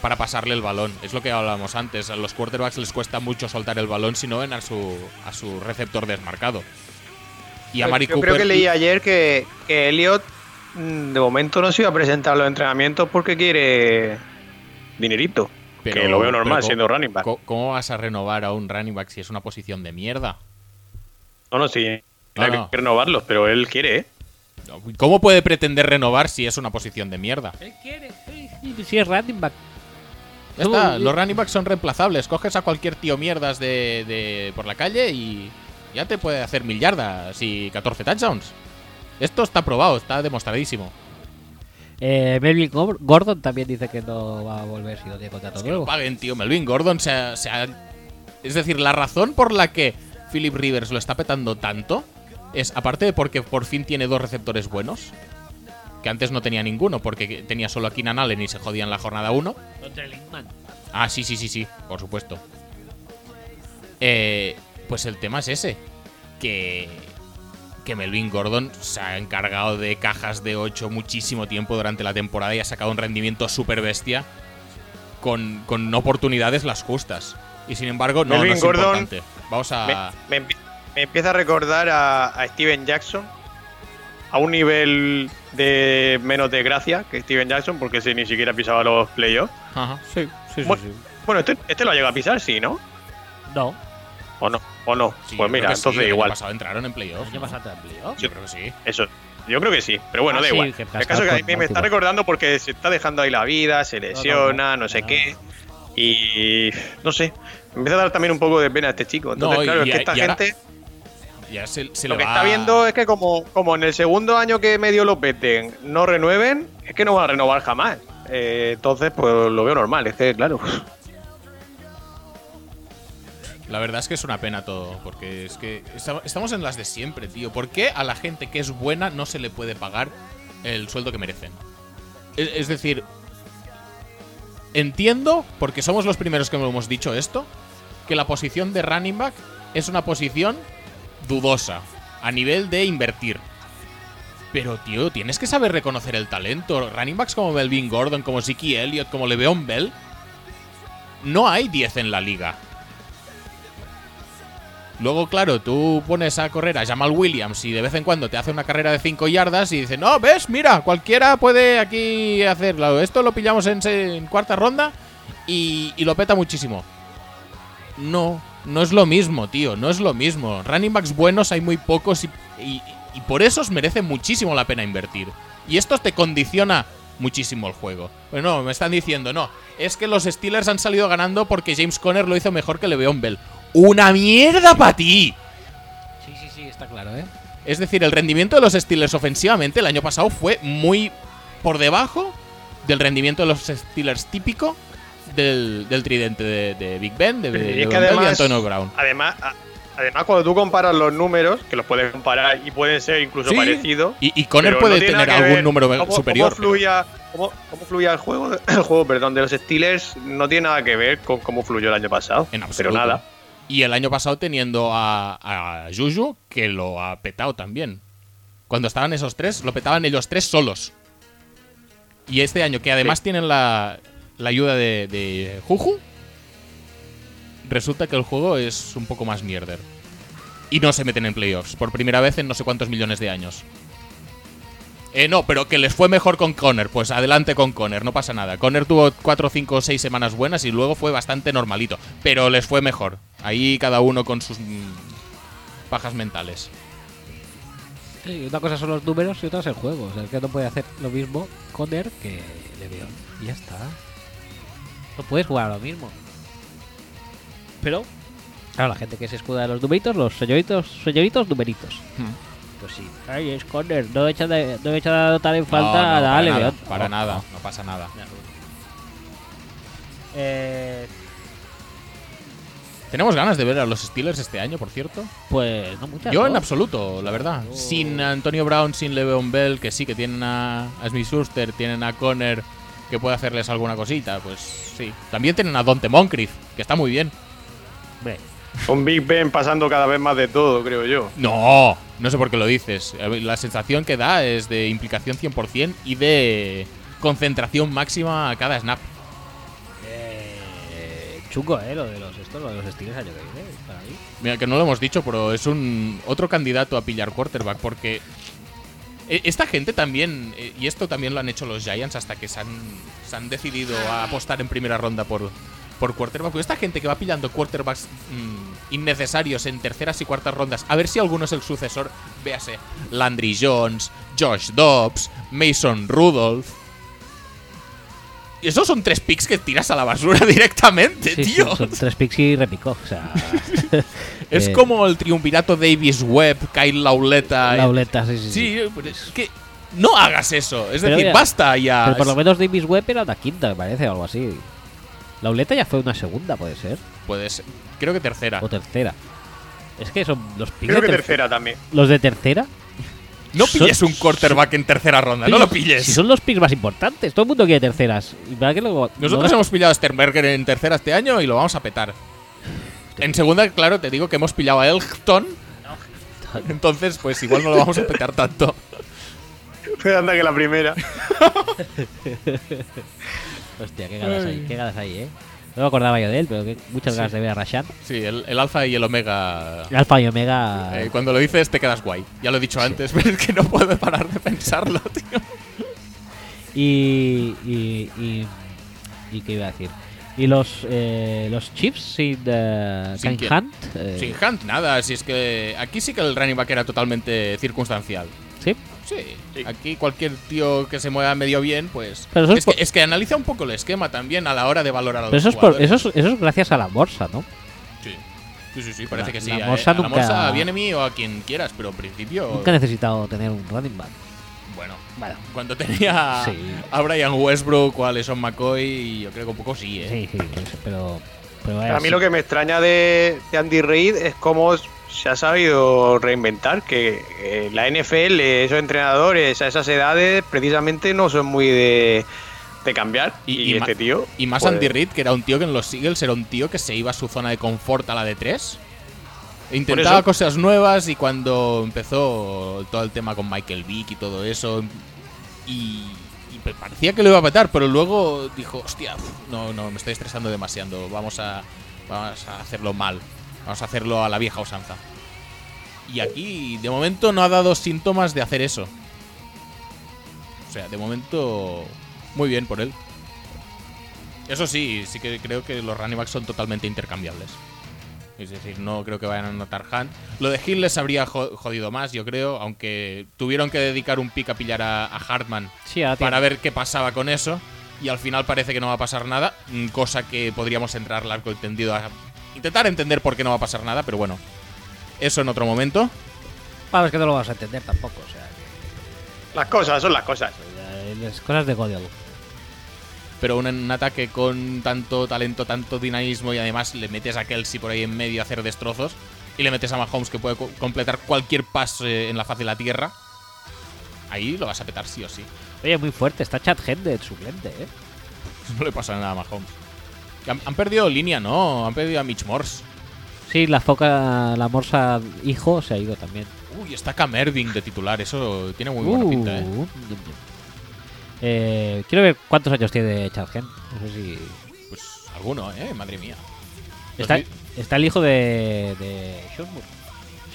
[SPEAKER 2] para pasarle el balón. Es lo que hablábamos antes. A los quarterbacks les cuesta mucho soltar el balón si no ven a su, a su receptor desmarcado. Y a Mari
[SPEAKER 3] Yo
[SPEAKER 2] Cooper.
[SPEAKER 3] creo que leí ayer que, que Elliot mm, de momento no se iba a presentar a los entrenamientos porque quiere dinerito.
[SPEAKER 2] Pero-
[SPEAKER 3] que lo veo
[SPEAKER 2] pero
[SPEAKER 3] normal
[SPEAKER 2] co-
[SPEAKER 3] siendo running back.
[SPEAKER 2] co- ¿Cómo vas a renovar a un running back si es una posición de mierda?
[SPEAKER 3] No, no, sí.
[SPEAKER 2] No,
[SPEAKER 3] hay
[SPEAKER 2] Ah, no.
[SPEAKER 3] que renovarlos, pero él quiere, ¿eh?
[SPEAKER 2] ¿Cómo puede pretender renovar si es una posición de mierda?
[SPEAKER 1] Él quiere, si es running back.
[SPEAKER 2] Ya está,
[SPEAKER 1] No,
[SPEAKER 2] los running backs son reemplazables. Coges a cualquier tío mierdas de, de- por la calle y ya te puede hacer mil yardas y 14 touchdowns. Esto está probado, está demostradísimo.
[SPEAKER 1] Eh, Melvin Gor- Gordon también dice que no va a volver si no tiene contrato
[SPEAKER 2] Es que
[SPEAKER 1] nuevo.
[SPEAKER 2] lo paguen, tío. Melvin Gordon se ha- se ha- Es decir, la razón por la que Philip Rivers lo está petando tanto es, aparte de porque por fin tiene dos receptores buenos, que antes no tenía ninguno, porque tenía solo a Keenan Allen y se jodían la jornada 1.
[SPEAKER 1] Contra Linkman.
[SPEAKER 2] Ah, sí, sí, sí, sí, por supuesto. Eh, pues el tema es ese, que, que Melvin Gordon se ha encargado de cajas de 8 muchísimo tiempo durante la temporada y ha sacado un rendimiento súper bestia con, con oportunidades las justas. Y sin embargo, no, no
[SPEAKER 3] Melvin
[SPEAKER 2] es
[SPEAKER 3] Gordon-
[SPEAKER 2] importante. Vamos
[SPEAKER 3] Me,
[SPEAKER 2] a...
[SPEAKER 3] me empie- me empieza a recordar a, a Steven Jackson a un nivel de menos desgracia que Steven Jackson, porque ese ni siquiera pisaba los playoffs.
[SPEAKER 2] Ajá.
[SPEAKER 1] Sí, sí,
[SPEAKER 3] Bueno, bueno, este, este lo llega a pisar, sí, ¿no?
[SPEAKER 1] No,
[SPEAKER 3] ¿O no? ¿O no?
[SPEAKER 2] Sí, yo
[SPEAKER 3] pues
[SPEAKER 2] creo
[SPEAKER 3] mira,
[SPEAKER 2] que sí,
[SPEAKER 3] entonces
[SPEAKER 2] el año
[SPEAKER 3] igual.
[SPEAKER 2] pasado entraron en
[SPEAKER 1] el
[SPEAKER 2] playoff.
[SPEAKER 1] año
[SPEAKER 2] ¿no?
[SPEAKER 1] pasado estaba en playoff.
[SPEAKER 2] Yo creo que sí.
[SPEAKER 3] Eso, yo creo que sí. Pero bueno,
[SPEAKER 1] Ah,
[SPEAKER 3] da
[SPEAKER 1] sí,
[SPEAKER 3] igual.
[SPEAKER 1] que
[SPEAKER 3] El caso es que a mí me está
[SPEAKER 1] Baltimore.
[SPEAKER 3] recordando porque se está dejando ahí la vida, se lesiona, no sé qué. Y no sé, me empieza a dar también un poco de pena a este chico. Entonces,
[SPEAKER 2] No, y-
[SPEAKER 3] claro,
[SPEAKER 2] y
[SPEAKER 3] es que
[SPEAKER 2] a-
[SPEAKER 3] esta
[SPEAKER 2] y ahora
[SPEAKER 3] gente
[SPEAKER 2] Ya se, se
[SPEAKER 3] lo
[SPEAKER 2] le
[SPEAKER 3] que
[SPEAKER 2] va-
[SPEAKER 3] está viendo es que como, como en el segundo año que medio lo peten, no renueven, es que no van a renovar jamás. Eh, entonces, pues lo veo normal, es que claro.
[SPEAKER 2] La verdad es que es una pena todo, porque es que esta- estamos en las de siempre, tío. ¿Por qué a la gente que es buena no se le puede pagar el sueldo que merecen? Es, es decir, entiendo, porque somos los primeros que lo hemos dicho esto, que la posición de running back es una posición dudosa a nivel de invertir. Pero, tío, tienes que saber reconocer el talento. Running backs como Melvin Gordon, como Ziki Elliott, como Le'Veon Bell, no hay 10 en la liga. Luego, claro, tú pones a correr a Jamal Williams y de vez en cuando te hace una carrera de 5 yardas y dice, no, ves, mira, cualquiera puede aquí hacerlo. Esto lo pillamos en, se- en cuarta ronda y, y lo peta muchísimo. No, no es lo mismo, tío, no es lo mismo. Running backs buenos hay muy pocos y, y- y por esos merece muchísimo la pena invertir. Y esto te condiciona muchísimo el juego. Bueno, me están diciendo, no, es que los Steelers han salido ganando porque James Conner lo hizo mejor que Le'Veon Bell. ¡Una mierda para ti!
[SPEAKER 1] Sí, sí, sí, está claro, ¿eh?
[SPEAKER 2] Es decir, el rendimiento de los Steelers ofensivamente el año pasado fue muy por debajo del rendimiento de los Steelers típico del, del tridente de, de Big Ben, de,
[SPEAKER 3] Pero
[SPEAKER 2] de
[SPEAKER 3] es que
[SPEAKER 2] Le'Veon Bell y
[SPEAKER 3] además-
[SPEAKER 2] Antonio Brown.
[SPEAKER 3] Además, a- además cuando tú comparas los números, que los puedes comparar y pueden ser incluso
[SPEAKER 2] Sí.
[SPEAKER 3] parecidos,
[SPEAKER 2] Y, y Conner
[SPEAKER 3] Pero no
[SPEAKER 2] puede
[SPEAKER 3] tiene
[SPEAKER 2] tener
[SPEAKER 3] nada que
[SPEAKER 2] algún
[SPEAKER 3] ver
[SPEAKER 2] número
[SPEAKER 3] cómo-
[SPEAKER 2] superior.
[SPEAKER 3] Cómo fluía, cómo- cómo fluía el juego, *clears throat* el juego perdón, de los Steelers no tiene nada que ver con cómo fluyó el año pasado.
[SPEAKER 2] En absoluto.
[SPEAKER 3] pero nada.
[SPEAKER 2] Y el año pasado teniendo a, a Juju, que lo ha petado también. Cuando estaban esos tres, lo petaban ellos tres solos. Y este año, que además tienen la, la ayuda de, de Juju, resulta que el juego es un poco más mierder. Y no se meten en playoffs, por primera vez en no sé cuántos millones de años. Eh, no, pero que les fue mejor con Conner. Pues adelante con Conner, no pasa nada. Conner tuvo 4, 5, 6 semanas buenas y luego fue bastante normalito. Pero les fue mejor. Ahí cada uno con sus mm, pajas mentales.
[SPEAKER 1] Sí, una cosa son los números y otra es el juego. O sea, es que no puede hacer lo mismo Conner que Leveon. Y ya está. No puedes jugar a lo mismo. Pero, claro, la gente que se escuda de los numeritos, los señoritos, señoritos numeritos. Pues sí. Ay, es Conner, no echa de, no echa de anotar en falta
[SPEAKER 2] No, no,
[SPEAKER 1] a
[SPEAKER 2] para
[SPEAKER 1] Leveon.
[SPEAKER 2] nada, Para
[SPEAKER 1] No,
[SPEAKER 2] nada,
[SPEAKER 1] no.
[SPEAKER 2] no pasa nada.
[SPEAKER 1] Eh,
[SPEAKER 2] Tenemos ganas de ver a los Steelers este año, por cierto.
[SPEAKER 1] pues no muchas.
[SPEAKER 2] Yo
[SPEAKER 1] ¿no?
[SPEAKER 2] en absoluto, la verdad.
[SPEAKER 1] Yo-
[SPEAKER 2] Sin Antonio Brown, sin Le'Veon Bell, que sí, que tienen a, a Smith Schuster, tienen a Conner, que puede hacerles alguna cosita, pues sí. También tienen a Dante Moncrief, que está muy bien.
[SPEAKER 1] Hombre,
[SPEAKER 3] Con Big Ben pasando cada vez más de todo, creo yo.
[SPEAKER 2] No, no sé por qué lo dices. A ver, La sensación que da es de implicación 100% y de concentración máxima a cada snap.
[SPEAKER 1] eh, chungo, ¿eh? Lo de los, esto, lo de los Steelers año que viene, para mí.
[SPEAKER 2] Mira, que no lo hemos dicho, pero es un otro candidato a pillar quarterback porque e- esta gente también, eh, y esto también lo han hecho los Giants hasta que se han, se han decidido a apostar en primera ronda por, por quarterback. Pero esta gente que va pillando quarterbacks mm, innecesarios en terceras y cuartas rondas, a ver si alguno es el sucesor, véase, Landry Jones, Josh Dobbs, Mason Rudolph. Y esos son tres picks que tiras a la basura *laughs* directamente,
[SPEAKER 1] Sí, sí,
[SPEAKER 2] Eh, tío.
[SPEAKER 1] son tres picks y repicó. O sea,
[SPEAKER 2] *laughs*
[SPEAKER 1] *laughs*
[SPEAKER 2] Es
[SPEAKER 1] Eh,
[SPEAKER 2] como el triunvirato Davis Webb, Kyle Lauleta.
[SPEAKER 1] la oleta, sí, sí.
[SPEAKER 2] Sí,
[SPEAKER 1] sí.
[SPEAKER 2] pero es que no hagas eso. Es
[SPEAKER 1] Pero
[SPEAKER 2] decir,
[SPEAKER 1] mira,
[SPEAKER 2] basta ya.
[SPEAKER 1] Pero por lo menos Davis Webb era una quinta, me parece, o algo así. La Uleta ya fue una segunda, puede ser.
[SPEAKER 2] Puedes. Creo que tercera.
[SPEAKER 1] O tercera. Es que son los pibes
[SPEAKER 3] Creo que
[SPEAKER 1] de terce-
[SPEAKER 3] tercera también. *laughs*
[SPEAKER 1] Los de tercera.
[SPEAKER 2] No
[SPEAKER 1] Son-
[SPEAKER 2] pilles un quarterback en tercera ronda, no lo pilles.
[SPEAKER 1] Si son los picks más importantes. Todo el mundo quiere terceras. ¿Y para qué luego-
[SPEAKER 2] Nosotros
[SPEAKER 1] luego-
[SPEAKER 2] hemos pillado a Sternberger en tercera este año y lo vamos a petar. En segunda, claro, te digo que hemos pillado a Elgton. Entonces, pues igual no lo vamos a petar tanto.
[SPEAKER 3] Pero anda que la primera.
[SPEAKER 1] Hostia, qué ganas hay. Qué ganas hay, eh. No me acordaba yo de él, pero que muchas ganas de ver a Rashad.
[SPEAKER 2] Sí, el, el alfa y el omega.
[SPEAKER 1] Alfa y Omega.
[SPEAKER 2] eh, cuando lo dices te quedas guay. Ya lo he dicho antes, *laughs* pero es que no puedo parar de pensarlo, tío.
[SPEAKER 1] Y, y, y. y qué iba a decir? Y los, eh, los Chiefs sin, eh, Kain
[SPEAKER 2] ¿Sin quién?
[SPEAKER 1] Hunt. eh,
[SPEAKER 2] Sin Hunt, nada. Si es que aquí sí que el running back era totalmente circunstancial.
[SPEAKER 1] sí.
[SPEAKER 2] Sí,
[SPEAKER 3] Sí.
[SPEAKER 2] aquí cualquier tío que se mueva medio bien, pues.
[SPEAKER 1] Pero eso es
[SPEAKER 2] es, que,
[SPEAKER 1] por-
[SPEAKER 2] es que analiza un poco el esquema también a la hora de valorar a los
[SPEAKER 1] Pero eso es, por,
[SPEAKER 2] jugadores.
[SPEAKER 1] eso, es, eso es gracias a la bolsa, ¿no?
[SPEAKER 2] Sí. sí, sí, sí, parece
[SPEAKER 1] La-
[SPEAKER 2] que sí.
[SPEAKER 1] la
[SPEAKER 2] A-
[SPEAKER 1] Morsa
[SPEAKER 2] a la
[SPEAKER 1] nunca-
[SPEAKER 2] Morsa, a Bienemi o a quien quieras, pero en principio.
[SPEAKER 1] Nunca he necesitado tener un running back.
[SPEAKER 2] Bueno,
[SPEAKER 1] Bueno,
[SPEAKER 2] cuando tenía
[SPEAKER 1] Sí.
[SPEAKER 2] a Brian Westbrook o a Leson McCoy, yo creo que un poco sí, ¿eh?
[SPEAKER 1] sí, sí, es- pero. pero vaya,
[SPEAKER 3] A mí
[SPEAKER 1] sí.
[SPEAKER 3] lo que me extraña de, de Andy Reid es cómo se ha sabido reinventar, que eh, la NFL, esos entrenadores a esas edades precisamente no son muy de, de cambiar.
[SPEAKER 2] Y-
[SPEAKER 3] Y,
[SPEAKER 2] y ma-
[SPEAKER 3] este tío...
[SPEAKER 2] Y más
[SPEAKER 3] joder,
[SPEAKER 2] Andy Reid, que era un tío que en los Eagles era un tío que se iba a su zona de confort a la de 3. Intentaba
[SPEAKER 3] eso.
[SPEAKER 2] cosas nuevas y cuando empezó todo el tema con Michael Vick y todo eso, y, y me parecía que lo iba a petar, pero luego dijo, hostia, uf, no, no, me estoy estresando demasiado, vamos a, vamos a hacerlo mal, vamos a hacerlo a la vieja usanza. Y aquí, de momento, no ha dado síntomas de hacer eso. O sea, de momento, muy bien por él. Eso sí, sí que creo que los running backs son totalmente intercambiables. Es decir, no creo que vayan a anotar Hunt. Lo de Hill les habría jo- jodido más, yo creo, aunque tuvieron que dedicar un pick a pillar a, a Hartman
[SPEAKER 1] Sí, ahora tiene-
[SPEAKER 2] para ver qué pasaba con eso. Y al final parece que no va a pasar nada, mm, cosa que podríamos entrar largo y tendido a intentar entender por qué no va a pasar nada, pero bueno, eso en otro momento.
[SPEAKER 1] Vamos, es que no lo vas a entender tampoco. O sea,
[SPEAKER 3] Las cosas son las cosas.
[SPEAKER 1] eh, las cosas de Godel.
[SPEAKER 2] pero un, un ataque con tanto talento, tanto dinamismo y además le metes a Kelsey por ahí en medio a hacer destrozos y le metes a Mahomes que puede co- completar cualquier pase en la faz de la tierra, ahí lo vas a petar sí o sí.
[SPEAKER 1] Oye, muy fuerte. Está Chad Hendrick, suplente, ¿eh?
[SPEAKER 2] No le pasa nada a Mahomes. Que Han, han perdido línea, ¿no? Han perdido a Mitch Morse.
[SPEAKER 1] Sí, la foca, la morsa hijo se ha ido también.
[SPEAKER 2] Uy, está Cam Irving de titular, eso tiene muy buena
[SPEAKER 1] Uh,
[SPEAKER 2] pinta, ¿eh?
[SPEAKER 1] yum, yum. Eh, quiero ver cuántos años tiene Chad Hendrick. No sé si.
[SPEAKER 2] Pues alguno, ¿eh? Madre mía.
[SPEAKER 1] Está,
[SPEAKER 2] Pues
[SPEAKER 1] está el hijo de, de Shurmur.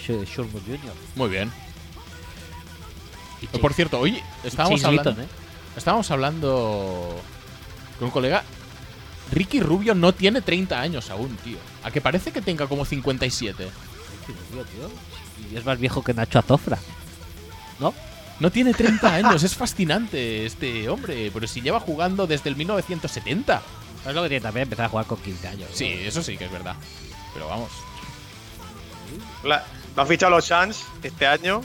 [SPEAKER 1] Shu- Shurmur Jr.
[SPEAKER 2] Muy bien. Oh,
[SPEAKER 1] Y
[SPEAKER 2] Por cierto, oye, estábamos
[SPEAKER 1] Chase
[SPEAKER 2] hablando...
[SPEAKER 1] Litton, ¿eh?
[SPEAKER 2] Estábamos hablando con un colega. Ricky Rubio no tiene 30 años aún, tío. A que parece que tenga como 57.
[SPEAKER 1] Y es más viejo que Nacho Azofra. ¿No?
[SPEAKER 2] No tiene
[SPEAKER 1] *laughs*
[SPEAKER 2] 30 años, es fascinante este hombre. Pero si lleva jugando desde el 1970.
[SPEAKER 1] Es lo que tiene también empezar a jugar con 15 años.
[SPEAKER 2] Sí, eso sí que es verdad. Pero vamos.
[SPEAKER 3] La, lo han fichado los Suns este año.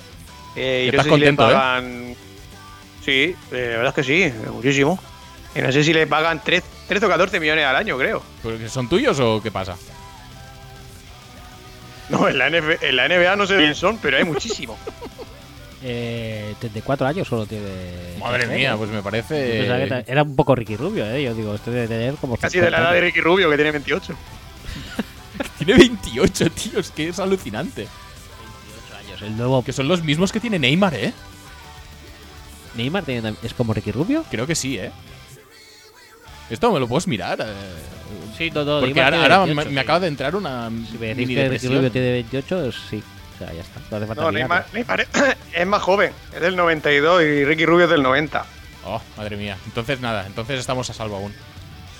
[SPEAKER 2] Que
[SPEAKER 3] eh, y no
[SPEAKER 2] estás
[SPEAKER 3] sé si le
[SPEAKER 2] contento, ¿eh?
[SPEAKER 3] pagan. Sí, eh, la verdad es que sí, muchísimo. Y no sé si le pagan 3, o 14 millones al año, creo. *laughs*
[SPEAKER 2] ¿Pero que ¿Son tuyos o qué pasa?
[SPEAKER 3] No, en la, NF en la NBA no sé bien son, pero hay muchísimo.
[SPEAKER 1] Eh, 34 años solo tiene.
[SPEAKER 2] Madre
[SPEAKER 1] Chad
[SPEAKER 2] mía,
[SPEAKER 1] Hendrick.
[SPEAKER 2] pues me
[SPEAKER 1] Yo pensaba que ta-
[SPEAKER 2] parece.
[SPEAKER 1] era un poco Ricky Rubio, ¿eh? Yo digo, esto debe tener como.
[SPEAKER 3] Casi de
[SPEAKER 1] 50
[SPEAKER 3] la edad de
[SPEAKER 1] años.
[SPEAKER 3] Ricky Rubio, que tiene 28.
[SPEAKER 2] *laughs* Tiene 28, tío, es que es alucinante.
[SPEAKER 1] 28 años. El nuevo
[SPEAKER 2] Que son los mismos que tiene Neymar, ¿eh?
[SPEAKER 1] Neymar tiene tam- es como Ricky Rubio.
[SPEAKER 2] Creo que sí, ¿eh? Esto me lo puedes mirar. eh,
[SPEAKER 1] Sí, no, no,
[SPEAKER 2] Porque ahora, ahora me, me acaba de entrar una
[SPEAKER 1] Si me decís que
[SPEAKER 2] mini
[SPEAKER 1] Ricky
[SPEAKER 2] depresión.
[SPEAKER 1] Rubio tiene 28, es- sí. O sea, ya está. No hace falta mirarlo.
[SPEAKER 3] No, Neymar, Neymar es *coughs* más joven, es del 92 y Ricky Rubio es del 90.
[SPEAKER 2] Oh, madre mía. Entonces nada, entonces estamos a salvo aún.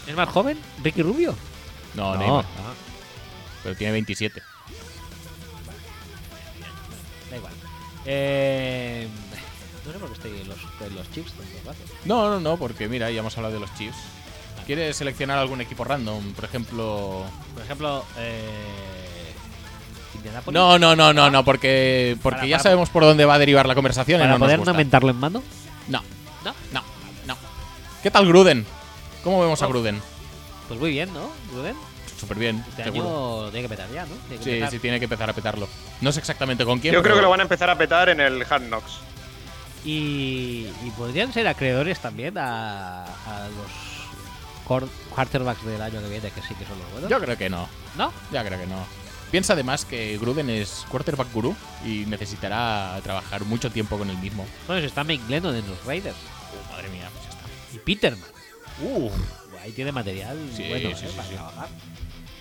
[SPEAKER 1] ¿Es más joven? ¿Ricky Rubio?
[SPEAKER 2] No,
[SPEAKER 1] No.
[SPEAKER 2] Neymar. Pero tiene 27.
[SPEAKER 1] Da igual. Eh, no sé por qué estoy en los, en los chips.
[SPEAKER 2] No, no, no, porque mira, ya hemos hablado de los Chiefs. ¿Quieres seleccionar algún equipo random? Por ejemplo,
[SPEAKER 1] Por ejemplo, eh, Indianapolis?
[SPEAKER 2] No, no, no, no, no, porque, porque
[SPEAKER 1] Para-
[SPEAKER 2] ya
[SPEAKER 1] para-
[SPEAKER 2] sabemos por dónde va a derivar la conversación. y
[SPEAKER 1] ¿Para
[SPEAKER 2] no nos
[SPEAKER 1] poder
[SPEAKER 2] gusta.
[SPEAKER 1] lamentarlo en mano?
[SPEAKER 2] No,
[SPEAKER 1] No.
[SPEAKER 2] no, no. ¿Qué tal Gruden? ¿Cómo vemos a
[SPEAKER 1] Oh.
[SPEAKER 2] Gruden?
[SPEAKER 1] Pues muy bien, ¿no? Rubén,
[SPEAKER 2] Súper bien,
[SPEAKER 1] este
[SPEAKER 2] seguro.
[SPEAKER 1] año lo tiene que petar ya, ¿no? Tiene que
[SPEAKER 2] Sí,
[SPEAKER 1] empezar.
[SPEAKER 2] sí, tiene que empezar a petarlo. No sé exactamente con quién.
[SPEAKER 3] Yo creo
[SPEAKER 2] pero-
[SPEAKER 3] que lo van a empezar a petar en el Hard Knocks.
[SPEAKER 1] Y, y podrían ser acreedores también a, a los cor- quarterbacks del año que viene, que sí que son los buenos.
[SPEAKER 2] Yo creo que no.
[SPEAKER 1] ¿No?
[SPEAKER 2] Ya creo que no. Piensa además que Gruden es quarterback gurú y necesitará trabajar mucho tiempo con el mismo.
[SPEAKER 1] Bueno, si está Mike Glennon en los Raiders.
[SPEAKER 2] Uh, madre mía, pues ya está.
[SPEAKER 1] Y Peterman.
[SPEAKER 2] Uh.
[SPEAKER 1] Ahí tiene material
[SPEAKER 2] Sí,
[SPEAKER 1] bueno
[SPEAKER 2] sí,
[SPEAKER 1] ¿eh?
[SPEAKER 2] sí,
[SPEAKER 1] para
[SPEAKER 2] sí.
[SPEAKER 1] trabajar.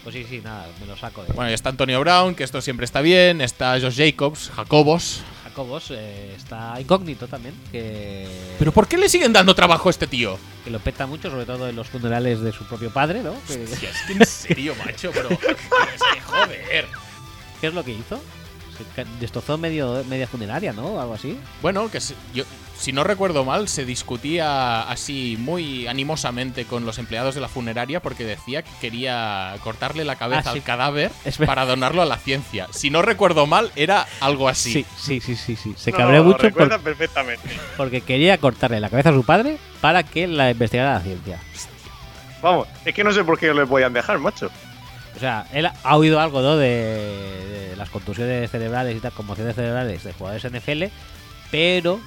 [SPEAKER 1] Pues sí, sí, nada, me lo saco eh. de
[SPEAKER 2] Bueno, ya está Antonio Brown, que esto siempre está bien. Está Josh Jacobs, Jacobos.
[SPEAKER 1] Jacobos. eh, está incógnito también, que,
[SPEAKER 2] ¿Pero por qué le siguen dando trabajo a este tío?
[SPEAKER 1] que lo peta mucho, sobre todo en los funerales de su propio padre, ¿no? Que-
[SPEAKER 2] Hostia, es que en serio, macho, pero. Es que joder.
[SPEAKER 1] *laughs* ¿Qué es lo que hizo? Se ca- destrozó medio, media funeraria, ¿no? O algo así.
[SPEAKER 2] Bueno, que si, yo, si no recuerdo mal, se discutía así muy animosamente con los empleados de la funeraria porque decía que quería cortarle la cabeza
[SPEAKER 1] Ah, sí.
[SPEAKER 2] al cadáver
[SPEAKER 1] Es verdad.
[SPEAKER 2] para donarlo a la ciencia. Si no recuerdo mal, era algo así.
[SPEAKER 1] sí, sí, sí. sí. Se
[SPEAKER 3] No,
[SPEAKER 1] cabreó
[SPEAKER 3] no,
[SPEAKER 1] mucho
[SPEAKER 3] Lo recuerda
[SPEAKER 1] por-
[SPEAKER 3] perfectamente.
[SPEAKER 1] porque quería cortarle la cabeza a su padre para que la investigara la ciencia.
[SPEAKER 3] Vamos, es que no sé por qué le podían dejar, macho.
[SPEAKER 1] O sea, él ha oído algo, ¿no? De, de las contusiones cerebrales y tal, conmociones cerebrales de jugadores NFL, pero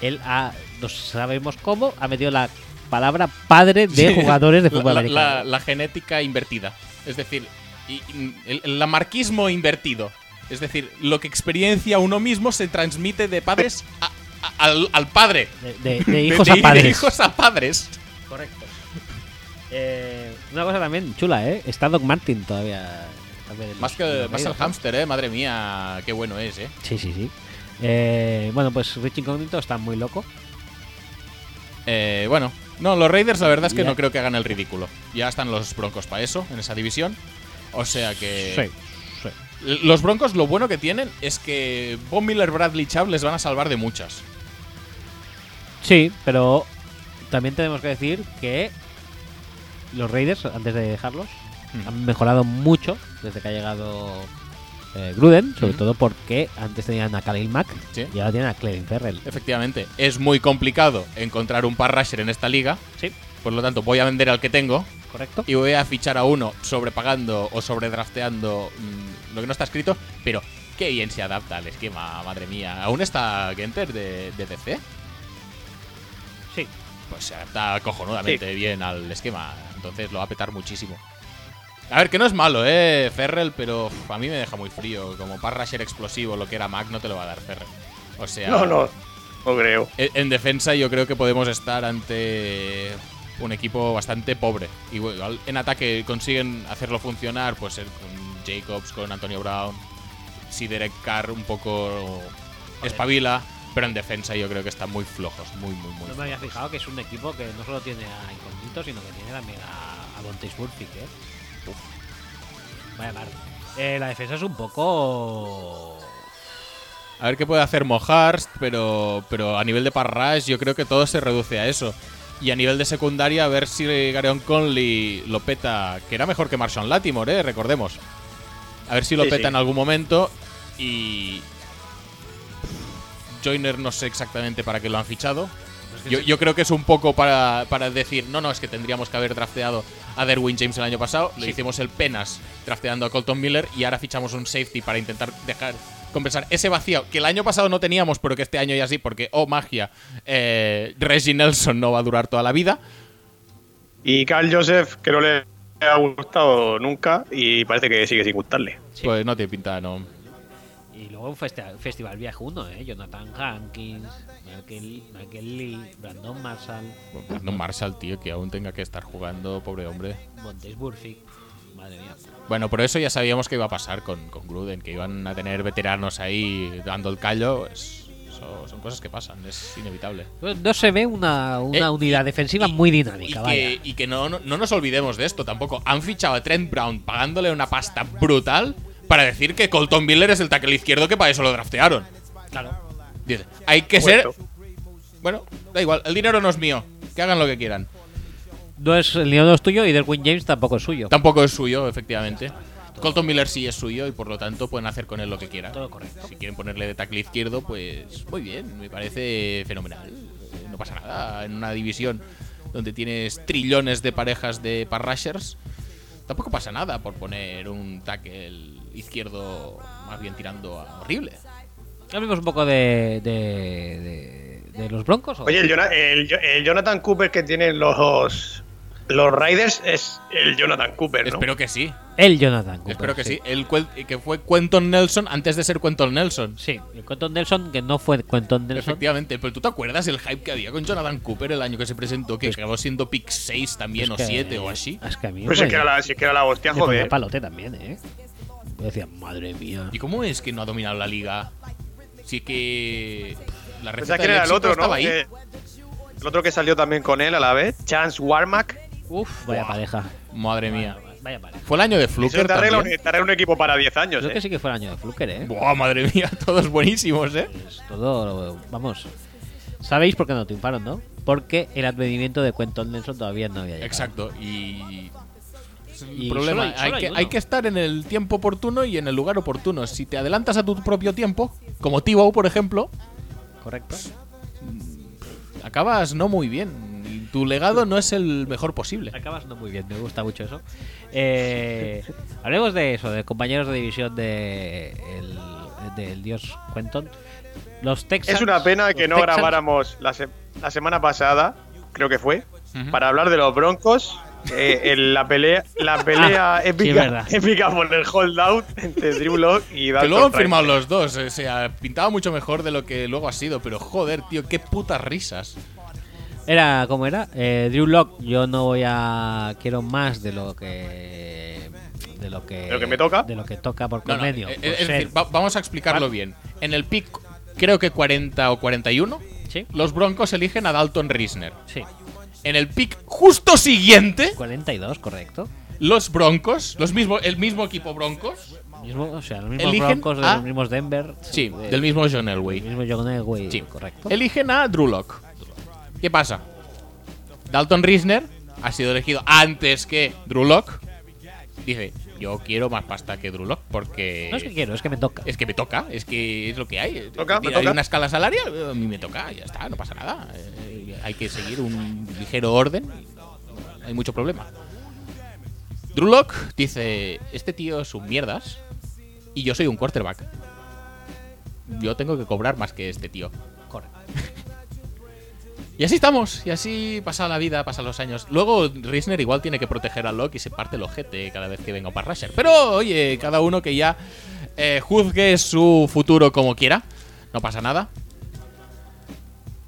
[SPEAKER 1] él ha, no sabemos cómo, ha metido la palabra padre de
[SPEAKER 2] Sí.
[SPEAKER 1] jugadores de
[SPEAKER 2] La-
[SPEAKER 1] fútbol
[SPEAKER 2] la,
[SPEAKER 1] americano.
[SPEAKER 2] la- la genética invertida. Es decir, y- y- el, el lamarquismo invertido. Es decir, lo que experiencia uno mismo se transmite de padres a- a- al, al padre.
[SPEAKER 1] De, de- de
[SPEAKER 2] De-
[SPEAKER 1] hijos
[SPEAKER 2] de-
[SPEAKER 1] a padres.
[SPEAKER 2] De hijos a padres.
[SPEAKER 1] Correcto. Eh, una cosa también chula, ¿eh? Está Doc Martin todavía. también en
[SPEAKER 2] Más
[SPEAKER 1] los-
[SPEAKER 2] que
[SPEAKER 1] en los
[SPEAKER 2] más el
[SPEAKER 1] Raiders, ¿no?
[SPEAKER 2] hámster, eh. Madre mía, qué bueno es, eh.
[SPEAKER 1] Sí, sí, sí. Eh, bueno, pues Rich Incognito está muy loco.
[SPEAKER 2] Eh, bueno. No, los Raiders la verdad es que
[SPEAKER 1] Ya.
[SPEAKER 2] no creo que hagan el ridículo. Ya están los Broncos para eso, en esa división. O sea que...
[SPEAKER 1] sí.
[SPEAKER 2] L- Los Broncos lo bueno que tienen es que Von Miller, Bradley Chubb les van a salvar de muchas.
[SPEAKER 1] Sí, pero también tenemos que decir que los Raiders, antes de dejarlos,
[SPEAKER 2] Mm.
[SPEAKER 1] han mejorado mucho desde que ha llegado eh, Gruden, sobre
[SPEAKER 2] Ujú.
[SPEAKER 1] todo porque antes tenían a Khalil Mack
[SPEAKER 2] Sí.
[SPEAKER 1] y ahora tienen a Clelin Ferrell.
[SPEAKER 2] Efectivamente, es muy complicado encontrar un par rusher en esta liga.
[SPEAKER 1] Sí,
[SPEAKER 2] Por lo tanto, voy a vender al que tengo
[SPEAKER 1] correcto.
[SPEAKER 2] y voy a fichar a uno sobrepagando o sobredrafteando mm, lo que no está escrito. Pero qué bien se adapta al esquema, madre mía. ¿Aún está Genter de, de DC?
[SPEAKER 1] Sí.
[SPEAKER 2] Pues se adapta cojonudamente bien al esquema. Entonces lo va a petar muchísimo. A ver, que no es malo, eh, Ferrell, pero uf, a mí me deja muy frío. Como par rusher explosivo, lo que era Mac, no te lo va a dar Ferrell. O sea,
[SPEAKER 3] No, no, no creo.
[SPEAKER 2] en E-, en defensa yo creo que podemos estar ante un equipo bastante pobre. Igual en ataque consiguen hacerlo funcionar, pues eh, con Jacobs, con Antonio Brown, si Derek Carr un poco espabila, pero en defensa yo creo que están muy flojos, muy, muy, muy
[SPEAKER 1] No me había fijado que es un equipo que no solo tiene a Incognito, sino que tiene también a, a Montes Burfict, ¿eh? Vaya mar. Eh, la defensa es un poco...
[SPEAKER 2] A ver qué puede hacer Moharst, pero, pero a nivel de parrash yo creo que todo se reduce a eso. Y a nivel de secundaria, a ver si Gareon Conley lo peta, que era mejor que Marshawn Latimore, ¿eh? recordemos. A ver si lo
[SPEAKER 3] Sí,
[SPEAKER 2] peta
[SPEAKER 3] sí.
[SPEAKER 2] en algún momento y... Joyner no sé exactamente para qué lo han fichado. Yo, yo creo que es un poco para, para decir, no, no, es que tendríamos que haber drafteado a Derwin James el año pasado, le hicimos el penas drafteando a Colton Miller y ahora fichamos un safety para intentar dejar compensar ese vacío que el año pasado no teníamos, pero que este año ya sí, porque, oh magia, eh, Reggie Nelson no va a durar toda la vida.
[SPEAKER 3] Y Carl Joseph, que no le ha gustado nunca y parece que sigue sin gustarle.
[SPEAKER 1] Sí.
[SPEAKER 2] Pues no tiene pinta, no.
[SPEAKER 1] Y luego un festi- festival viaje uno, ¿eh? Jonathan Hankins, Michael, Michael Lee, Brandon Marshall,
[SPEAKER 2] No Marshall, tío, que aún tenga que estar jugando, pobre hombre.
[SPEAKER 1] Montes Burfict. Madre mía.
[SPEAKER 2] Bueno, por eso ya sabíamos que iba a pasar con, con Gruden, que iban a tener veteranos ahí dando el callo. Es- eso- son cosas que pasan, es inevitable.
[SPEAKER 1] No- No se ve una, una
[SPEAKER 2] Eh,
[SPEAKER 1] unidad defensiva
[SPEAKER 2] y-
[SPEAKER 1] muy
[SPEAKER 2] Y
[SPEAKER 1] dinámica, vaya.
[SPEAKER 2] que, y que no, no, no nos olvidemos de esto tampoco. Han fichado a Trent Brown pagándole una pasta brutal para decir que Colton Miller es el tackle izquierdo que para eso lo draftearon.
[SPEAKER 1] Claro.
[SPEAKER 2] Dice, hay que ser.
[SPEAKER 3] Puesto.
[SPEAKER 2] Bueno, da igual, el dinero no es mío. Que hagan lo que quieran.
[SPEAKER 1] No es, el dinero no es tuyo y Derwin James tampoco es suyo.
[SPEAKER 2] Tampoco es suyo, efectivamente.
[SPEAKER 1] Todo
[SPEAKER 2] Colton Miller sí es suyo y por lo tanto pueden hacer con él lo que quieran.
[SPEAKER 1] Todo correcto.
[SPEAKER 2] Si quieren ponerle de tackle izquierdo, pues muy bien, me parece fenomenal. Eh, No pasa nada. En una división donde tienes trillones de parejas de parrashers, tampoco pasa nada por poner un tackle izquierdo más bien tirando a horrible.
[SPEAKER 1] Hablemos un poco de, de, de- de los broncos. ¿o?
[SPEAKER 3] Oye, el, Jona- el Jo- el Jonathan Cooper que tienen los, los Raiders es el Jonathan Cooper, ¿no?
[SPEAKER 2] Espero que sí.
[SPEAKER 1] el Jonathan. Cooper,
[SPEAKER 2] Espero que sí. El cuel- que fue Quentin Nelson antes de ser Quentin Nelson.
[SPEAKER 1] Sí, el Quentin Nelson, que no fue Quentin Nelson.
[SPEAKER 2] Efectivamente, pero ¿tú te acuerdas el hype que había con Jonathan Cooper el año que se presentó? Que acabó siendo pick 6 también,
[SPEAKER 1] Es Pues que-
[SPEAKER 2] o 7 o así.
[SPEAKER 1] Es que a mí
[SPEAKER 3] Pues
[SPEAKER 1] me-
[SPEAKER 3] es que era la, si es que era la hostia,
[SPEAKER 1] me ponía
[SPEAKER 3] joder.
[SPEAKER 1] palote también, ¿eh? Yo decía, madre mía.
[SPEAKER 2] ¿Y cómo es que no ha dominado la liga? Sí que la
[SPEAKER 3] Pensaba
[SPEAKER 2] receta
[SPEAKER 3] que
[SPEAKER 2] del
[SPEAKER 3] era el
[SPEAKER 2] éxito
[SPEAKER 3] otro, ¿no?
[SPEAKER 2] estaba ahí.
[SPEAKER 3] Que- el otro que salió también con él a la vez, Chance Warmack.
[SPEAKER 1] Uf, vaya
[SPEAKER 2] Buah.
[SPEAKER 1] pareja.
[SPEAKER 2] Madre mía.
[SPEAKER 1] Vaya pareja.
[SPEAKER 2] Fue el año de
[SPEAKER 3] Eso
[SPEAKER 2] Fluker
[SPEAKER 3] te arregla, un,
[SPEAKER 2] también.
[SPEAKER 3] te arregla un equipo para 10 años.
[SPEAKER 1] Creo
[SPEAKER 3] ¿eh?
[SPEAKER 1] que sí que fue el año de Fluker, ¿eh?
[SPEAKER 2] Buah, madre mía, *laughs* todos buenísimos, ¿eh?
[SPEAKER 1] Es todo, vamos. Sabéis por qué no triunfaron, ¿no? Porque el advenimiento de Quentin Nelson todavía no había llegado.
[SPEAKER 2] Exacto, y... es el
[SPEAKER 1] Y solo
[SPEAKER 2] problema,
[SPEAKER 1] hay-
[SPEAKER 2] hay,
[SPEAKER 1] solo
[SPEAKER 2] que,
[SPEAKER 1] hay uno.
[SPEAKER 2] hay que estar en el tiempo oportuno y en el lugar oportuno. Si te adelantas a tu propio tiempo, como Tibow, por ejemplo,
[SPEAKER 1] Correcto.
[SPEAKER 2] acabas no muy bien. Y Tu legado no es el mejor posible.
[SPEAKER 1] Acabas no muy bien, me gusta mucho eso. Eh, hablemos de eso, de compañeros de división de el, del dios Quentin. Los Texans.
[SPEAKER 3] Es una pena que
[SPEAKER 1] los
[SPEAKER 3] no
[SPEAKER 1] Texans-
[SPEAKER 3] grabáramos la, se- la semana pasada, creo que fue, para hablar de los Broncos.
[SPEAKER 2] *laughs*
[SPEAKER 3] eh, en la pelea, la pelea
[SPEAKER 1] Ah, sí, es
[SPEAKER 3] épica,
[SPEAKER 1] verdad.
[SPEAKER 3] épica por el holdout entre Drew Lock y
[SPEAKER 2] Que
[SPEAKER 3] Dalton
[SPEAKER 2] luego han
[SPEAKER 3] Reisner.
[SPEAKER 2] firmado los dos, eh, o sea, pintaba mucho mejor de lo que luego ha sido, pero joder, tío, qué putas risas.
[SPEAKER 1] Era, ¿cómo era? Eh, Drew Lock, yo no voy a. Quiero más de lo que. De lo que.
[SPEAKER 3] ¿De lo que me toca?
[SPEAKER 1] De lo que toca por
[SPEAKER 2] No, no,
[SPEAKER 1] convenio.
[SPEAKER 2] eh,
[SPEAKER 1] por
[SPEAKER 2] es
[SPEAKER 1] ser-
[SPEAKER 2] decir, va- vamos a explicarlo bien. En el pick, creo que 40 o 41,
[SPEAKER 1] ¿Sí?
[SPEAKER 2] los Broncos eligen a Dalton Risner.
[SPEAKER 1] Sí.
[SPEAKER 2] En el pick justo siguiente,
[SPEAKER 1] 42, correcto.
[SPEAKER 2] los Broncos, los mismo, el mismo equipo Broncos,
[SPEAKER 1] Mismo, o sea, los mismos
[SPEAKER 2] Eligen
[SPEAKER 1] Broncos, de
[SPEAKER 2] a-
[SPEAKER 1] los mismos Denver.
[SPEAKER 2] sí,
[SPEAKER 1] de-
[SPEAKER 2] del mismo John
[SPEAKER 1] del
[SPEAKER 2] Elway,
[SPEAKER 1] mismo John Elway,
[SPEAKER 2] sí.
[SPEAKER 1] correcto.
[SPEAKER 2] eligen a Drew Lock. ¿Qué pasa? Dalton Risner ha sido elegido antes que Drew Lock. Dice, yo quiero más pasta que Drew Lock porque...
[SPEAKER 1] no es que quiero, es que me toca.
[SPEAKER 2] Es que me toca, es que es lo que hay.
[SPEAKER 3] Toca, me
[SPEAKER 2] hay
[SPEAKER 3] toca.
[SPEAKER 2] una escala salarial, eh, a mí me toca, ya está, no pasa nada. Eh, Hay que seguir un ligero orden, y no hay mucho problema. Drew Lock dice, este tío es un mierdas y yo soy un quarterback. Yo tengo que cobrar más que este tío.
[SPEAKER 1] Correcto.
[SPEAKER 2] *laughs* Y así estamos, y así pasa la vida, pasan los años. Luego Risner igual tiene que proteger a Locke y se parte el ojete cada vez que venga para Rusher. Pero oye, cada uno que ya eh, juzgue su futuro como quiera, no pasa nada.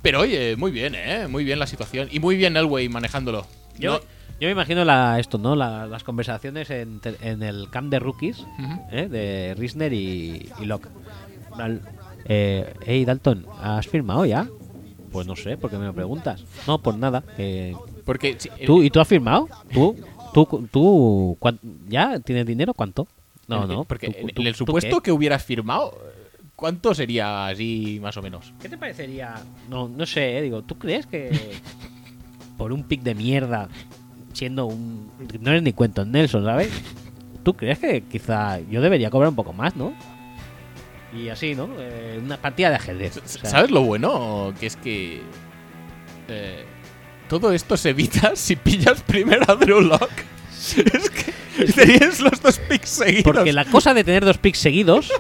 [SPEAKER 2] Pero oye, muy bien, ¿eh? Muy bien la situación. Y muy bien Elway manejándolo.
[SPEAKER 1] Yo,
[SPEAKER 2] No-
[SPEAKER 1] yo me imagino la, esto, ¿no? La- las conversaciones en, te- en el camp de rookies
[SPEAKER 2] Ujú.
[SPEAKER 1] ¿eh? de Risner y, y Locke. Al- eh, hey, Dalton, ¿has firmado ya? Pues no sé, ¿por qué me lo preguntas? No, pues nada. eh,
[SPEAKER 2] Porque si-
[SPEAKER 1] ¿tú, ¿Y tú has firmado? ¿Tú? ¿Tú? tú cuán- ¿Ya tienes dinero? ¿Cuánto? No,
[SPEAKER 2] en-
[SPEAKER 1] no.
[SPEAKER 2] Porque
[SPEAKER 1] tú-
[SPEAKER 2] en
[SPEAKER 1] tú-
[SPEAKER 2] el
[SPEAKER 1] ¿tú
[SPEAKER 2] supuesto
[SPEAKER 1] qué?
[SPEAKER 2] que hubieras firmado, ¿cuánto sería así más o menos?
[SPEAKER 1] ¿Qué te parecería? No, no sé, eh, digo, ¿tú crees *laughs* que por un pick de mierda, siendo un. No eres ni cuento Nelson, ¿sabes? ¿Tú crees que quizá yo debería cobrar un poco más, no? Y así, ¿no? Eh, una partida de ajedrez. o sea,
[SPEAKER 2] ¿Sabes lo bueno? Que es que. eh, todo esto se evita *laughs* si pillas primero a Drew Lock. es que tenías los dos picks seguidos.
[SPEAKER 1] Porque la cosa de tener dos picks
[SPEAKER 2] *laughs*
[SPEAKER 1] seguidos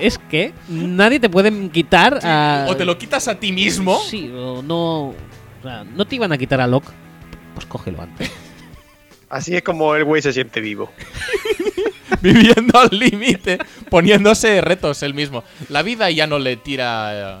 [SPEAKER 1] es que nadie te puede quitar a.
[SPEAKER 2] O te lo quitas a ti mismo.
[SPEAKER 1] Sí, o no. o sea, no te iban a quitar a Locke. Pues cógelo antes.
[SPEAKER 3] Así es como el güey se siente vivo.
[SPEAKER 2] *laughs* Viviendo al límite. Poniéndose retos él mismo. La vida ya no le tira. eh,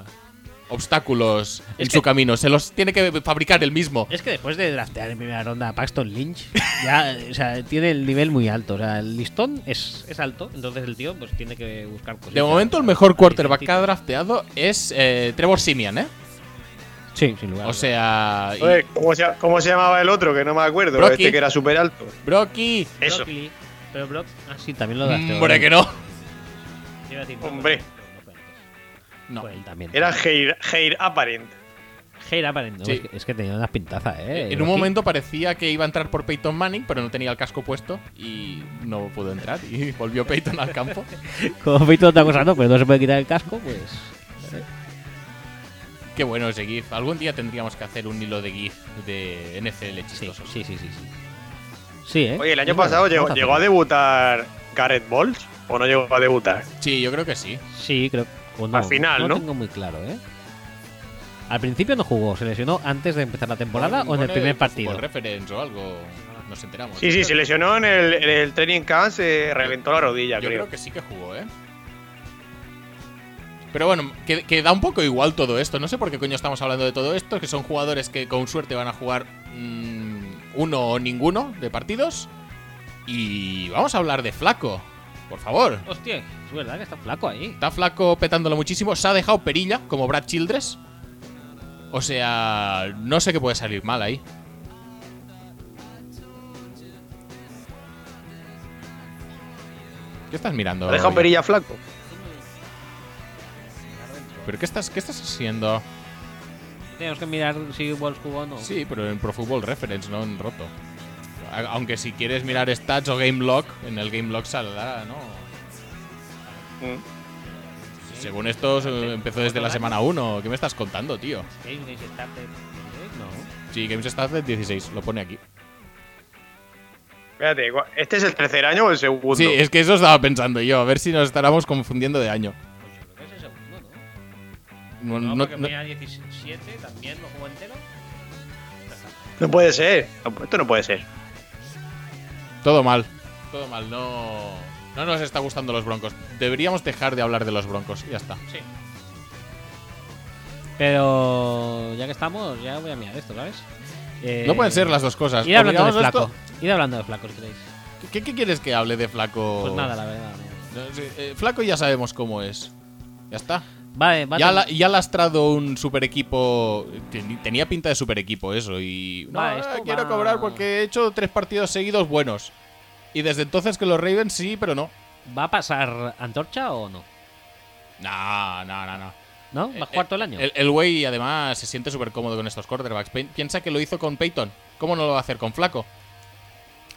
[SPEAKER 2] Obstáculos en
[SPEAKER 1] Es
[SPEAKER 2] su
[SPEAKER 1] que-
[SPEAKER 2] camino, se los tiene que fabricar él mismo.
[SPEAKER 1] Es que después de draftear en primera ronda a Paxton Lynch, ya o sea, tiene el nivel muy alto. O sea, el listón es, es alto, entonces el tío pues tiene que buscar cosas.
[SPEAKER 2] De momento, el mejor quarterback que ha drafteado es eh, Trevor Simian, ¿eh?
[SPEAKER 1] Sí, sin lugar. a
[SPEAKER 2] O sea, y-
[SPEAKER 3] Joder, ¿cómo, se, cómo se llamaba el otro? Que no me acuerdo.
[SPEAKER 2] Brocky.
[SPEAKER 3] Este que era súper alto.
[SPEAKER 2] Brocky.
[SPEAKER 1] dudas.
[SPEAKER 3] Eso.
[SPEAKER 1] Broccoli, pero Brock. Ah, sí, también lo drafteó.
[SPEAKER 2] Hombre, que no.
[SPEAKER 1] Iba a decir,
[SPEAKER 3] Hombre.
[SPEAKER 1] no, pero no fue antes.
[SPEAKER 2] No.
[SPEAKER 1] Fue él también.
[SPEAKER 3] Era Heir, Heir Apparent.
[SPEAKER 1] Heira Barendo.
[SPEAKER 2] Sí.
[SPEAKER 1] Es, que, es que tenía unas pintazas, ¿eh?
[SPEAKER 2] en un
[SPEAKER 1] Aquí.
[SPEAKER 2] momento parecía que iba a entrar por Peyton Manning, pero no tenía el casco puesto y no pudo entrar. Y *laughs* volvió Peyton al campo.
[SPEAKER 1] *laughs* Como Feito otra cosa, no, pero no se puede quitar el casco, pues.
[SPEAKER 2] Qué bueno ese GIF. Algún día tendríamos que hacer un hilo de GIF de NFL
[SPEAKER 1] Sí,
[SPEAKER 2] chistoso.
[SPEAKER 1] sí, sí, sí. Sí, Sí, ¿eh?
[SPEAKER 3] Oye, el año
[SPEAKER 1] Es verdad,
[SPEAKER 3] pasado llegó,
[SPEAKER 1] vamos
[SPEAKER 3] llegó a
[SPEAKER 1] hacer.
[SPEAKER 3] debutar Gareth Balls o no llegó a debutar.
[SPEAKER 2] Sí, yo creo que sí.
[SPEAKER 1] Sí, creo. o no,
[SPEAKER 3] Al final,
[SPEAKER 1] No
[SPEAKER 3] ¿no?
[SPEAKER 1] tengo muy claro, ¿eh? Al principio no jugó, se lesionó antes de empezar la temporada o en el
[SPEAKER 2] Pone
[SPEAKER 1] primer
[SPEAKER 2] Football
[SPEAKER 1] partido.
[SPEAKER 2] Reference o algo. Nos enteramos.
[SPEAKER 3] Sí, sí, se lesionó en el, en el training camp, se reventó la rodilla,
[SPEAKER 2] Yo creo.
[SPEAKER 3] creo.
[SPEAKER 2] que sí que jugó, ¿eh? Pero bueno, que, que da un poco igual todo esto. No sé por qué coño estamos hablando de todo esto, que son jugadores que con suerte van a jugar mm, uno o ninguno de partidos. Y vamos a hablar de Flaco, por favor.
[SPEAKER 1] Hostia, es verdad que está flaco ahí.
[SPEAKER 2] Está Flaco petándolo muchísimo. Se ha dejado perilla, como Brad Childress. O sea, no sé qué puede salir mal ahí. ¿Qué estás mirando?
[SPEAKER 3] Deja un
[SPEAKER 2] Robbie?
[SPEAKER 3] perilla flaco.
[SPEAKER 2] ¿Pero qué estás, qué estás haciendo?
[SPEAKER 1] Tenemos que mirar si Wolves jugó o no.
[SPEAKER 2] Sí, pero en Pro Football Reference, no en Roto. A- Aunque si quieres mirar stats o game log, en el game log saldrá, ¿no?
[SPEAKER 3] Mm.
[SPEAKER 2] Según esto, se- empezó desde la semana 1. ¿Qué me estás contando, tío?
[SPEAKER 1] Hay un Kickstarter, ¿eh? No.
[SPEAKER 2] Sí, Games Stats de 16, lo pone aquí.
[SPEAKER 3] Espérate, igual- ¿este es el tercer año o el segundo?
[SPEAKER 2] Sí, es que eso estaba pensando yo, a ver si nos estábamos confundiendo de año.
[SPEAKER 1] Pues yo creo que es el segundo, ¿no?
[SPEAKER 2] No,
[SPEAKER 1] No,
[SPEAKER 2] no-
[SPEAKER 1] porque
[SPEAKER 2] no-
[SPEAKER 1] ponía 17 también, lo jugó entero.
[SPEAKER 3] No puede ser. No, esto no puede ser.
[SPEAKER 2] todo mal. Todo mal, no. No nos está gustando los broncos. Deberíamos dejar de hablar de los broncos, ya está.
[SPEAKER 1] Sí. Pero ya que estamos, ya voy a mirar esto, ¿sabes? Eh,
[SPEAKER 2] No pueden ser las dos cosas.
[SPEAKER 1] Ir hablando de
[SPEAKER 2] Obligamos
[SPEAKER 1] flaco.
[SPEAKER 2] esto-
[SPEAKER 1] Ir hablando de flaco, si queréis.
[SPEAKER 2] ¿Qué, qué quieres que hable de Flaco?
[SPEAKER 1] Pues nada, la verdad. no.
[SPEAKER 2] No, sí, eh, Flaco ya sabemos cómo es. Ya está.
[SPEAKER 1] Vale, vale.
[SPEAKER 2] Ya, la- ya ha lastrado un super equipo. Ten- tenía pinta de super equipo eso. Y. No,
[SPEAKER 1] Va,
[SPEAKER 2] eh,
[SPEAKER 1] esto
[SPEAKER 2] quiero
[SPEAKER 1] va.
[SPEAKER 2] cobrar porque he hecho tres partidos seguidos buenos. Y desde entonces que los Ravens sí, pero no.
[SPEAKER 1] ¿Va a pasar antorcha o no?
[SPEAKER 2] No, no, no, no.
[SPEAKER 1] ¿No? ¿Va a jugar todo el año?
[SPEAKER 2] Eh, El el güey además se siente súper cómodo con estos quarterbacks. Pe- Piensa que lo hizo con Peyton. ¿Cómo no lo va a hacer con Flaco?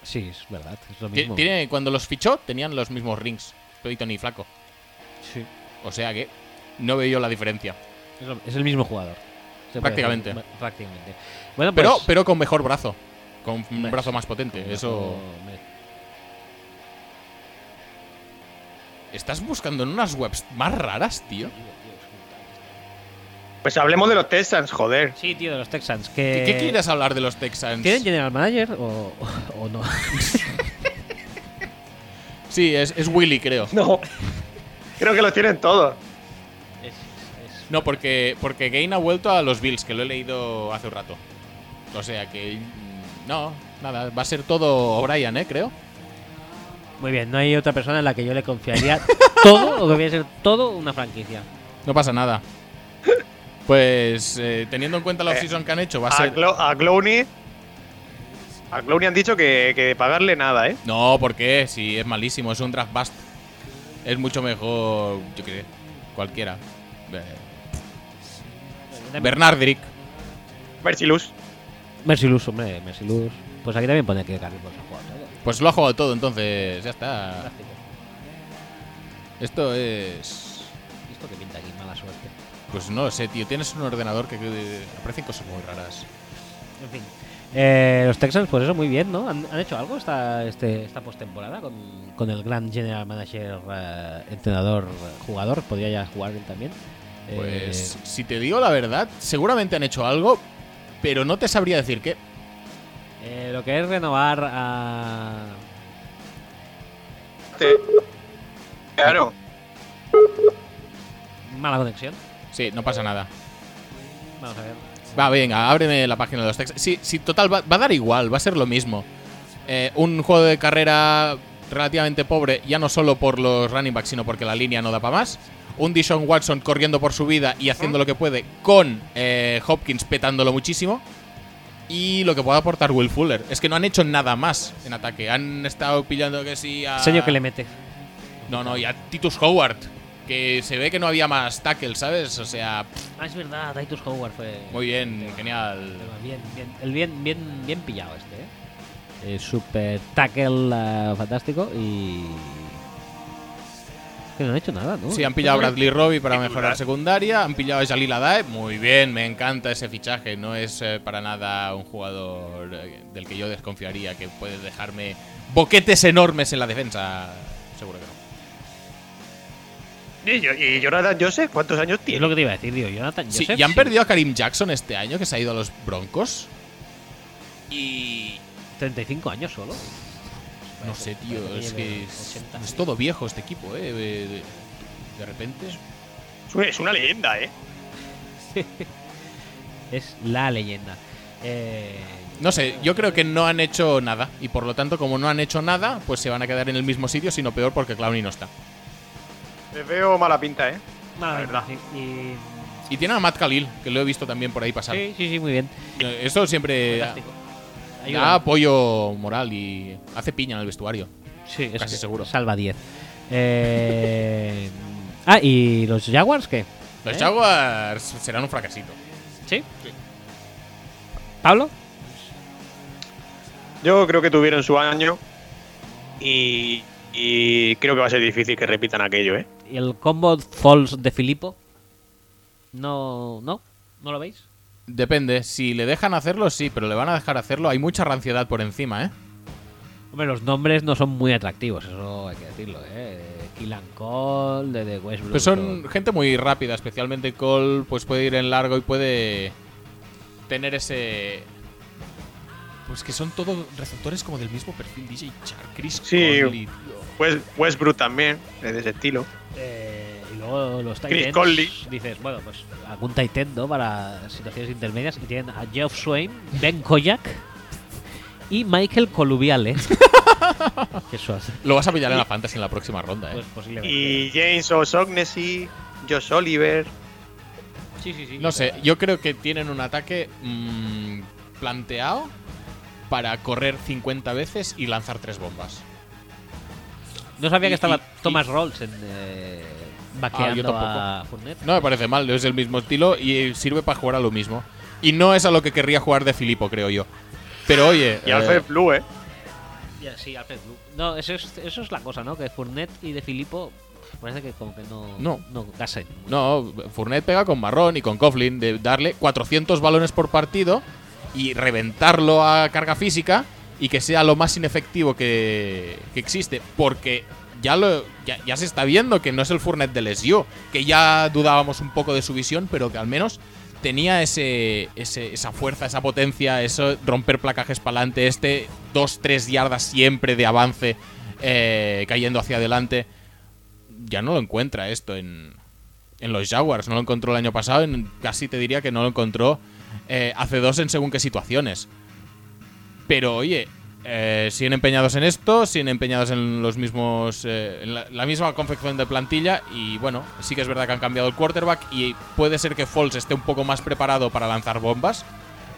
[SPEAKER 1] Sí, es verdad. Es lo
[SPEAKER 2] Ti-
[SPEAKER 1] mismo.
[SPEAKER 2] Tiene, cuando los fichó tenían los mismos rings, Peyton y Flaco.
[SPEAKER 1] Sí,
[SPEAKER 2] O sea que no veo yo la diferencia.
[SPEAKER 1] es, lo- es el mismo jugador. Se puede
[SPEAKER 2] Prácticamente.
[SPEAKER 1] decir, pr- Prácticamente. Bueno, pues,
[SPEAKER 2] Pero, pero con mejor brazo. Con un
[SPEAKER 1] Hombre,
[SPEAKER 2] brazo más potente. Eso.
[SPEAKER 1] Hombre,
[SPEAKER 2] Estás buscando en unas webs más raras, tío.
[SPEAKER 3] Pues hablemos de los Texans, joder.
[SPEAKER 1] Sí, tío, de los Texans.
[SPEAKER 2] ¿Qué,
[SPEAKER 1] Que...
[SPEAKER 2] qué quieres hablar de los Texans?
[SPEAKER 1] ¿Tienen general manager o, o no?
[SPEAKER 2] Sí, es, es Willy, creo.
[SPEAKER 3] No. Creo que los tienen todos.
[SPEAKER 2] No, porque, porque Gain ha vuelto a los Bills, que lo he leído hace un rato. O sea que. mm, No, nada, va a ser todo O'Brien, ¿eh? Creo.
[SPEAKER 1] Muy bien, no hay otra persona en la que yo le confiaría *laughs* todo o que voy a ser todo una franquicia.
[SPEAKER 2] No
[SPEAKER 1] *laughs*
[SPEAKER 2] pasa nada. Pues eh, teniendo en cuenta la
[SPEAKER 3] Eh,
[SPEAKER 2] offseason que han hecho, va a
[SPEAKER 3] A,
[SPEAKER 2] ser.
[SPEAKER 3] Clo a Clowney. A Clowney han dicho que, que de pagarle nada, ¿eh?
[SPEAKER 2] No, ¿por qué? Si es malísimo, es un draft bust. Es mucho mejor, yo qué sé, cualquiera. Eh, Bernardrick.
[SPEAKER 3] Mercilus.
[SPEAKER 1] Mercilus, hombre, Mercilus. Pues aquí también pone que Carlos Bosa ha jugado todo.
[SPEAKER 2] Pues lo ha jugado todo, entonces ya está.
[SPEAKER 1] Fantástico.
[SPEAKER 2] Esto es.
[SPEAKER 1] ¿Y esto que pinta aquí? Mala suerte.
[SPEAKER 2] Pues no lo sé, tío. Tienes un ordenador que, que aparecen cosas muy raras.
[SPEAKER 1] En fin. Eh, los Texans, pues eso, muy bien, ¿no? ¿Han, han hecho algo esta, este, esta postemporada con, con el gran general manager, eh, entrenador, eh, jugador? ¿Podría ya jugar él también? Eh,
[SPEAKER 2] Pues si te digo la verdad, seguramente han hecho algo, pero no te sabría decir qué.
[SPEAKER 1] eh, lo que es renovar a.
[SPEAKER 3] Te- Claro.
[SPEAKER 1] Mala conexión.
[SPEAKER 2] Sí, no pasa nada.
[SPEAKER 1] Vamos a ver.
[SPEAKER 2] Va, venga, ábreme la página de los Texans. Sí, sí, total, va, va a dar igual, va a ser lo mismo. Eh, un juego de carrera relativamente pobre, ya no solo por los running backs, sino porque la línea no da para más. Un Dishon Watson corriendo por su vida y haciendo lo que puede, con eh, Hopkins petándolo muchísimo. Y lo que pueda aportar Will Fuller. Es que no han hecho nada más en ataque. Han estado pillando que sí a.
[SPEAKER 1] Sello que le mete.
[SPEAKER 2] No, no, y a Titus Howard. Que se ve que no había más tackle, ¿sabes? O sea, pff,
[SPEAKER 1] Ah, es verdad, Titus Howard fue.
[SPEAKER 2] muy bien,
[SPEAKER 1] Tema.
[SPEAKER 2] genial.
[SPEAKER 1] Tema, Bien, bien, el bien, bien, bien pillado este, ¿eh? Eh, super tackle eh, fantástico y. Que no han hecho nada, ¿no?
[SPEAKER 2] Sí, han pillado a Bradley Robbie para
[SPEAKER 4] Titular.
[SPEAKER 2] mejorar secundaria, han pillado a Jalil Adae, muy bien, me encanta ese fichaje, no es eh, para nada un jugador eh, del que yo desconfiaría, que puede dejarme boquetes enormes en la defensa, seguro que no.
[SPEAKER 3] Y, yo- y Jonathan Joseph, ¿cuántos años
[SPEAKER 1] Es
[SPEAKER 3] tiene?
[SPEAKER 1] lo que te iba a decir, digo, Jonathan
[SPEAKER 2] Sí,
[SPEAKER 1] Joseph,
[SPEAKER 2] y han
[SPEAKER 1] sí.
[SPEAKER 2] perdido a Karim Jackson este año, que se ha ido a los Broncos. Y...
[SPEAKER 1] 35 años solo.
[SPEAKER 2] No
[SPEAKER 1] pues,
[SPEAKER 2] sé, tío,
[SPEAKER 1] Parece
[SPEAKER 2] es
[SPEAKER 1] lleve
[SPEAKER 2] que es,
[SPEAKER 1] 80,
[SPEAKER 2] es
[SPEAKER 1] sí.
[SPEAKER 2] todo viejo este equipo, ¿eh? De, de- de repente.
[SPEAKER 3] Es una- Es una leyenda, ¿eh?
[SPEAKER 1] Es la leyenda. Eh,
[SPEAKER 2] No sé, yo creo que no han hecho nada. Y por lo tanto, como no han hecho nada, pues se van a quedar en el mismo sitio, sino peor porque Clowney no está.
[SPEAKER 3] Les veo mala pinta, ¿eh?
[SPEAKER 1] mala
[SPEAKER 3] la
[SPEAKER 1] verdad. Sí, y-
[SPEAKER 2] Y tiene a Matt Khalil, que lo he visto también por ahí pasar.
[SPEAKER 1] sí, sí, sí, muy bien.
[SPEAKER 2] Eh, Ah, Esto siempre da,
[SPEAKER 1] Fantástico.
[SPEAKER 2] da
[SPEAKER 1] Ayuda.
[SPEAKER 2] apoyo moral y hace piña en el vestuario.
[SPEAKER 1] Sí, eso
[SPEAKER 2] pues, Casi
[SPEAKER 1] sí.
[SPEAKER 2] seguro.
[SPEAKER 1] Salva 10. Eh, *laughs* ah, ¿y los Jaguars qué?
[SPEAKER 2] Los
[SPEAKER 1] ¿Eh?
[SPEAKER 2] Jaguars serán un fracasito.
[SPEAKER 1] ¿Sí? ¿Pablo?
[SPEAKER 3] Yo creo que tuvieron su año y, y creo que va a ser difícil que repitan aquello, ¿eh?
[SPEAKER 1] ¿Y el combo false de Filippo? No, no, ¿no lo veis?
[SPEAKER 2] Depende, si le dejan hacerlo, sí, pero le van a dejar hacerlo. Hay mucha ranciedad por encima, ¿eh?
[SPEAKER 1] Hombre, los nombres no son muy atractivos, eso hay que decirlo, ¿eh? Killan Cole, de, de Westbrook.
[SPEAKER 2] Pues son gente muy rápida, especialmente Cole, pues puede ir en largo y puede tener ese. Pues que son todos receptores como del mismo perfil, DJ Char, Chris
[SPEAKER 3] Sí.
[SPEAKER 2] Conley,
[SPEAKER 3] Pues Westbrook también, es de ese estilo.
[SPEAKER 1] Eh, y luego los
[SPEAKER 3] Chris
[SPEAKER 1] Titans.
[SPEAKER 3] Conley.
[SPEAKER 1] Dices, bueno, pues algún Titan, ¿no? Para situaciones intermedias. Y tienen a Jeff Swain, Ben Koyak y Michael
[SPEAKER 2] *laughs*
[SPEAKER 1] Colubiale. que son,
[SPEAKER 2] Lo vas a pillar en la fantasy en la próxima ronda, ¿eh?
[SPEAKER 1] pues posiblemente.
[SPEAKER 3] Y James O'Shaughnessy, Josh Oliver.
[SPEAKER 1] Sí, sí, sí.
[SPEAKER 2] No sé, yo creo que tienen un ataque mm, planteado para correr 50 veces y lanzar tres bombas.
[SPEAKER 1] No sabía
[SPEAKER 2] y-
[SPEAKER 1] que estaba
[SPEAKER 2] y- y-
[SPEAKER 1] Thomas Rolls en. Eh,
[SPEAKER 2] Ah, yo
[SPEAKER 1] vaqueando
[SPEAKER 2] tampoco.
[SPEAKER 1] a Fournette.
[SPEAKER 2] No me parece mal, es el mismo estilo y sirve para jugar a lo mismo. Y no es a lo que querría jugar de Filipo, creo yo. Pero oye.
[SPEAKER 3] Y
[SPEAKER 2] eh,
[SPEAKER 3] Alfred Blue, ¿eh?
[SPEAKER 1] Ya, sí, Alfred Blue. No, eso es, eso es la cosa, ¿no? Que Fournette y De Filippo parece que como que no.
[SPEAKER 2] No.
[SPEAKER 1] No casen.
[SPEAKER 2] No, Fournette pega con Marrón y con Coughlin de darle 400 balones por partido y reventarlo a carga física y que sea lo más inefectivo que, que existe. Porque ya, lo, ya, ya se está viendo que no es el Fournette de Lesio, que ya dudábamos un poco de su visión, pero que al menos tenía ese, ese- esa fuerza, esa potencia, eso romper placajes para adelante, este 2-3 yardas siempre de avance eh, cayendo hacia adelante. Ya no lo encuentra esto en, en los Jaguars. No lo encontró el año pasado, en- casi te diría que no lo encontró eh, hace dos en según qué situaciones. Pero oye, eh, siguen empeñados en esto, siguen empeñados en los mismos, eh, en la, la misma confección de plantilla y bueno, sí que es verdad que han cambiado el quarterback y puede ser que Foles esté un poco más preparado para lanzar bombas,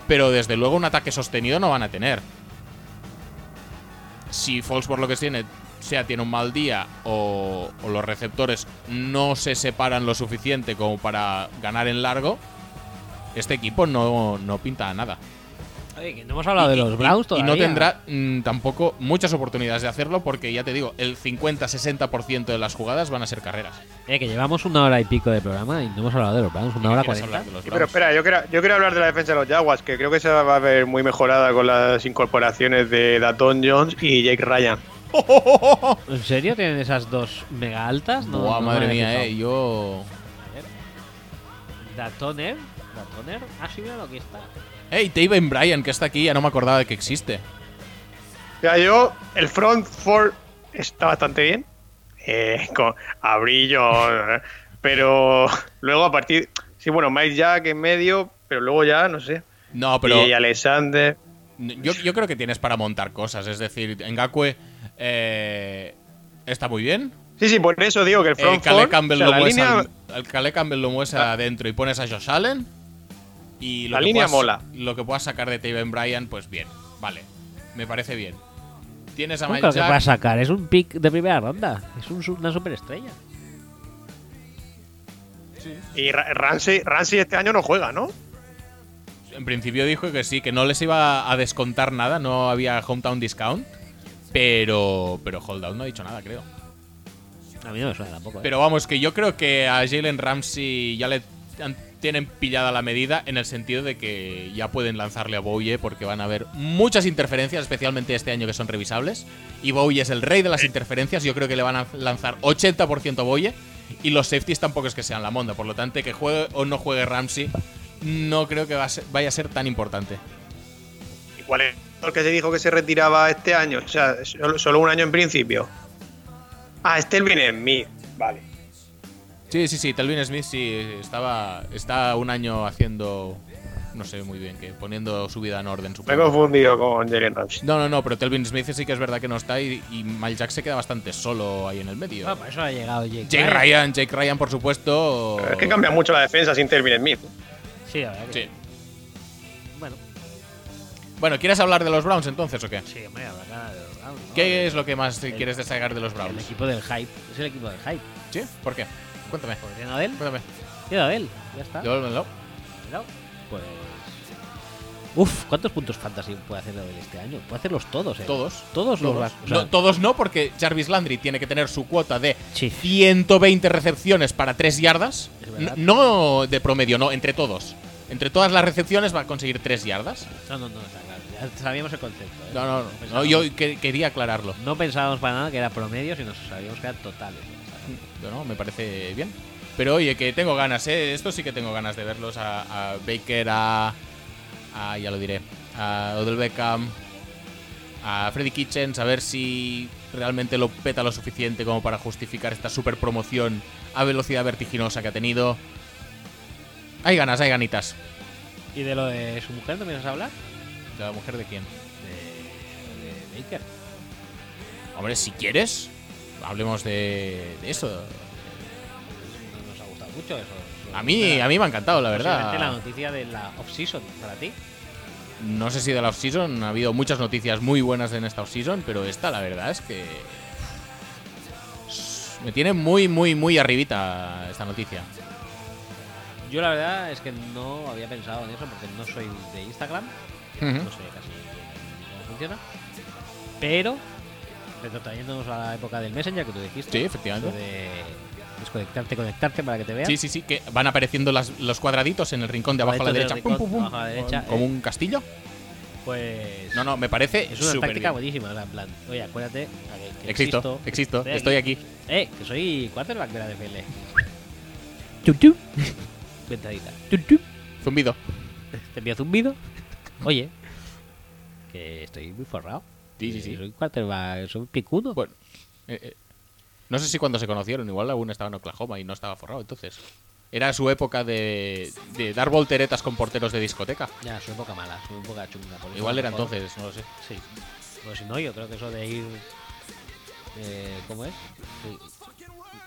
[SPEAKER 2] pero desde luego un ataque sostenido no van a tener. Si Foles por lo que tiene sea tiene un mal día o, o los receptores no se separan lo suficiente como para ganar en largo, este equipo no, no pinta a nada.
[SPEAKER 1] Oye, que no hemos hablado de
[SPEAKER 2] Y-
[SPEAKER 1] los
[SPEAKER 2] y-
[SPEAKER 1] Browns
[SPEAKER 2] y,
[SPEAKER 1] todavía.
[SPEAKER 2] no tendrá mm, tampoco muchas oportunidades de hacerlo porque ya te digo, el 50-60% de las jugadas van a ser carreras.
[SPEAKER 1] Eh, que llevamos una hora y pico de programa y no hemos hablado de los Browns, una hora
[SPEAKER 2] ¿Quieres
[SPEAKER 1] cuarenta.
[SPEAKER 2] hablar de los
[SPEAKER 3] Sí, pero
[SPEAKER 2] Browns?
[SPEAKER 3] espera, yo quiero, yo quiero hablar de la defensa de los Jaguars, que creo que se va a ver muy mejorada con las incorporaciones de Daton Jones y Jake Ryan.
[SPEAKER 1] ¿En serio tienen esas dos mega altas? No,
[SPEAKER 2] Buah,
[SPEAKER 1] no me
[SPEAKER 2] madre
[SPEAKER 1] había
[SPEAKER 2] mía,
[SPEAKER 1] fijado.
[SPEAKER 2] eh, yo...
[SPEAKER 1] Datoner, Datoner, ah, sí, mira lo que está.
[SPEAKER 2] Hey, Taven Bryan, que está aquí, ya no me acordaba de que existe.
[SPEAKER 3] O sea, yo, el front four está bastante bien, eh, *laughs* con abrillo, eh, pero luego a partir, sí, bueno, Mike Jack en medio, pero luego ya, no sé,
[SPEAKER 2] No, pero...
[SPEAKER 3] y Alexander,
[SPEAKER 2] Yo, yo creo que tienes para montar cosas. Es decir, Ngakwe eh, está muy bien.
[SPEAKER 3] sí, sí, por eso digo que el
[SPEAKER 2] Eh,
[SPEAKER 3] front
[SPEAKER 2] Kale
[SPEAKER 3] four,
[SPEAKER 2] Campbell
[SPEAKER 3] o sea,
[SPEAKER 2] lo
[SPEAKER 3] la
[SPEAKER 2] mueves
[SPEAKER 3] línea, Ah.
[SPEAKER 2] al- al Kale Campbell lo mueves adentro y pones a Josh Allen. Y lo
[SPEAKER 3] La
[SPEAKER 2] que
[SPEAKER 3] línea
[SPEAKER 2] puedas-
[SPEAKER 3] mola.
[SPEAKER 2] Lo que puedas sacar de Taven Bryan, pues bien. Vale. Me parece bien. Tienes a
[SPEAKER 1] Nunca
[SPEAKER 2] Mike
[SPEAKER 1] lo que va a
[SPEAKER 2] Jack.
[SPEAKER 1] sacar, es un pick de primera ronda, es un su- una superestrella.
[SPEAKER 2] sí.
[SPEAKER 3] Y Ra- Ramsey, Ramsey este año no juega, ¿no?
[SPEAKER 2] En principio dijo que sí, que no les iba a descontar nada, no había hometown discount. Pero, pero Holdout no ha dicho nada, creo.
[SPEAKER 1] A mí no me suena tampoco. ¿eh?
[SPEAKER 2] Pero vamos, que yo creo que a Jalen Ramsey ya le han- tienen pillada la medida en el sentido de que ya pueden lanzarle a Bowie porque van a haber muchas interferencias, especialmente este año que son revisables. Y Bowie es el rey de las interferencias, yo creo que le van a lanzar 80% a Bowie y los safeties tampoco es que sean la monda, por lo tanto que juegue o no juegue Ramsey no creo que va a ser- vaya a ser tan importante.
[SPEAKER 3] ¿Y cuál es? El que se dijo que se retiraba este año, o sea, solo, solo un año en principio. Ah, este viene en mí. Vale.
[SPEAKER 2] Sí, sí, sí, Talvin Smith sí estaba está un año haciendo no sé muy bien que poniendo su vida en orden,
[SPEAKER 3] Me he
[SPEAKER 2] supongo.
[SPEAKER 3] confundido con Jalen Ramsey.
[SPEAKER 2] No, no, no, pero Telvin Smith sí que es verdad que no está y, y Mal Jack se queda bastante solo ahí en el medio.
[SPEAKER 1] Ah, para eso ha llegado Jake.
[SPEAKER 2] Jake
[SPEAKER 1] Ryan.
[SPEAKER 2] Ryan, Jake Ryan, por supuesto.
[SPEAKER 3] Es que cambia mucho la defensa sin Telvin Smith.
[SPEAKER 1] Sí, la verdad que
[SPEAKER 2] Sí.
[SPEAKER 1] Bueno,
[SPEAKER 2] Bueno, ¿quieres hablar de los Browns entonces o qué?
[SPEAKER 1] sí, hombre, habrá cara de los Browns, ¿no?
[SPEAKER 2] ¿Qué es lo que más te
[SPEAKER 1] El-
[SPEAKER 2] quieres destacar de los
[SPEAKER 1] El
[SPEAKER 2] Browns?
[SPEAKER 1] equipo del hype. Es el equipo del hype.
[SPEAKER 2] ¿Sí? ¿Por qué? Cuéntame.
[SPEAKER 1] Porque tiene a Adel.
[SPEAKER 2] Cuéntame.
[SPEAKER 1] Tiene a Adel. Ya está.
[SPEAKER 2] Devuélvelo.
[SPEAKER 1] Cuidado. Pues. Uf, ¿cuántos puntos fantasy puede hacer Adel este año? Puede hacerlos todos, ¿eh?
[SPEAKER 2] Todos.
[SPEAKER 1] Todos los.
[SPEAKER 2] Todos.
[SPEAKER 1] vas- o sea,
[SPEAKER 2] No, todos no, porque Jarvis Landry tiene que tener su cuota de
[SPEAKER 1] sí.
[SPEAKER 2] 120 recepciones para 3 yardas.
[SPEAKER 1] Es verdad.
[SPEAKER 2] N- No de promedio, no, entre todos. Entre todas las recepciones va a conseguir 3 yardas.
[SPEAKER 1] No, no, no, está claro. Ya sabíamos el concepto. ¿eh?
[SPEAKER 2] No, no, no. no
[SPEAKER 1] pensábamos-
[SPEAKER 2] yo que- quería aclararlo.
[SPEAKER 1] no pensábamos para nada que era promedio, sino sabíamos que era totales.
[SPEAKER 2] Yo no, me parece bien. Pero oye, que tengo ganas, ¿eh? Esto sí que tengo ganas de verlos a, a Baker, a, a- ya lo diré. A Odell Beckham, a Freddy Kitchens, a ver si realmente lo peta lo suficiente como para justificar esta super promoción a velocidad vertiginosa que ha tenido. Hay ganas, hay ganitas.
[SPEAKER 1] ¿Y de lo de su mujer no me vas a hablar?
[SPEAKER 2] ¿De la mujer de quién?
[SPEAKER 1] De, de Baker.
[SPEAKER 2] Hombre, si quieres, hablemos de, de eso.
[SPEAKER 1] No nos ha gustado mucho eso.
[SPEAKER 2] A mí, a mí me ha encantado, la verdad.
[SPEAKER 1] Posiblemente la noticia de la off-season para ti.
[SPEAKER 2] No sé si de la off-season, ha habido muchas noticias muy buenas en esta off-season, pero esta la verdad es que. Me tiene muy, muy, muy arribita esta noticia.
[SPEAKER 1] Yo la verdad es que no había pensado en eso porque no soy de Instagram. No sé casi cómo funciona. Pero, retrotrayéndonos a la época del Messenger que tú dijiste.
[SPEAKER 2] Sí, efectivamente.
[SPEAKER 1] eso De desconectarte, conectarte para que te vean.
[SPEAKER 2] Sí, sí, sí, que van apareciendo las- los cuadraditos en el rincón de abajo a la
[SPEAKER 1] Cuadraditos
[SPEAKER 2] derecha.
[SPEAKER 1] del
[SPEAKER 2] Pum,
[SPEAKER 1] rincón
[SPEAKER 2] pum, pum.
[SPEAKER 1] abajo a la derecha,
[SPEAKER 2] Como
[SPEAKER 1] eh.
[SPEAKER 2] un castillo.
[SPEAKER 1] Pues.
[SPEAKER 2] No, no, me parece.
[SPEAKER 1] Es una
[SPEAKER 2] súper
[SPEAKER 1] táctica
[SPEAKER 2] bien.
[SPEAKER 1] buenísima, o sea, en plan, oye, acuérdate a que, que
[SPEAKER 2] Existo, existo,
[SPEAKER 1] Estoy
[SPEAKER 2] estoy aquí.
[SPEAKER 1] Eh, que soy quarterback de la DFL. Chup, *laughs* chup. Ventadita. Chup, chup.
[SPEAKER 2] Zumbido.
[SPEAKER 1] Te envío zumbido. Oye, que estoy muy forrado.
[SPEAKER 2] Sí, sí,
[SPEAKER 1] Que
[SPEAKER 2] sí.
[SPEAKER 1] Soy quarterback, soy picudo.
[SPEAKER 2] Bueno, eh, eh, no sé si cuando se conocieron, igual aún estaba en Oklahoma y no estaba forrado, entonces. Era su época de, de dar volteretas con porteros de discoteca.
[SPEAKER 1] Ya, soy poca mala, soy un poca chunga. por eso
[SPEAKER 2] Igual
[SPEAKER 1] no
[SPEAKER 2] era
[SPEAKER 1] me jodo.
[SPEAKER 2] entonces, no lo sé.
[SPEAKER 1] Sí. Pues si no, yo creo que eso de ir. Eh, ¿Cómo es? Sí.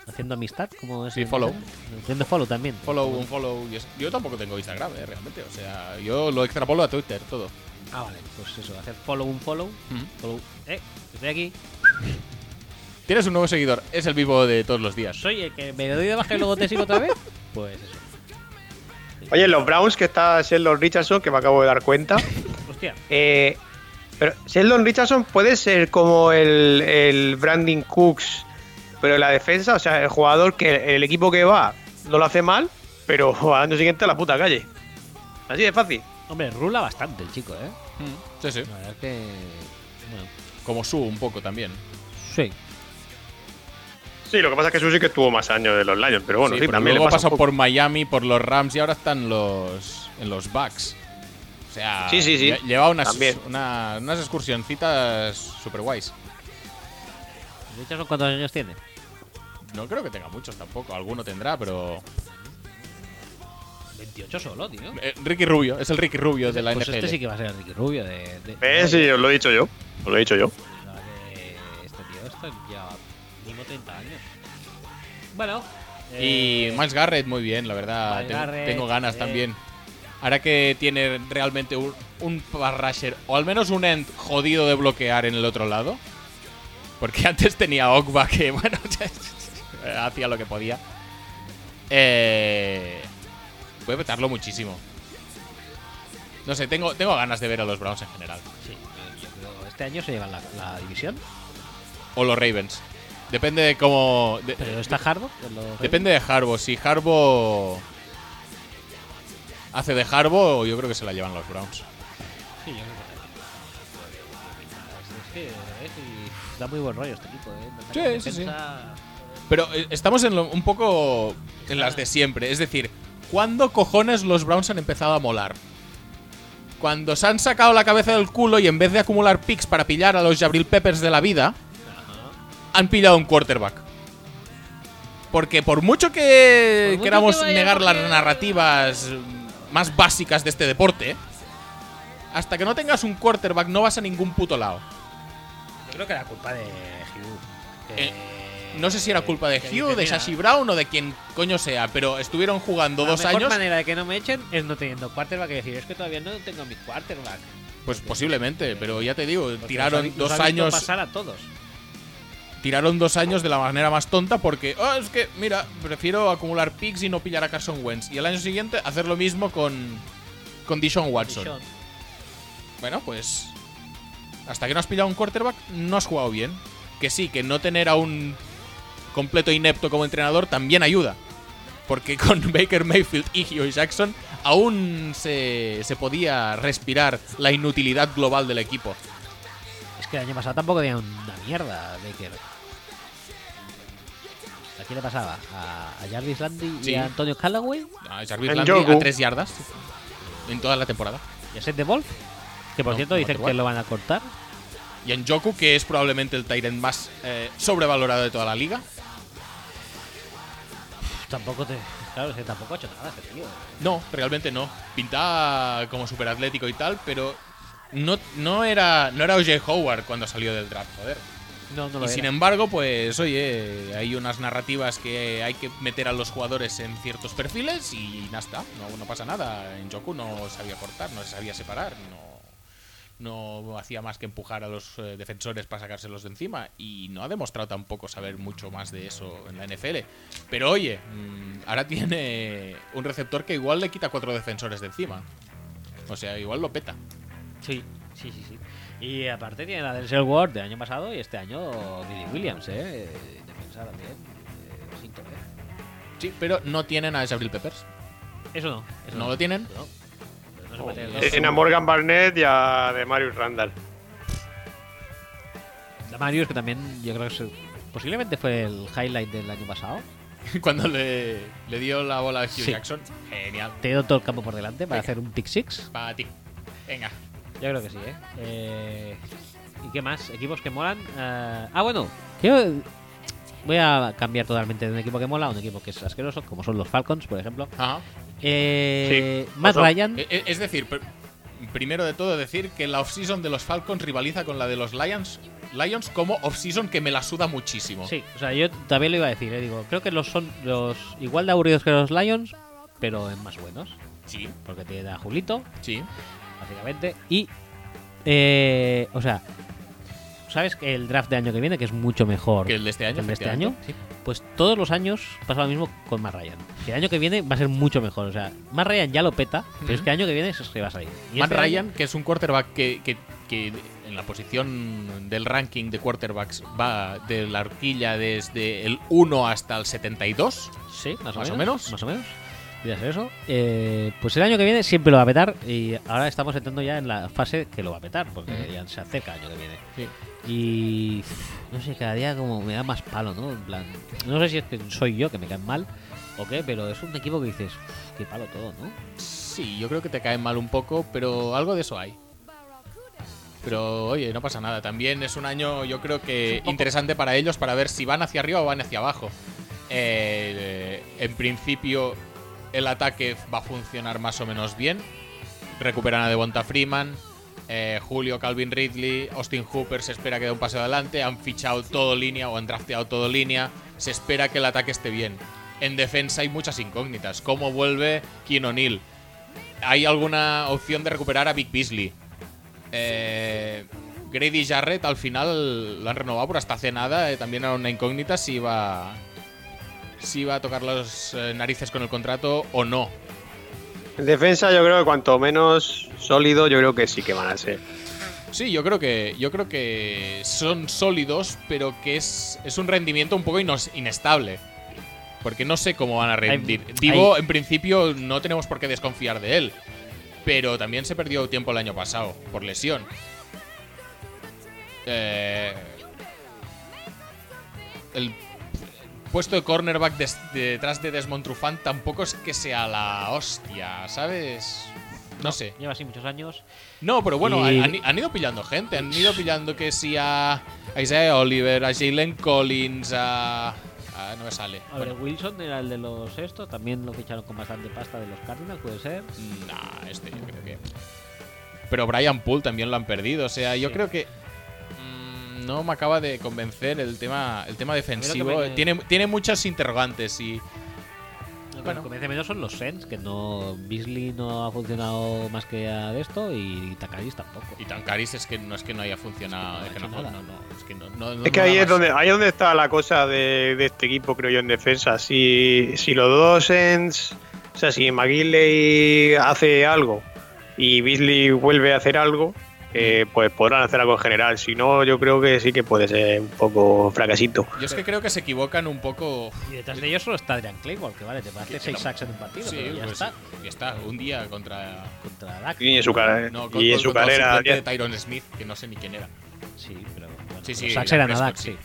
[SPEAKER 1] Haciendo amistad, como es.
[SPEAKER 2] Sí,
[SPEAKER 1] en
[SPEAKER 2] follow.
[SPEAKER 1] Instagram? Haciendo follow también.
[SPEAKER 2] Follow, un follow. y es- Yo tampoco tengo Instagram, eh, realmente. O sea, yo lo extrapolo a Twitter, todo.
[SPEAKER 1] Ah, vale, pues eso, hacer follow, un follow. follow. Eh, estoy aquí.
[SPEAKER 2] Tienes un nuevo seguidor, es el vivo de todos los días.
[SPEAKER 1] Soy el que me doy de baja y luego te sigo otra vez. *laughs* Pues eso.
[SPEAKER 3] Oye, los Browns, que está Sheldon Richardson, que me acabo de dar cuenta.
[SPEAKER 1] Hostia.
[SPEAKER 3] Eh, pero Sheldon Richardson puede ser como el, el Brandon Cooks, pero en la defensa, o sea, el jugador que el equipo que va no lo hace mal, pero *laughs* al año siguiente a la puta calle. Así de fácil.
[SPEAKER 1] Hombre, rula bastante el chico, ¿eh?
[SPEAKER 2] Sí, sí.
[SPEAKER 1] La verdad es que. Bueno,
[SPEAKER 2] Como su un poco también.
[SPEAKER 1] sí.
[SPEAKER 3] Sí, lo que pasa es que Susi que estuvo más años de los Lions, pero bueno, sí,
[SPEAKER 2] porque
[SPEAKER 3] también le
[SPEAKER 2] luego
[SPEAKER 3] pasa
[SPEAKER 2] pasó
[SPEAKER 3] un poco.
[SPEAKER 2] por Miami, por los Rams y ahora están los en los Bucks. O sea,
[SPEAKER 3] Sí, sí, sí.
[SPEAKER 2] lle- lleva unas,
[SPEAKER 3] También.
[SPEAKER 2] una- unas excursioncitas super guays.
[SPEAKER 1] Richardson, ¿cuántos años tiene?
[SPEAKER 2] No creo que tenga muchos tampoco, alguno tendrá, pero
[SPEAKER 1] 28 solo, tío.
[SPEAKER 2] Eh, Ricky Rubio, es el Ricky Rubio de la
[SPEAKER 1] Pues
[SPEAKER 2] NFL.
[SPEAKER 1] este sí que va a ser el Ricky Rubio de. de
[SPEAKER 3] Eh, sí, os lo he dicho yo. Os lo he dicho yo.
[SPEAKER 1] La verdad que Este tío, esto lleva mínimo 30 años. Bueno.
[SPEAKER 2] Y
[SPEAKER 1] eh,
[SPEAKER 2] Max Garrett, muy bien, la verdad.
[SPEAKER 1] Miles
[SPEAKER 2] Tengo,
[SPEAKER 1] Garrett,
[SPEAKER 2] tengo ganas
[SPEAKER 1] eh.
[SPEAKER 2] también. Ahora que tiene realmente un, un pass rusher, o al menos un end jodido de bloquear en el otro lado. Porque *laughs* antes *laughs* tenía Ogba que, bueno, hacía lo que podía. Eh, puede petarlo muchísimo. No sé, tengo, tengo ganas de ver a los Browns en general.
[SPEAKER 1] Sí, eh, yo creo- este año se llevan la, la división.
[SPEAKER 2] O los Ravens. Depende de cómo. de-
[SPEAKER 1] Pero está Harbaugh. en los Ravens.
[SPEAKER 2] depende de Harbo. Si Harbo hace de Harbo, yo creo que se la llevan los Browns.
[SPEAKER 1] Sí, yo creo que también. Es que, eh, y da muy buen rollo este equipo, ¿eh? En ataque, en
[SPEAKER 2] Sí, sí, sí.
[SPEAKER 1] defensa,
[SPEAKER 2] Pero eh, estamos en lo- un poco en las de siempre. Es decir, ¿cuándo cojones los Browns han empezado a molar? Cuando se han sacado la cabeza del culo y en vez de acumular picks para pillar a los Jabril Peppers de la vida, han pillado un quarterback. Porque por mucho que
[SPEAKER 1] Por mucho
[SPEAKER 2] queramos
[SPEAKER 1] que vaya
[SPEAKER 2] negar
[SPEAKER 1] porque-
[SPEAKER 2] las narrativas mm, más básicas de este deporte, hasta que no tengas un quarterback no vas a ningún puto lado.
[SPEAKER 1] Yo creo que era culpa de Hugh. que-
[SPEAKER 2] Eh, No sé si era culpa de
[SPEAKER 1] que
[SPEAKER 2] Hugh,
[SPEAKER 1] dice,
[SPEAKER 2] de
[SPEAKER 1] "Mira,
[SPEAKER 2] Shashi Brown o de quien coño sea, pero estuvieron jugando dos
[SPEAKER 1] La mejor
[SPEAKER 2] años.
[SPEAKER 1] manera de que no me echen es no teniendo quarterback. Y decir, es que todavía no tengo mi quarterback.
[SPEAKER 2] Pues posiblemente, pero ya te digo,
[SPEAKER 1] Porque
[SPEAKER 2] tiraron
[SPEAKER 1] nos ha- nos
[SPEAKER 2] dos
[SPEAKER 1] ha visto
[SPEAKER 2] años.
[SPEAKER 1] pasar a todos.
[SPEAKER 2] Tiraron dos años de la manera más tonta porque "Oh, es que, mira, prefiero acumular picks y no pillar a Carson Wentz. Y el año siguiente hacer lo mismo con. con Dishon Watson.
[SPEAKER 1] Dishon.
[SPEAKER 2] Bueno, pues. Hasta que no has pillado un quarterback, no has jugado bien. Que sí, que no tener a un completo inepto como entrenador también ayuda. Porque *laughs* con Baker Mayfield y Hugh Jackson aún se, se podía respirar la inutilidad global del equipo.
[SPEAKER 1] Es que el año pasado tampoco tenía una mierda, Baker. ¿A quién le pasaba? ¿A, a Jarvis Landy
[SPEAKER 2] Sí.
[SPEAKER 1] y a Antonio Callaway?
[SPEAKER 2] A Jarvis
[SPEAKER 3] En
[SPEAKER 2] Landry a
[SPEAKER 3] Yogu.
[SPEAKER 2] tres yardas en toda la temporada.
[SPEAKER 1] ¿Y a Seth de Wolf? Que por
[SPEAKER 2] No,
[SPEAKER 1] cierto
[SPEAKER 2] no,
[SPEAKER 1] dicen
[SPEAKER 2] igual.
[SPEAKER 1] que lo van a cortar.
[SPEAKER 2] Y en Joku, que es probablemente el Tyrant más eh, sobrevalorado de toda la liga.
[SPEAKER 1] Tampoco te. Claro, es que tampoco ha hecho nada este tío.
[SPEAKER 2] No, realmente no. Pintaba como super atlético y tal, pero no, no era no era O.J. Howard cuando salió del draft, joder.
[SPEAKER 1] No, no lo
[SPEAKER 2] Y
[SPEAKER 1] era.
[SPEAKER 2] sin embargo, pues oye, hay unas narrativas que hay que meter a los jugadores en ciertos perfiles y ya está, no, no pasa nada. En Joku no sabía cortar, no se sabía separar, no, no hacía más que empujar a los eh, defensores para sacárselos de encima y no ha demostrado tampoco saber mucho más de eso en la NFL. Pero oye, mm, ahora tiene un receptor que igual le quita cuatro defensores de encima. O sea, igual lo peta.
[SPEAKER 1] Sí, sí, sí, sí. Y aparte tiene la del Ward del año pasado y este año Billy Williams, ¿eh? Eh, Defensa también. eh, sin tope.
[SPEAKER 2] Sí, pero no tienen a Jabril Peppers.
[SPEAKER 1] Eso no. Eso
[SPEAKER 2] ¿No lo Eh, tienen?
[SPEAKER 1] No. Pero no se puede tener
[SPEAKER 2] Joder.
[SPEAKER 1] dos.
[SPEAKER 3] Tienen Eh, a Morgan Barnett y a de Marius Randall.
[SPEAKER 1] La Marius, que también yo creo que se- posiblemente fue el highlight del año pasado.
[SPEAKER 2] *laughs* Cuando le, le dio la bola a Hugh
[SPEAKER 1] Sí.
[SPEAKER 2] Jackson. Genial.
[SPEAKER 1] Te he dado todo el campo por delante para hacer un pick six.
[SPEAKER 2] Para ti. Venga.
[SPEAKER 1] Yo creo que sí, ¿eh? Eh, y qué más? ¿Equipos que molan? Eh, ah, bueno, quiero- voy a cambiar totalmente de un equipo que mola a un equipo que es asqueroso, como son los Falcons, por ejemplo.
[SPEAKER 2] Ajá.
[SPEAKER 1] Eh,
[SPEAKER 3] Sí,
[SPEAKER 1] Matt
[SPEAKER 3] otro.
[SPEAKER 1] Ryan.
[SPEAKER 2] E- e- Es decir, pr- primero de todo decir que la offseason de los Falcons rivaliza con la de los Lions. Lions como offseason que me la suda muchísimo.
[SPEAKER 1] Sí, o sea, yo también lo iba a decir, ¿eh? digo, creo que los son los igual de aburridos que los Lions, pero en más buenos,
[SPEAKER 2] Sí,
[SPEAKER 1] porque tiene a Julito,
[SPEAKER 2] sí.
[SPEAKER 1] básicamente. Y, eh, o sea, ¿sabes que el draft de año que viene, que es mucho mejor?
[SPEAKER 2] Que el de este año.
[SPEAKER 1] ¿El de este
[SPEAKER 2] efectivamente. Sí.
[SPEAKER 1] Pues todos los años pasa lo mismo con Matt Ryan. Que el año que viene va a ser mucho mejor. O sea, Matt Ryan ya lo peta, pero es
[SPEAKER 2] Ujú.
[SPEAKER 1] que el año que viene se se va a salir. Y
[SPEAKER 2] Matt
[SPEAKER 1] este año-
[SPEAKER 2] Ryan, que es un quarterback que, que- que en la posición del ranking de quarterbacks va de la horquilla desde el 1 hasta el 72.
[SPEAKER 1] sí, más,
[SPEAKER 2] más
[SPEAKER 1] o, menos,
[SPEAKER 2] o menos.
[SPEAKER 1] Más o menos. Voy a hacer eso. Eh, pues el año que viene siempre lo va a petar. Y ahora estamos entrando ya en la fase que lo va a petar, porque
[SPEAKER 2] Ujú.
[SPEAKER 1] ya se acerca el año que viene.
[SPEAKER 2] Sí.
[SPEAKER 1] Y no sé, cada día como me da más palo, ¿no? En plan, no sé si es que soy yo que me caen mal o qué, pero es un equipo que dices, "Uf, qué palo todo, ¿no?
[SPEAKER 2] Sí, yo creo que te caen mal un poco, pero algo de eso hay. Pero oye, no pasa nada. También es un año, yo creo que interesante para ellos para ver si van hacia arriba o van hacia abajo. Eh, en principio, el ataque va a funcionar más o menos bien. Recuperan a Devonta Freeman, eh, Julio Calvin Ridley, Austin Hooper se espera que dé un paso adelante. Han fichado todo línea o han drafteado todo línea. Se espera que el ataque esté bien. En defensa hay muchas incógnitas. ¿Cómo vuelve Keen O'Neill? ¿Hay alguna opción de recuperar a Big Beasley? Eh, Grady Jarrett al final lo han renovado por hasta hace nada. eh, también era una incógnita si iba, si iba a tocar las eh, narices con el contrato o no.
[SPEAKER 3] En defensa, yo creo que cuanto menos sólido, yo creo que sí que van a ser.
[SPEAKER 2] Sí, yo creo que, yo creo que son sólidos, pero que es, es un rendimiento un poco inos- inestable. Porque no sé cómo van a rendir.
[SPEAKER 1] Hay-
[SPEAKER 2] Divo, en principio, no tenemos por qué desconfiar de él. Pero también se perdió tiempo el año pasado, por lesión. Eh, el puesto de cornerback des- detrás de Desmond Trufant tampoco es que sea la hostia, ¿sabes? No sé.
[SPEAKER 1] Lleva así muchos años.
[SPEAKER 2] No, pero bueno,
[SPEAKER 1] Y-
[SPEAKER 2] han, han ido pillando gente. Han ido pillando que sí a a Isaiah Oliver, a Jalen Collins, a. a- no me sale.
[SPEAKER 1] A ver, Wilson era el de los estos, también lo ficharon con bastante pasta de los Cardinals, puede ser.
[SPEAKER 2] Nah, este yo creo que. Pero Brian Poole también lo han perdido. O sea, yo
[SPEAKER 1] Sí.
[SPEAKER 2] creo que. mm, No me acaba de convencer el tema, el tema defensivo.
[SPEAKER 1] me-
[SPEAKER 2] Tiene, tiene muchas interrogantes y.
[SPEAKER 1] Lo que
[SPEAKER 2] Bueno.
[SPEAKER 1] me convence menos son los Sens, que no. Beasley no ha funcionado más que a de esto y Takaris tampoco.
[SPEAKER 2] Y Tancaris es que no es que no haya funcionado.
[SPEAKER 1] Es
[SPEAKER 2] Es
[SPEAKER 1] que
[SPEAKER 2] que
[SPEAKER 1] no ha
[SPEAKER 2] no,
[SPEAKER 1] hecho nada.
[SPEAKER 2] no, no, es que no- no- no-
[SPEAKER 3] Es que
[SPEAKER 2] nada
[SPEAKER 3] ahí es
[SPEAKER 2] más.
[SPEAKER 3] donde, ahí es donde está la cosa de, de este equipo, creo yo, en defensa. Si, si los dos ends, o sea, si McGinley hace algo y Beasley vuelve a hacer algo, eh, pues podrán hacer algo en general. Si no, yo creo que sí que puede ser un poco fracasito.
[SPEAKER 2] Yo es que creo que se equivocan un poco.
[SPEAKER 1] Y detrás de ellos solo está Adrian Claywell, que vale, te va a hacer
[SPEAKER 2] Que-
[SPEAKER 1] 6
[SPEAKER 2] que
[SPEAKER 1] sacks en un partido,
[SPEAKER 2] Sí,
[SPEAKER 1] pero ya
[SPEAKER 2] pues,
[SPEAKER 1] está.
[SPEAKER 2] ya está. Un día contra.
[SPEAKER 1] Contra Dak.
[SPEAKER 3] Y en su, ca-
[SPEAKER 2] No, con-
[SPEAKER 3] y en
[SPEAKER 2] con-
[SPEAKER 3] su
[SPEAKER 2] contra el
[SPEAKER 3] carrera.
[SPEAKER 2] suplente de Tyron Smith, que no sé ni quién era.
[SPEAKER 1] Sí, pero. Bueno,
[SPEAKER 2] Sí, sí,
[SPEAKER 1] los sacks
[SPEAKER 2] la
[SPEAKER 1] eran a
[SPEAKER 2] Prescott,
[SPEAKER 1] Dak, sí.
[SPEAKER 2] sí.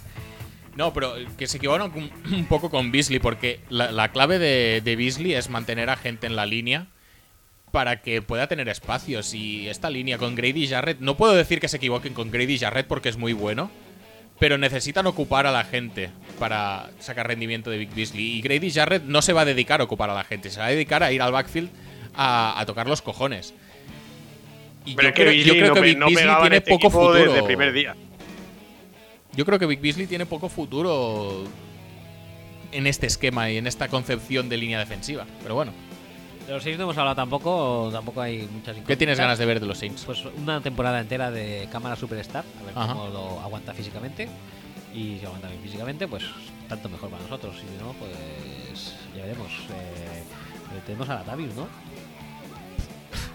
[SPEAKER 2] No, pero que se equivocaron un, un poco con Beasley, porque la, la clave de, de Beasley es mantener a gente en la línea para que pueda tener espacios. Y esta línea con Grady y Jarrett, no puedo decir que se equivoquen con Grady y Jarrett porque es muy bueno, pero necesitan ocupar a la gente para sacar rendimiento de Big Beasley. Y Grady Jarrett no se va a dedicar a ocupar a la gente, se va a dedicar a ir al backfield a, a tocar los cojones. Y
[SPEAKER 3] Pero es que Beasley no, pe-
[SPEAKER 2] Vic
[SPEAKER 3] no pegaba en este equipo desde el primer día.
[SPEAKER 2] yo creo que Big Beasley tiene poco futuro en este esquema y en esta concepción de línea defensiva. Pero bueno,
[SPEAKER 1] De los 6 no hemos hablado tampoco, tampoco hay muchas
[SPEAKER 2] ¿qué
[SPEAKER 1] incógnitas.
[SPEAKER 2] tienes ganas de ver de los Saints?
[SPEAKER 1] Pues una temporada entera de cámara superstar, a ver
[SPEAKER 2] Ajá.
[SPEAKER 1] cómo lo aguanta físicamente. Y si aguanta bien físicamente, pues tanto mejor para nosotros. Si no, pues ya veremos. Eh, eh, tenemos a la Davis, ¿no?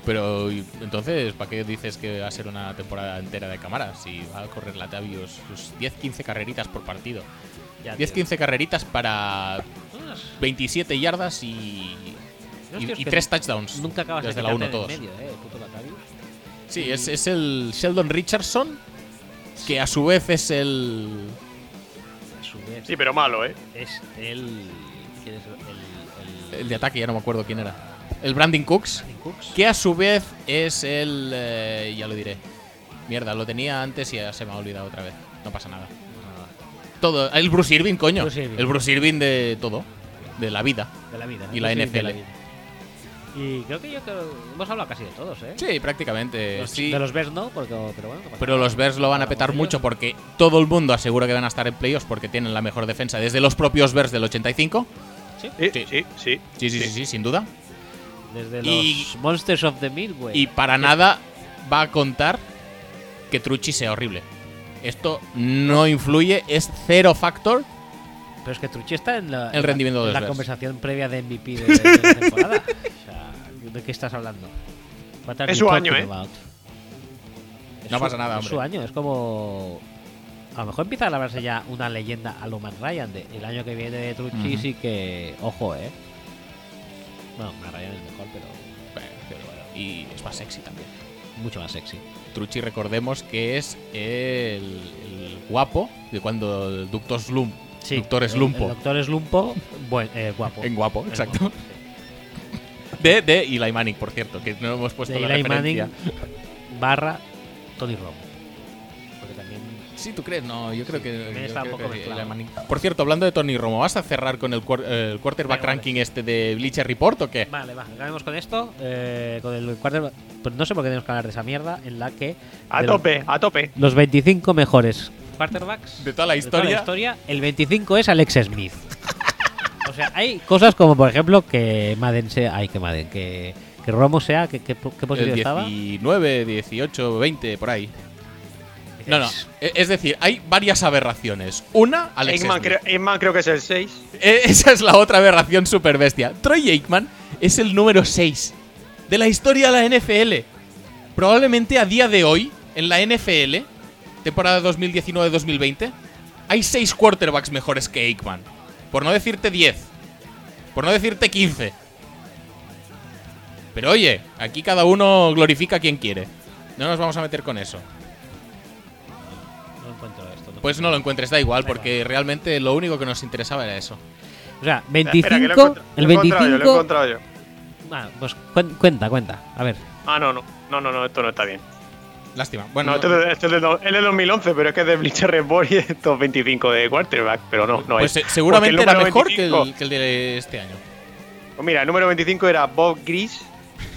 [SPEAKER 2] Pero y- entonces, ¿para qué dices que va a ser una temporada entera de cámara? Si va a correr la Tavius sus 10-15 carreritas por partido.
[SPEAKER 1] Ya, Ah, tío.
[SPEAKER 2] 10-15 carreritas para
[SPEAKER 1] Unas-
[SPEAKER 2] 27 yardas y,
[SPEAKER 1] unos tíos
[SPEAKER 2] y,
[SPEAKER 1] que
[SPEAKER 2] 3 touchdowns.
[SPEAKER 1] Nunca acabas
[SPEAKER 2] desde
[SPEAKER 1] de
[SPEAKER 2] la 1
[SPEAKER 1] quitarte
[SPEAKER 2] todos.
[SPEAKER 1] de en medio, ¿eh? El puto Latavius.
[SPEAKER 2] Sí, es, es el Sheldon Richardson, que a su vez es el...
[SPEAKER 1] A su vez,
[SPEAKER 3] Sí, pero malo, ¿eh?
[SPEAKER 1] es el. ¿Quién es el- el.?
[SPEAKER 2] El de ataque, ya no me acuerdo quién era. El Brandon Cooks.
[SPEAKER 1] Brandon Cooks.
[SPEAKER 2] Que a su vez es el. eh, ya lo diré. Mierda, lo tenía antes y ya se me ha olvidado otra vez. No pasa nada.
[SPEAKER 1] Ah,
[SPEAKER 2] Todo. El Bruce Irving, coño.
[SPEAKER 1] Bruce Irving.
[SPEAKER 2] El Bruce Irving de todo. De la vida.
[SPEAKER 1] De la vida.
[SPEAKER 2] Y la
[SPEAKER 1] Sí, de
[SPEAKER 2] NFL.
[SPEAKER 1] vida. Y creo que yo creo, hemos hablado casi de todos, ¿eh?
[SPEAKER 2] Sí, prácticamente.
[SPEAKER 1] Los-
[SPEAKER 2] sí.
[SPEAKER 1] De los Bears no, porque, pero bueno. no pasa
[SPEAKER 2] Pero
[SPEAKER 1] nada.
[SPEAKER 2] los Bears lo van a
[SPEAKER 1] Hablamos
[SPEAKER 2] petar
[SPEAKER 1] de
[SPEAKER 2] mucho
[SPEAKER 1] ellos.
[SPEAKER 2] porque todo el mundo asegura que van a estar en playoffs porque tienen la mejor defensa desde los propios Bears del 85.
[SPEAKER 3] Sí,
[SPEAKER 2] Sí.
[SPEAKER 3] sí, sí.
[SPEAKER 2] Sí, sí, sí, sí, sin duda.
[SPEAKER 1] Desde
[SPEAKER 2] Y-
[SPEAKER 1] los Monsters of the Midway.
[SPEAKER 2] Y para nada va a contar que Trucci sea horrible. Esto no influye, es cero factor
[SPEAKER 1] Pero es que Truchi está en la,
[SPEAKER 2] El
[SPEAKER 1] en la-
[SPEAKER 2] rendimiento de
[SPEAKER 1] en
[SPEAKER 2] los
[SPEAKER 1] la
[SPEAKER 2] Bears.
[SPEAKER 1] conversación previa de MVP de, de la
[SPEAKER 2] *laughs*
[SPEAKER 1] temporada. O sea, ¿de qué estás hablando? What are
[SPEAKER 3] Es
[SPEAKER 1] you
[SPEAKER 3] su año,
[SPEAKER 1] talking
[SPEAKER 3] ¿eh?
[SPEAKER 1] about? Es
[SPEAKER 2] No
[SPEAKER 1] su-
[SPEAKER 2] pasa nada,
[SPEAKER 1] Es su
[SPEAKER 2] hombre.
[SPEAKER 1] año, es como. A lo mejor empieza a labrarse ya una leyenda a lo Matt Ryan. De, el año que viene de Truchi
[SPEAKER 2] Ujú.
[SPEAKER 1] sí que. Ojo, eh. Bueno, Matt Ryan es mejor, pero
[SPEAKER 2] Pero bueno, y es más sexy también.
[SPEAKER 1] mucho más sexy.
[SPEAKER 2] Trucci, recordemos que es el, el guapo de cuando el Ductor Slump. Doctor Slumpo.
[SPEAKER 1] El doctor Slumpo, buen, eh, guapo.
[SPEAKER 2] en guapo,
[SPEAKER 1] El
[SPEAKER 2] exacto.
[SPEAKER 1] guapo, sí.
[SPEAKER 2] De, de Eli Manning, por cierto, que no hemos puesto
[SPEAKER 1] de
[SPEAKER 2] la
[SPEAKER 1] Eli
[SPEAKER 2] referencia.
[SPEAKER 1] Manning barra Tony Romo. Porque también.
[SPEAKER 2] Sí, ¿tú crees? No, yo creo
[SPEAKER 1] Sí,
[SPEAKER 2] que.
[SPEAKER 1] también
[SPEAKER 2] yo
[SPEAKER 1] está
[SPEAKER 2] creo
[SPEAKER 1] un poco
[SPEAKER 2] que
[SPEAKER 1] mezclado.
[SPEAKER 2] Eli Manning. Por cierto, hablando de Tony Romo, ¿vas a cerrar con el, cuar- eh, el quarterback
[SPEAKER 1] Vale, vale.
[SPEAKER 2] ranking este de Bleacher Report o qué?
[SPEAKER 1] Vale, va, acabemos con esto. eh, con el quarterback- Pues no sé por qué tenemos que hablar de esa mierda en la que.
[SPEAKER 3] A
[SPEAKER 1] de los-
[SPEAKER 3] tope, a tope.
[SPEAKER 1] Los 25 mejores quarterbacks.
[SPEAKER 2] De toda la
[SPEAKER 1] de toda la
[SPEAKER 2] historia.
[SPEAKER 1] historia, el 25 es Alex Smith. o sea, hay cosas como, por ejemplo, que Madden sea. Ay, que Madden. Que, que Romo sea. ¿Qué, qué, qué posición
[SPEAKER 2] el
[SPEAKER 1] Pues estaba?
[SPEAKER 2] 19, 18, 20, por ahí. No, no.
[SPEAKER 1] Es-
[SPEAKER 2] e- Es decir, hay varias aberraciones. Una, Alex
[SPEAKER 3] Eggman,
[SPEAKER 2] Smith.
[SPEAKER 3] creo- Eggman creo que es el 6.
[SPEAKER 2] E- Esa es la otra aberración super bestia. Troy Aikman es el número 6. de la historia de la NFL. Probablemente a día de hoy, en la NFL, temporada 2019-2020, hay 6 quarterbacks mejores que Aikman. Por no decirte 10. Por no decirte 15. Pero oye, aquí cada uno glorifica a quien quiere. No nos vamos a meter con eso.
[SPEAKER 1] No encuentro esto.
[SPEAKER 2] Pues no lo encuentres, da igual, porque realmente lo único que nos interesaba era eso.
[SPEAKER 1] O sea,
[SPEAKER 3] Espera,
[SPEAKER 1] 25.
[SPEAKER 3] que lo he encontrado-
[SPEAKER 1] el
[SPEAKER 3] lo he encontrado
[SPEAKER 1] 25.
[SPEAKER 3] yo, lo he encontrado yo.
[SPEAKER 1] Ah, pues cuen- cuenta, cuenta. A ver.
[SPEAKER 3] Ah, no, no. No, no, no, esto no está bien.
[SPEAKER 2] Lástima.
[SPEAKER 3] No,
[SPEAKER 2] Bueno,
[SPEAKER 3] esto, es de- esto es, de, do- es de 2011, pero es que es de Bleacher Report y estos 25 de quarterback, pero no, no
[SPEAKER 2] pues
[SPEAKER 3] es.
[SPEAKER 2] eh, seguramente
[SPEAKER 3] Porque el
[SPEAKER 2] era
[SPEAKER 3] número
[SPEAKER 2] mejor que
[SPEAKER 3] 25
[SPEAKER 2] el, que el de este año.
[SPEAKER 3] Pues mira, el número 25 era Bob Gris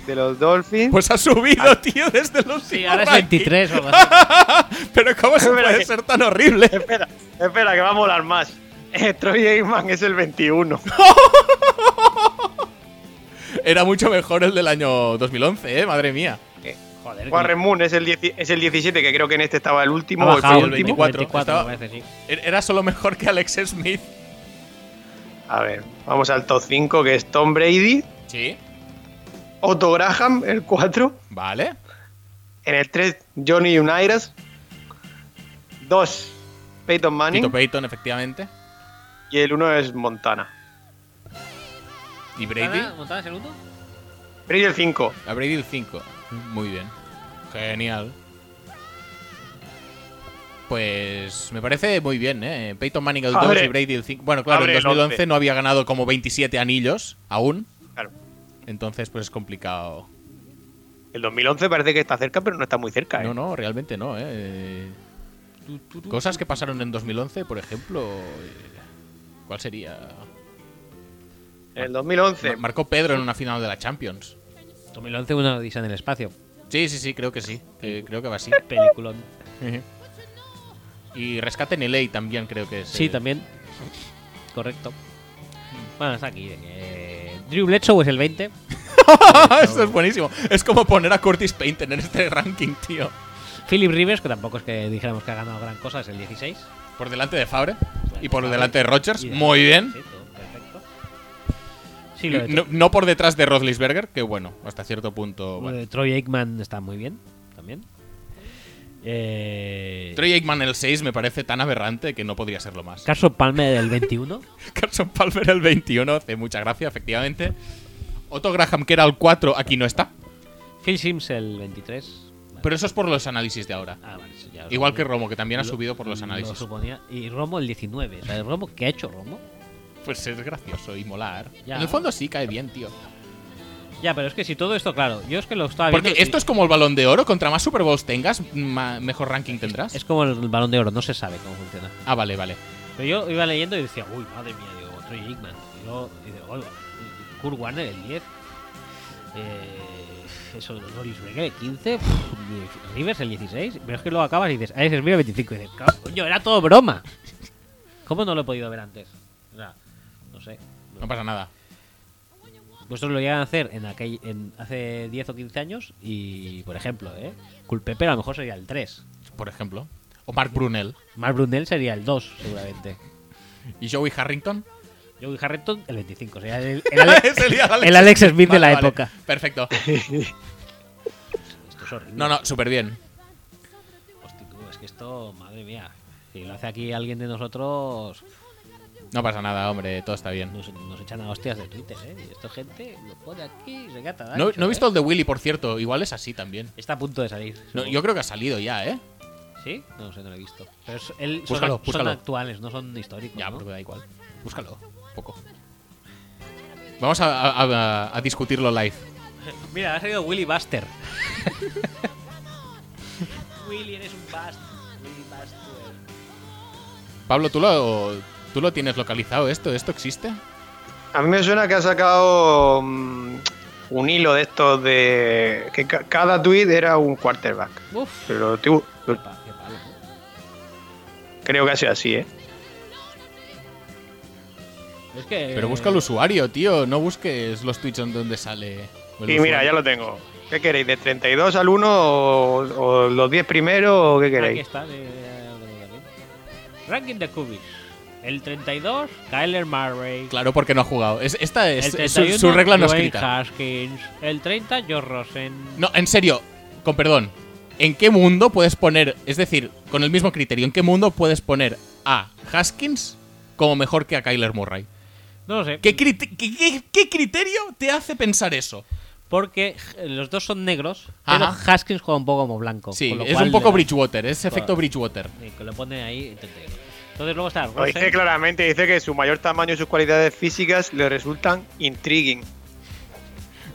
[SPEAKER 3] de los Dolphins.
[SPEAKER 2] Pues ha subido, tío, desde los
[SPEAKER 1] Sí, ahora es 23 o algo así.
[SPEAKER 2] *laughs* Pero ¿cómo se
[SPEAKER 3] Espera
[SPEAKER 2] puede
[SPEAKER 3] que-
[SPEAKER 2] ser tan horrible?
[SPEAKER 3] Espera, espera, que va a molar más. Eh, Troy Aikman es el 21.
[SPEAKER 2] Era mucho mejor el del año 2011, ¿eh? Madre mía.
[SPEAKER 1] Joder.
[SPEAKER 3] Warren Moon es el, 10 es el 17, que creo que en este estaba el último.
[SPEAKER 1] ha
[SPEAKER 3] o el
[SPEAKER 1] bajado
[SPEAKER 2] el
[SPEAKER 3] penúltimo.
[SPEAKER 2] 24,
[SPEAKER 1] 24
[SPEAKER 2] estaba-
[SPEAKER 1] me parece, sí.
[SPEAKER 2] Er- Era solo mejor que Alex Smith.
[SPEAKER 3] A ver, vamos al top 5, que es Tom Brady,
[SPEAKER 2] Sí.
[SPEAKER 3] Otto Graham, el 4.
[SPEAKER 2] Vale.
[SPEAKER 3] En el 3, Johnny Unitas. 2, Peyton
[SPEAKER 2] Tito
[SPEAKER 3] Manning.
[SPEAKER 2] Payton, efectivamente.
[SPEAKER 3] Y el 1 es Montana.
[SPEAKER 2] Y Brady.
[SPEAKER 1] ¿Montana- ¿Montana es el uno?
[SPEAKER 3] Brady el 5.
[SPEAKER 2] A Brady el 5. Muy bien. Genial. Pues me parece muy bien, ¿eh? Peyton Manning el 2
[SPEAKER 3] Abre.
[SPEAKER 2] y Brady el 5. Bueno, claro,
[SPEAKER 3] Abre
[SPEAKER 2] en
[SPEAKER 3] el
[SPEAKER 2] 2011
[SPEAKER 3] once.
[SPEAKER 2] no había ganado como 27 anillos aún.
[SPEAKER 3] Claro.
[SPEAKER 2] Entonces, pues es complicado.
[SPEAKER 3] El 2011 parece que está cerca, pero no está muy cerca. ¿eh?
[SPEAKER 2] No, no, realmente no, ¿eh? Cosas que pasaron en 2011, por ejemplo. eh, ¿Cuál sería?
[SPEAKER 3] En el 2011.
[SPEAKER 2] Ma- Marcó Pedro en una final de la Champions.
[SPEAKER 1] 2011, una odisea en el espacio.
[SPEAKER 2] Sí, sí, sí, creo que sí. que- creo que va así.
[SPEAKER 1] Peliculón.
[SPEAKER 2] y Rescate en LA también creo que es.
[SPEAKER 1] Sí,
[SPEAKER 2] eh, *laughs*
[SPEAKER 1] también. Correcto. Bueno, está aquí. eh, Drew Bledsoe es el 20.
[SPEAKER 2] Esto es buenísimo. Es como poner a Curtis Payton en este ranking, tío.
[SPEAKER 1] Philip Rivers, que tampoco es que dijéramos que ha ganado gran cosa, es el 16.
[SPEAKER 2] Por delante de Fabre y por
[SPEAKER 1] Fabre.
[SPEAKER 2] delante de Rogers.
[SPEAKER 1] Y de-
[SPEAKER 2] Muy bien.
[SPEAKER 1] Sí, todo perfecto. Sí, lo de,
[SPEAKER 2] ¿Mm? No, no por detrás de Rodlisberger, que bueno, hasta cierto punto.
[SPEAKER 1] lo
[SPEAKER 2] bueno.
[SPEAKER 1] de Troy Aikman está muy bien también. Eh,
[SPEAKER 2] Troy Aikman el 6 me parece tan aberrante que no podría serlo más.
[SPEAKER 1] Carson Palmer del 21.
[SPEAKER 2] Carson Palmer el 21 hace mucha gracia, efectivamente. Otto Graham, que era el 4, aquí no está.
[SPEAKER 1] Phil Sims el 23. Vale.
[SPEAKER 2] Pero eso es por los análisis de ahora.
[SPEAKER 1] Ah, vale, eso ya lo
[SPEAKER 2] Igual que
[SPEAKER 1] suponía.
[SPEAKER 2] Romo, que también ha
[SPEAKER 1] Lo-
[SPEAKER 2] subido por los
[SPEAKER 1] Lo
[SPEAKER 2] análisis.
[SPEAKER 1] suponía. Y Romo el 19. O sea, el Romo, ¿qué ha hecho Romo?
[SPEAKER 2] Pues es gracioso y molar.
[SPEAKER 1] Ya.
[SPEAKER 2] En el fondo sí cae bien, tío.
[SPEAKER 1] Ya, pero es que si todo esto, claro, yo es que lo estaba viendo.
[SPEAKER 2] Porque esto es como el balón de oro. Contra más Super Bowls tengas, ma- mejor ranking tendrás.
[SPEAKER 1] Es como el balón de oro, no se sabe cómo funciona.
[SPEAKER 2] Ah, vale, vale.
[SPEAKER 1] Pero yo iba leyendo y decía, uy, madre mía, digo, Troy Aikman. Y luego, y digo, oiga, Kurt Warner, el 10. Eh, eso, Norris Becker, el 15. pff, Rivers, el 16. Pero es que luego acabas y dices, "Ah, Alex Smith, el 25. Y dices, "Ca- coño, era todo broma. ¿Cómo no lo he podido ver antes? O sea, no sé.
[SPEAKER 2] No pasa nada.
[SPEAKER 1] Vosotros lo llegan a hacer en aquel, en hace 10 o 15 años y, por ejemplo, ¿eh? Culpeper a lo mejor sería el 3.
[SPEAKER 2] Por ejemplo. O Mark Brunel.
[SPEAKER 1] Mark Brunel sería el 2, seguramente.
[SPEAKER 2] ¿Y Joey Harrington?
[SPEAKER 1] Joey Harrington, el 25. Sería el, el *laughs* Ale-
[SPEAKER 2] Sería
[SPEAKER 1] el Alex Smith de
[SPEAKER 2] Vale,
[SPEAKER 1] la
[SPEAKER 2] vale.
[SPEAKER 1] época.
[SPEAKER 2] Perfecto.
[SPEAKER 1] Esto es horrible.
[SPEAKER 2] No, no, súper bien.
[SPEAKER 1] Hostia, tú, es que esto, madre mía. Si lo hace aquí alguien de nosotros,
[SPEAKER 2] No pasa nada, hombre. Todo está bien.
[SPEAKER 1] nos, nos echan a hostias de Twitter, ¿eh? Y Esta gente lo pone aquí y regata.
[SPEAKER 2] No, no he visto el de Willy, por cierto. Igual es así también.
[SPEAKER 1] ¿eh? Está a punto de salir.
[SPEAKER 2] No,
[SPEAKER 1] supongo.
[SPEAKER 2] yo creo que ha salido ya, ¿eh?
[SPEAKER 1] ¿Sí? No sé, no lo he visto. Pero es- él- son-
[SPEAKER 2] Búscalo,
[SPEAKER 1] son,
[SPEAKER 2] búscalo.
[SPEAKER 1] actuales, no son históricos.
[SPEAKER 2] Ya,
[SPEAKER 1] ¿no?
[SPEAKER 2] porque da igual. Búscalo. Un poco. Vamos a, a- a- a discutirlo live.
[SPEAKER 1] Mira, ha salido Willy Buster. Willy, eres un bust. Willy Buster.
[SPEAKER 2] Pablo, ¿tú lo, ¿tú lo tienes localizado esto? ¿Esto existe?
[SPEAKER 3] A mí me suena que ha sacado mm, un hilo de estos de. que ca- cada tweet era un quarterback.
[SPEAKER 1] Uf.
[SPEAKER 3] Pero tío,
[SPEAKER 1] Qué pa- qué palo, ¿no?
[SPEAKER 3] creo que ha sido así, ¿eh?
[SPEAKER 1] Es que,
[SPEAKER 2] Pero busca al usuario, tío. No busques los tweets en donde sale. el
[SPEAKER 3] Y mira,
[SPEAKER 2] usuario.
[SPEAKER 3] ya lo tengo. ¿Qué queréis? ¿De 32 al 1 o, o los 10 primeros o qué
[SPEAKER 1] Aquí
[SPEAKER 3] queréis?
[SPEAKER 1] está. eh, eh, eh, ranking de Cubis.
[SPEAKER 4] El 32, Kyler Murray.
[SPEAKER 2] Claro, porque no ha jugado. Es- esta
[SPEAKER 4] El
[SPEAKER 2] es, es su,
[SPEAKER 4] 31,
[SPEAKER 2] su regla no
[SPEAKER 4] Dwayne
[SPEAKER 2] escrita.
[SPEAKER 4] Haskins. El 30, Josh Rosen.
[SPEAKER 2] No, en serio, con perdón. ¿En qué mundo puedes poner, es decir, con el mismo criterio, en qué mundo puedes poner a Haskins como mejor que a Kyler Murray?
[SPEAKER 4] No lo sé.
[SPEAKER 2] ¿Qué, crite- qué- qué- qué criterio te hace pensar eso?
[SPEAKER 1] Porque eh, los dos son negros,
[SPEAKER 2] Ajá.
[SPEAKER 1] pero Haskins juega un poco como blanco.
[SPEAKER 2] Sí,
[SPEAKER 1] con lo
[SPEAKER 2] es
[SPEAKER 1] cual,
[SPEAKER 2] un poco
[SPEAKER 1] eh,
[SPEAKER 2] Bridgewater, es efecto
[SPEAKER 1] claro.
[SPEAKER 2] Bridgewater.
[SPEAKER 1] sí, que lo pone ahí entretenido. Entonces luego está
[SPEAKER 3] Lo dice
[SPEAKER 1] Rosen.
[SPEAKER 3] claramente, dice que su mayor tamaño y sus cualidades físicas le resultan intriguing.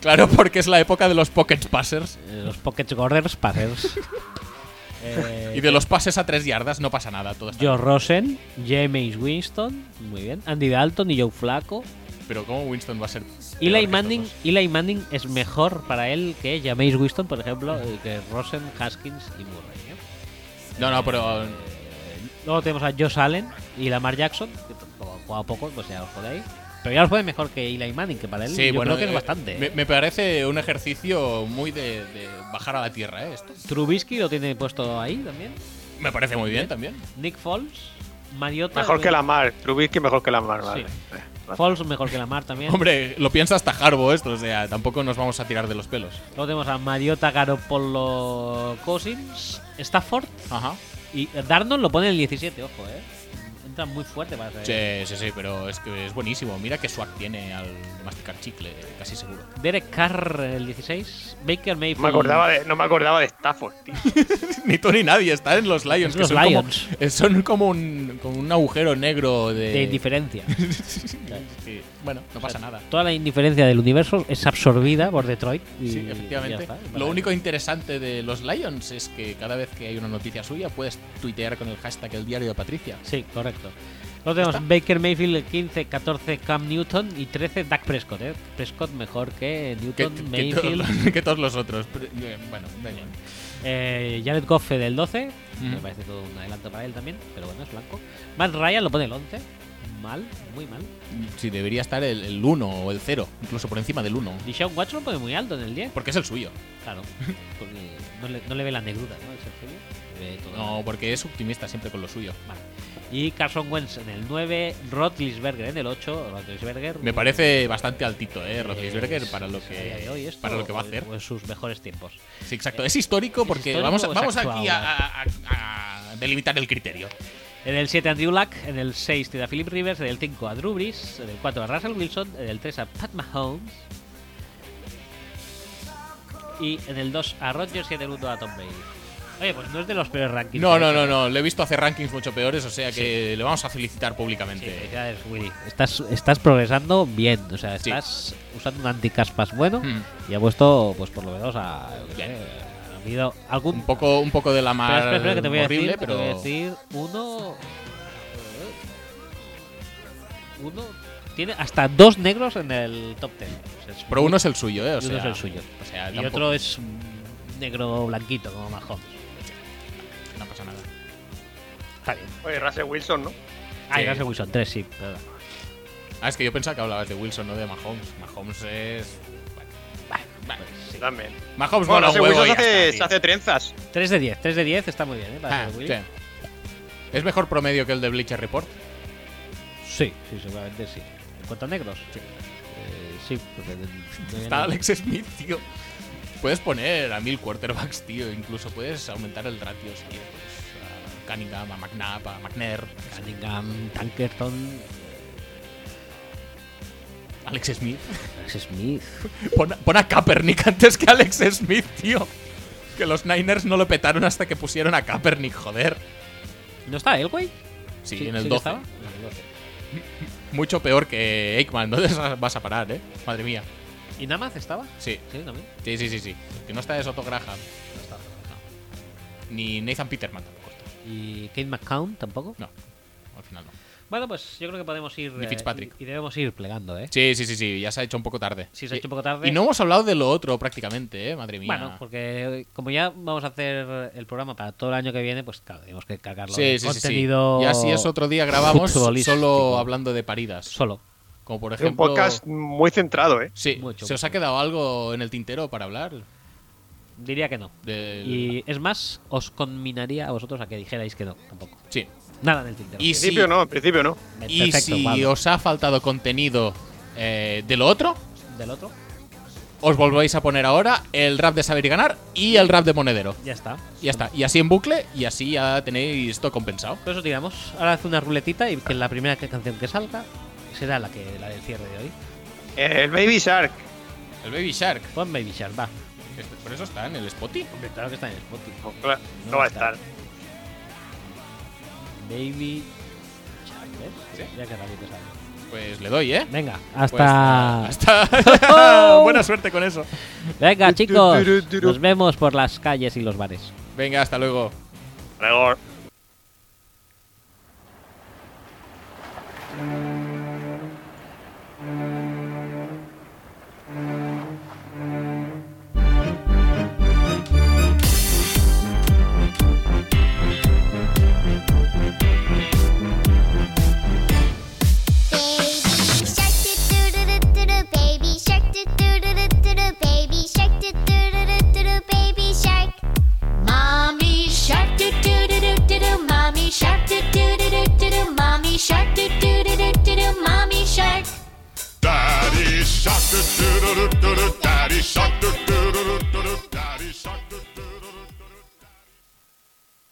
[SPEAKER 2] Claro, porque es la época de los pocket passers
[SPEAKER 1] eh, Los Pocket Gorders Packers.
[SPEAKER 2] *laughs*
[SPEAKER 1] eh,
[SPEAKER 2] y de los pases a tres yardas no pasa nada, todo está
[SPEAKER 1] Joe Rosen, James Winston, muy bien. Andy Dalton y Joe Flaco.
[SPEAKER 2] bien. Pero cómo Winston va a ser peor que
[SPEAKER 1] Eli
[SPEAKER 2] estos
[SPEAKER 1] Manning,
[SPEAKER 2] dos?
[SPEAKER 1] Eli Manning es mejor para él que James Winston, por ejemplo, eh, que Rosen, Haskins y Murray. ¿eh?
[SPEAKER 2] No, no, pero
[SPEAKER 1] Luego tenemos a Josh Allen y Lamar Jackson, que tampoco ha jugado poco, pues ya os podéis. Pero ya os puede mejor que Eli Manning, que para él
[SPEAKER 2] Sí,
[SPEAKER 1] yo
[SPEAKER 2] bueno,
[SPEAKER 1] creo que es
[SPEAKER 2] eh,
[SPEAKER 1] bastante.
[SPEAKER 2] Me, me parece un ejercicio muy de, de bajar a la tierra, ¿eh? Esto.
[SPEAKER 1] Trubisky lo tiene puesto ahí también.
[SPEAKER 2] Me parece muy bien también.
[SPEAKER 1] Nick Foles, Mariota.
[SPEAKER 3] Mejor que la Mar, Trubisky mejor que la Mar, vale.
[SPEAKER 1] Sí.
[SPEAKER 3] Eh, vale.
[SPEAKER 1] Foles mejor que Lamar también.
[SPEAKER 2] *laughs* Hombre, lo piensa hasta Harbo esto, o sea, tampoco nos vamos a tirar de los pelos.
[SPEAKER 1] Luego tenemos a Mariota, Garopolo, Cousins, Stafford
[SPEAKER 2] Ajá.
[SPEAKER 1] y Darnold lo pone en el 17, ojo, eh. Entra muy fuerte para ser.
[SPEAKER 2] Sí, sí, sí, pero es que es buenísimo. Mira qué swag tiene al masticar chicle, casi seguro.
[SPEAKER 1] Derek Carr en el 16, Baker Mayfield.
[SPEAKER 3] No me acordaba de, no me acordaba de Stafford,
[SPEAKER 2] *laughs*
[SPEAKER 3] tío.
[SPEAKER 2] *laughs* ni tú ni nadie, está en los Lions.
[SPEAKER 1] Los
[SPEAKER 2] que son
[SPEAKER 1] Lions.
[SPEAKER 2] Como, eh, son como un, como un agujero negro de.
[SPEAKER 1] de indiferencia.
[SPEAKER 2] Sí, Bueno, no pasa nada.
[SPEAKER 1] Toda la indiferencia del universo es absorbida por Detroit. Y
[SPEAKER 2] Sí, efectivamente.
[SPEAKER 1] y ya está.
[SPEAKER 2] Lo
[SPEAKER 1] Vale.
[SPEAKER 2] único interesante de los Lions es que cada vez que hay una noticia suya puedes tuitear con el hashtag el diario de Patricia.
[SPEAKER 1] Sí, correcto. Luego tenemos Baker Mayfield el 15, 14 Cam Newton y 13 Dak Prescott. ¿eh? Prescott mejor que
[SPEAKER 2] Que,
[SPEAKER 1] Newton,
[SPEAKER 2] que todos,
[SPEAKER 1] Mayfield.
[SPEAKER 2] los- *laughs* que todos los otros. Pero, eh, bueno, da igual.
[SPEAKER 1] eh, Jared Goff del 12.
[SPEAKER 2] Mm.
[SPEAKER 1] Me parece todo un adelanto para él también, pero bueno, es blanco. Matt Ryan lo pone el 11. Mal, muy mal.
[SPEAKER 2] Sí, debería estar el- el 1 o el 0, incluso por encima del 1.
[SPEAKER 1] Deshaun Watson lo pone muy alto en el 10.
[SPEAKER 2] Porque es el suyo. *laughs*
[SPEAKER 1] Claro, porque no le, no le ve la negrura, ¿no? El Sergio. Le ve todo.
[SPEAKER 2] No, porque es optimista siempre con lo suyo.
[SPEAKER 1] Vale. Y Carson Wentz en el 9, Rotlisberger en el 8. Rotlisberger.
[SPEAKER 2] Me parece bastante altito, ¿eh?
[SPEAKER 1] eh,
[SPEAKER 2] Roethlisberger
[SPEAKER 1] es-
[SPEAKER 2] para lo
[SPEAKER 1] es a día
[SPEAKER 2] que,
[SPEAKER 1] de hoy esto,
[SPEAKER 2] para lo que va a
[SPEAKER 1] o-
[SPEAKER 2] hacer.
[SPEAKER 1] o en sus mejores tiempos.
[SPEAKER 2] Sí, exacto. Es histórico
[SPEAKER 1] ¿Es
[SPEAKER 2] porque
[SPEAKER 1] histórico
[SPEAKER 2] vamos, a-
[SPEAKER 1] o es
[SPEAKER 2] vamos aquí
[SPEAKER 1] actual?
[SPEAKER 2] a, a- a- a delimitar el criterio.
[SPEAKER 1] En el 7 Andrew Luck, en el 6 tiene a Philip Rivers, en el 5 a Drew Brees, en el 4 a Russell Wilson, en el 3 a Pat Mahomes y en el 2 a Rodgers y en el 1 a Tom Brady. Oye, pues no es de los peores rankings.
[SPEAKER 2] No,
[SPEAKER 1] que
[SPEAKER 2] no,
[SPEAKER 1] he hecho.
[SPEAKER 2] no, no. Le he visto hacer rankings mucho peores, o sea que le vamos a felicitar
[SPEAKER 1] Sí,
[SPEAKER 2] públicamente.
[SPEAKER 1] felicidades, Willy. Estás, estás progresando bien, o sea,
[SPEAKER 2] Sí.
[SPEAKER 1] estás usando un anticaspas bueno
[SPEAKER 2] Hmm.
[SPEAKER 1] y ha puesto, pues por lo menos, a. yo qué
[SPEAKER 2] Bien.
[SPEAKER 1] sé, ha habido algún
[SPEAKER 2] Un poco, un poco de la
[SPEAKER 1] Espera,
[SPEAKER 2] mar
[SPEAKER 1] espera, espera, que te voy a
[SPEAKER 2] horrible,
[SPEAKER 1] decir,
[SPEAKER 2] pero
[SPEAKER 1] te voy a decir uno. Uno tiene hasta dos negros en el top 10. O sea, es
[SPEAKER 2] pero uno
[SPEAKER 1] muy-
[SPEAKER 2] es el suyo, ¿eh? O
[SPEAKER 1] y uno
[SPEAKER 2] sea,
[SPEAKER 1] es el suyo.
[SPEAKER 2] O sea,
[SPEAKER 1] y
[SPEAKER 2] tampoco-
[SPEAKER 1] otro es un negro blanquito, como Mahomes.
[SPEAKER 2] no pasa nada.
[SPEAKER 1] Está bien.
[SPEAKER 3] Oye, Russell Wilson, ¿no?
[SPEAKER 1] Ah,
[SPEAKER 2] Sí.
[SPEAKER 1] y Russell Wilson, tres, sí. perdón.
[SPEAKER 2] Ah, es que yo pensaba que hablabas de Wilson, no de Mahomes. Mahomes es. bueno, bah, bah.
[SPEAKER 3] Sí, también.
[SPEAKER 2] Mahomes
[SPEAKER 3] Bueno,
[SPEAKER 2] no
[SPEAKER 3] Russell
[SPEAKER 2] lo Pues huevo
[SPEAKER 3] Wilson
[SPEAKER 2] y
[SPEAKER 3] se
[SPEAKER 2] ya
[SPEAKER 3] hace,
[SPEAKER 2] está,
[SPEAKER 3] se
[SPEAKER 2] tío.
[SPEAKER 3] hace trenzas.
[SPEAKER 1] Tres de 10, 3 de 10 está muy bien, ¿eh? Para
[SPEAKER 2] Ah,
[SPEAKER 1] Russell
[SPEAKER 2] sí.
[SPEAKER 1] Wilson.
[SPEAKER 2] Es mejor promedio que el de Bleacher Report.
[SPEAKER 1] sí, sí, seguramente sí. ¿En cuanto a negros? Sí. Eh, sí, porque no había
[SPEAKER 2] Está
[SPEAKER 1] nada.
[SPEAKER 2] Alex Smith, tío. Puedes poner a mil quarterbacks, tío. Incluso puedes aumentar el ratio si quieres. Pues, a Cunningham, a McNabb, a McNair,
[SPEAKER 1] Cunningham, Tankerton,
[SPEAKER 2] Alex Smith.
[SPEAKER 1] Alex Smith.
[SPEAKER 2] Pon, pon a Kaepernick *laughs* antes que a Alex Smith, tío. Que los Niners no lo petaron hasta que pusieron a Kaepernick, joder.
[SPEAKER 1] ¿No está él, güey?
[SPEAKER 2] Sí, en el
[SPEAKER 1] que
[SPEAKER 2] 12.
[SPEAKER 1] estaba. En el 12.
[SPEAKER 2] Mucho peor que Aikman. ¿Dónde vas a parar, eh? Madre mía.
[SPEAKER 1] ¿Y Namath estaba?
[SPEAKER 2] Sí,
[SPEAKER 1] Sí, también.
[SPEAKER 2] sí, sí, sí. sí. Que no está de Soto Graham.
[SPEAKER 1] No estaba. no.
[SPEAKER 2] Ni Nathan Peterman tampoco. está.
[SPEAKER 1] ¿Y Kate McCown tampoco?
[SPEAKER 2] No, al final no.
[SPEAKER 1] Bueno, pues yo creo que podemos ir.
[SPEAKER 2] Ni
[SPEAKER 1] eh,
[SPEAKER 2] Fitzpatrick.
[SPEAKER 1] y, y debemos ir plegando, ¿eh?
[SPEAKER 2] Sí, sí, sí, sí. Ya se ha hecho un poco tarde.
[SPEAKER 1] Sí, se ha
[SPEAKER 2] Y-
[SPEAKER 1] hecho un poco tarde.
[SPEAKER 2] Y no hemos hablado de lo otro prácticamente, ¿eh? Madre mía.
[SPEAKER 1] Bueno, porque eh, como ya vamos a hacer el programa para todo el año que viene, pues claro, tenemos que cargarlo.
[SPEAKER 2] sí,
[SPEAKER 1] de
[SPEAKER 2] sí, sí, sí.
[SPEAKER 1] contenido
[SPEAKER 2] Y así es otro día grabamos
[SPEAKER 1] futbolístico.
[SPEAKER 2] solo hablando de paridas.
[SPEAKER 1] Solo.
[SPEAKER 2] Como por
[SPEAKER 3] Es un
[SPEAKER 2] ejemplo.
[SPEAKER 3] podcast muy centrado, ¿eh?
[SPEAKER 2] Sí,
[SPEAKER 1] Mucho,
[SPEAKER 2] ¿se os ha quedado algo en el tintero para hablar?
[SPEAKER 1] Diría que no.
[SPEAKER 2] Del-
[SPEAKER 1] Y es más, os conminaría a vosotros a que dijerais que no, tampoco.
[SPEAKER 2] Sí,
[SPEAKER 1] Nada en el tintero. Eh,
[SPEAKER 2] Y
[SPEAKER 3] En
[SPEAKER 2] si,
[SPEAKER 3] principio no, en principio no.
[SPEAKER 2] y
[SPEAKER 1] Perfecto,
[SPEAKER 2] si
[SPEAKER 1] guau.
[SPEAKER 2] os ha faltado contenido eh, de lo otro,
[SPEAKER 1] Del otro,
[SPEAKER 2] os volvéis a poner ahora el rap de saber y ganar y el rap de monedero.
[SPEAKER 1] ya está.
[SPEAKER 2] Y Ya está. Y así en bucle y así ya tenéis todo compensado.
[SPEAKER 1] Por eso tiramos. Ahora hace una ruletita y que la primera que- canción que salga será la que la del cierre de hoy.
[SPEAKER 3] El Baby Shark.
[SPEAKER 2] El Baby Shark.
[SPEAKER 1] Pon Baby Shark, va.
[SPEAKER 2] este- Por eso está en el Spotify.
[SPEAKER 1] Hombre, claro que está en Spotify.
[SPEAKER 3] No, Pues claro, no va a estar.
[SPEAKER 1] Baby Shark, ¿ves?
[SPEAKER 2] Sí.
[SPEAKER 1] Ya que nadie te sabe.
[SPEAKER 2] Pues le doy, ¿eh?
[SPEAKER 1] Venga,
[SPEAKER 2] Pues,
[SPEAKER 1] hasta.
[SPEAKER 2] *laughs* hasta- Buena suerte con eso. *laughs*
[SPEAKER 1] Venga, chicos. Nos vemos por las calles y los bares.
[SPEAKER 2] Venga, hasta luego.
[SPEAKER 3] Gregor.
[SPEAKER 5] Baby shark do do do do do do baby shark do do do do do do baby shark do do do do do do baby shark Mommy shark do do do do do do mommy shark do do do do do do mommy shark do do do do do do mommy shark
[SPEAKER 6] Daddy shark, do do do do do do. Daddy shark, do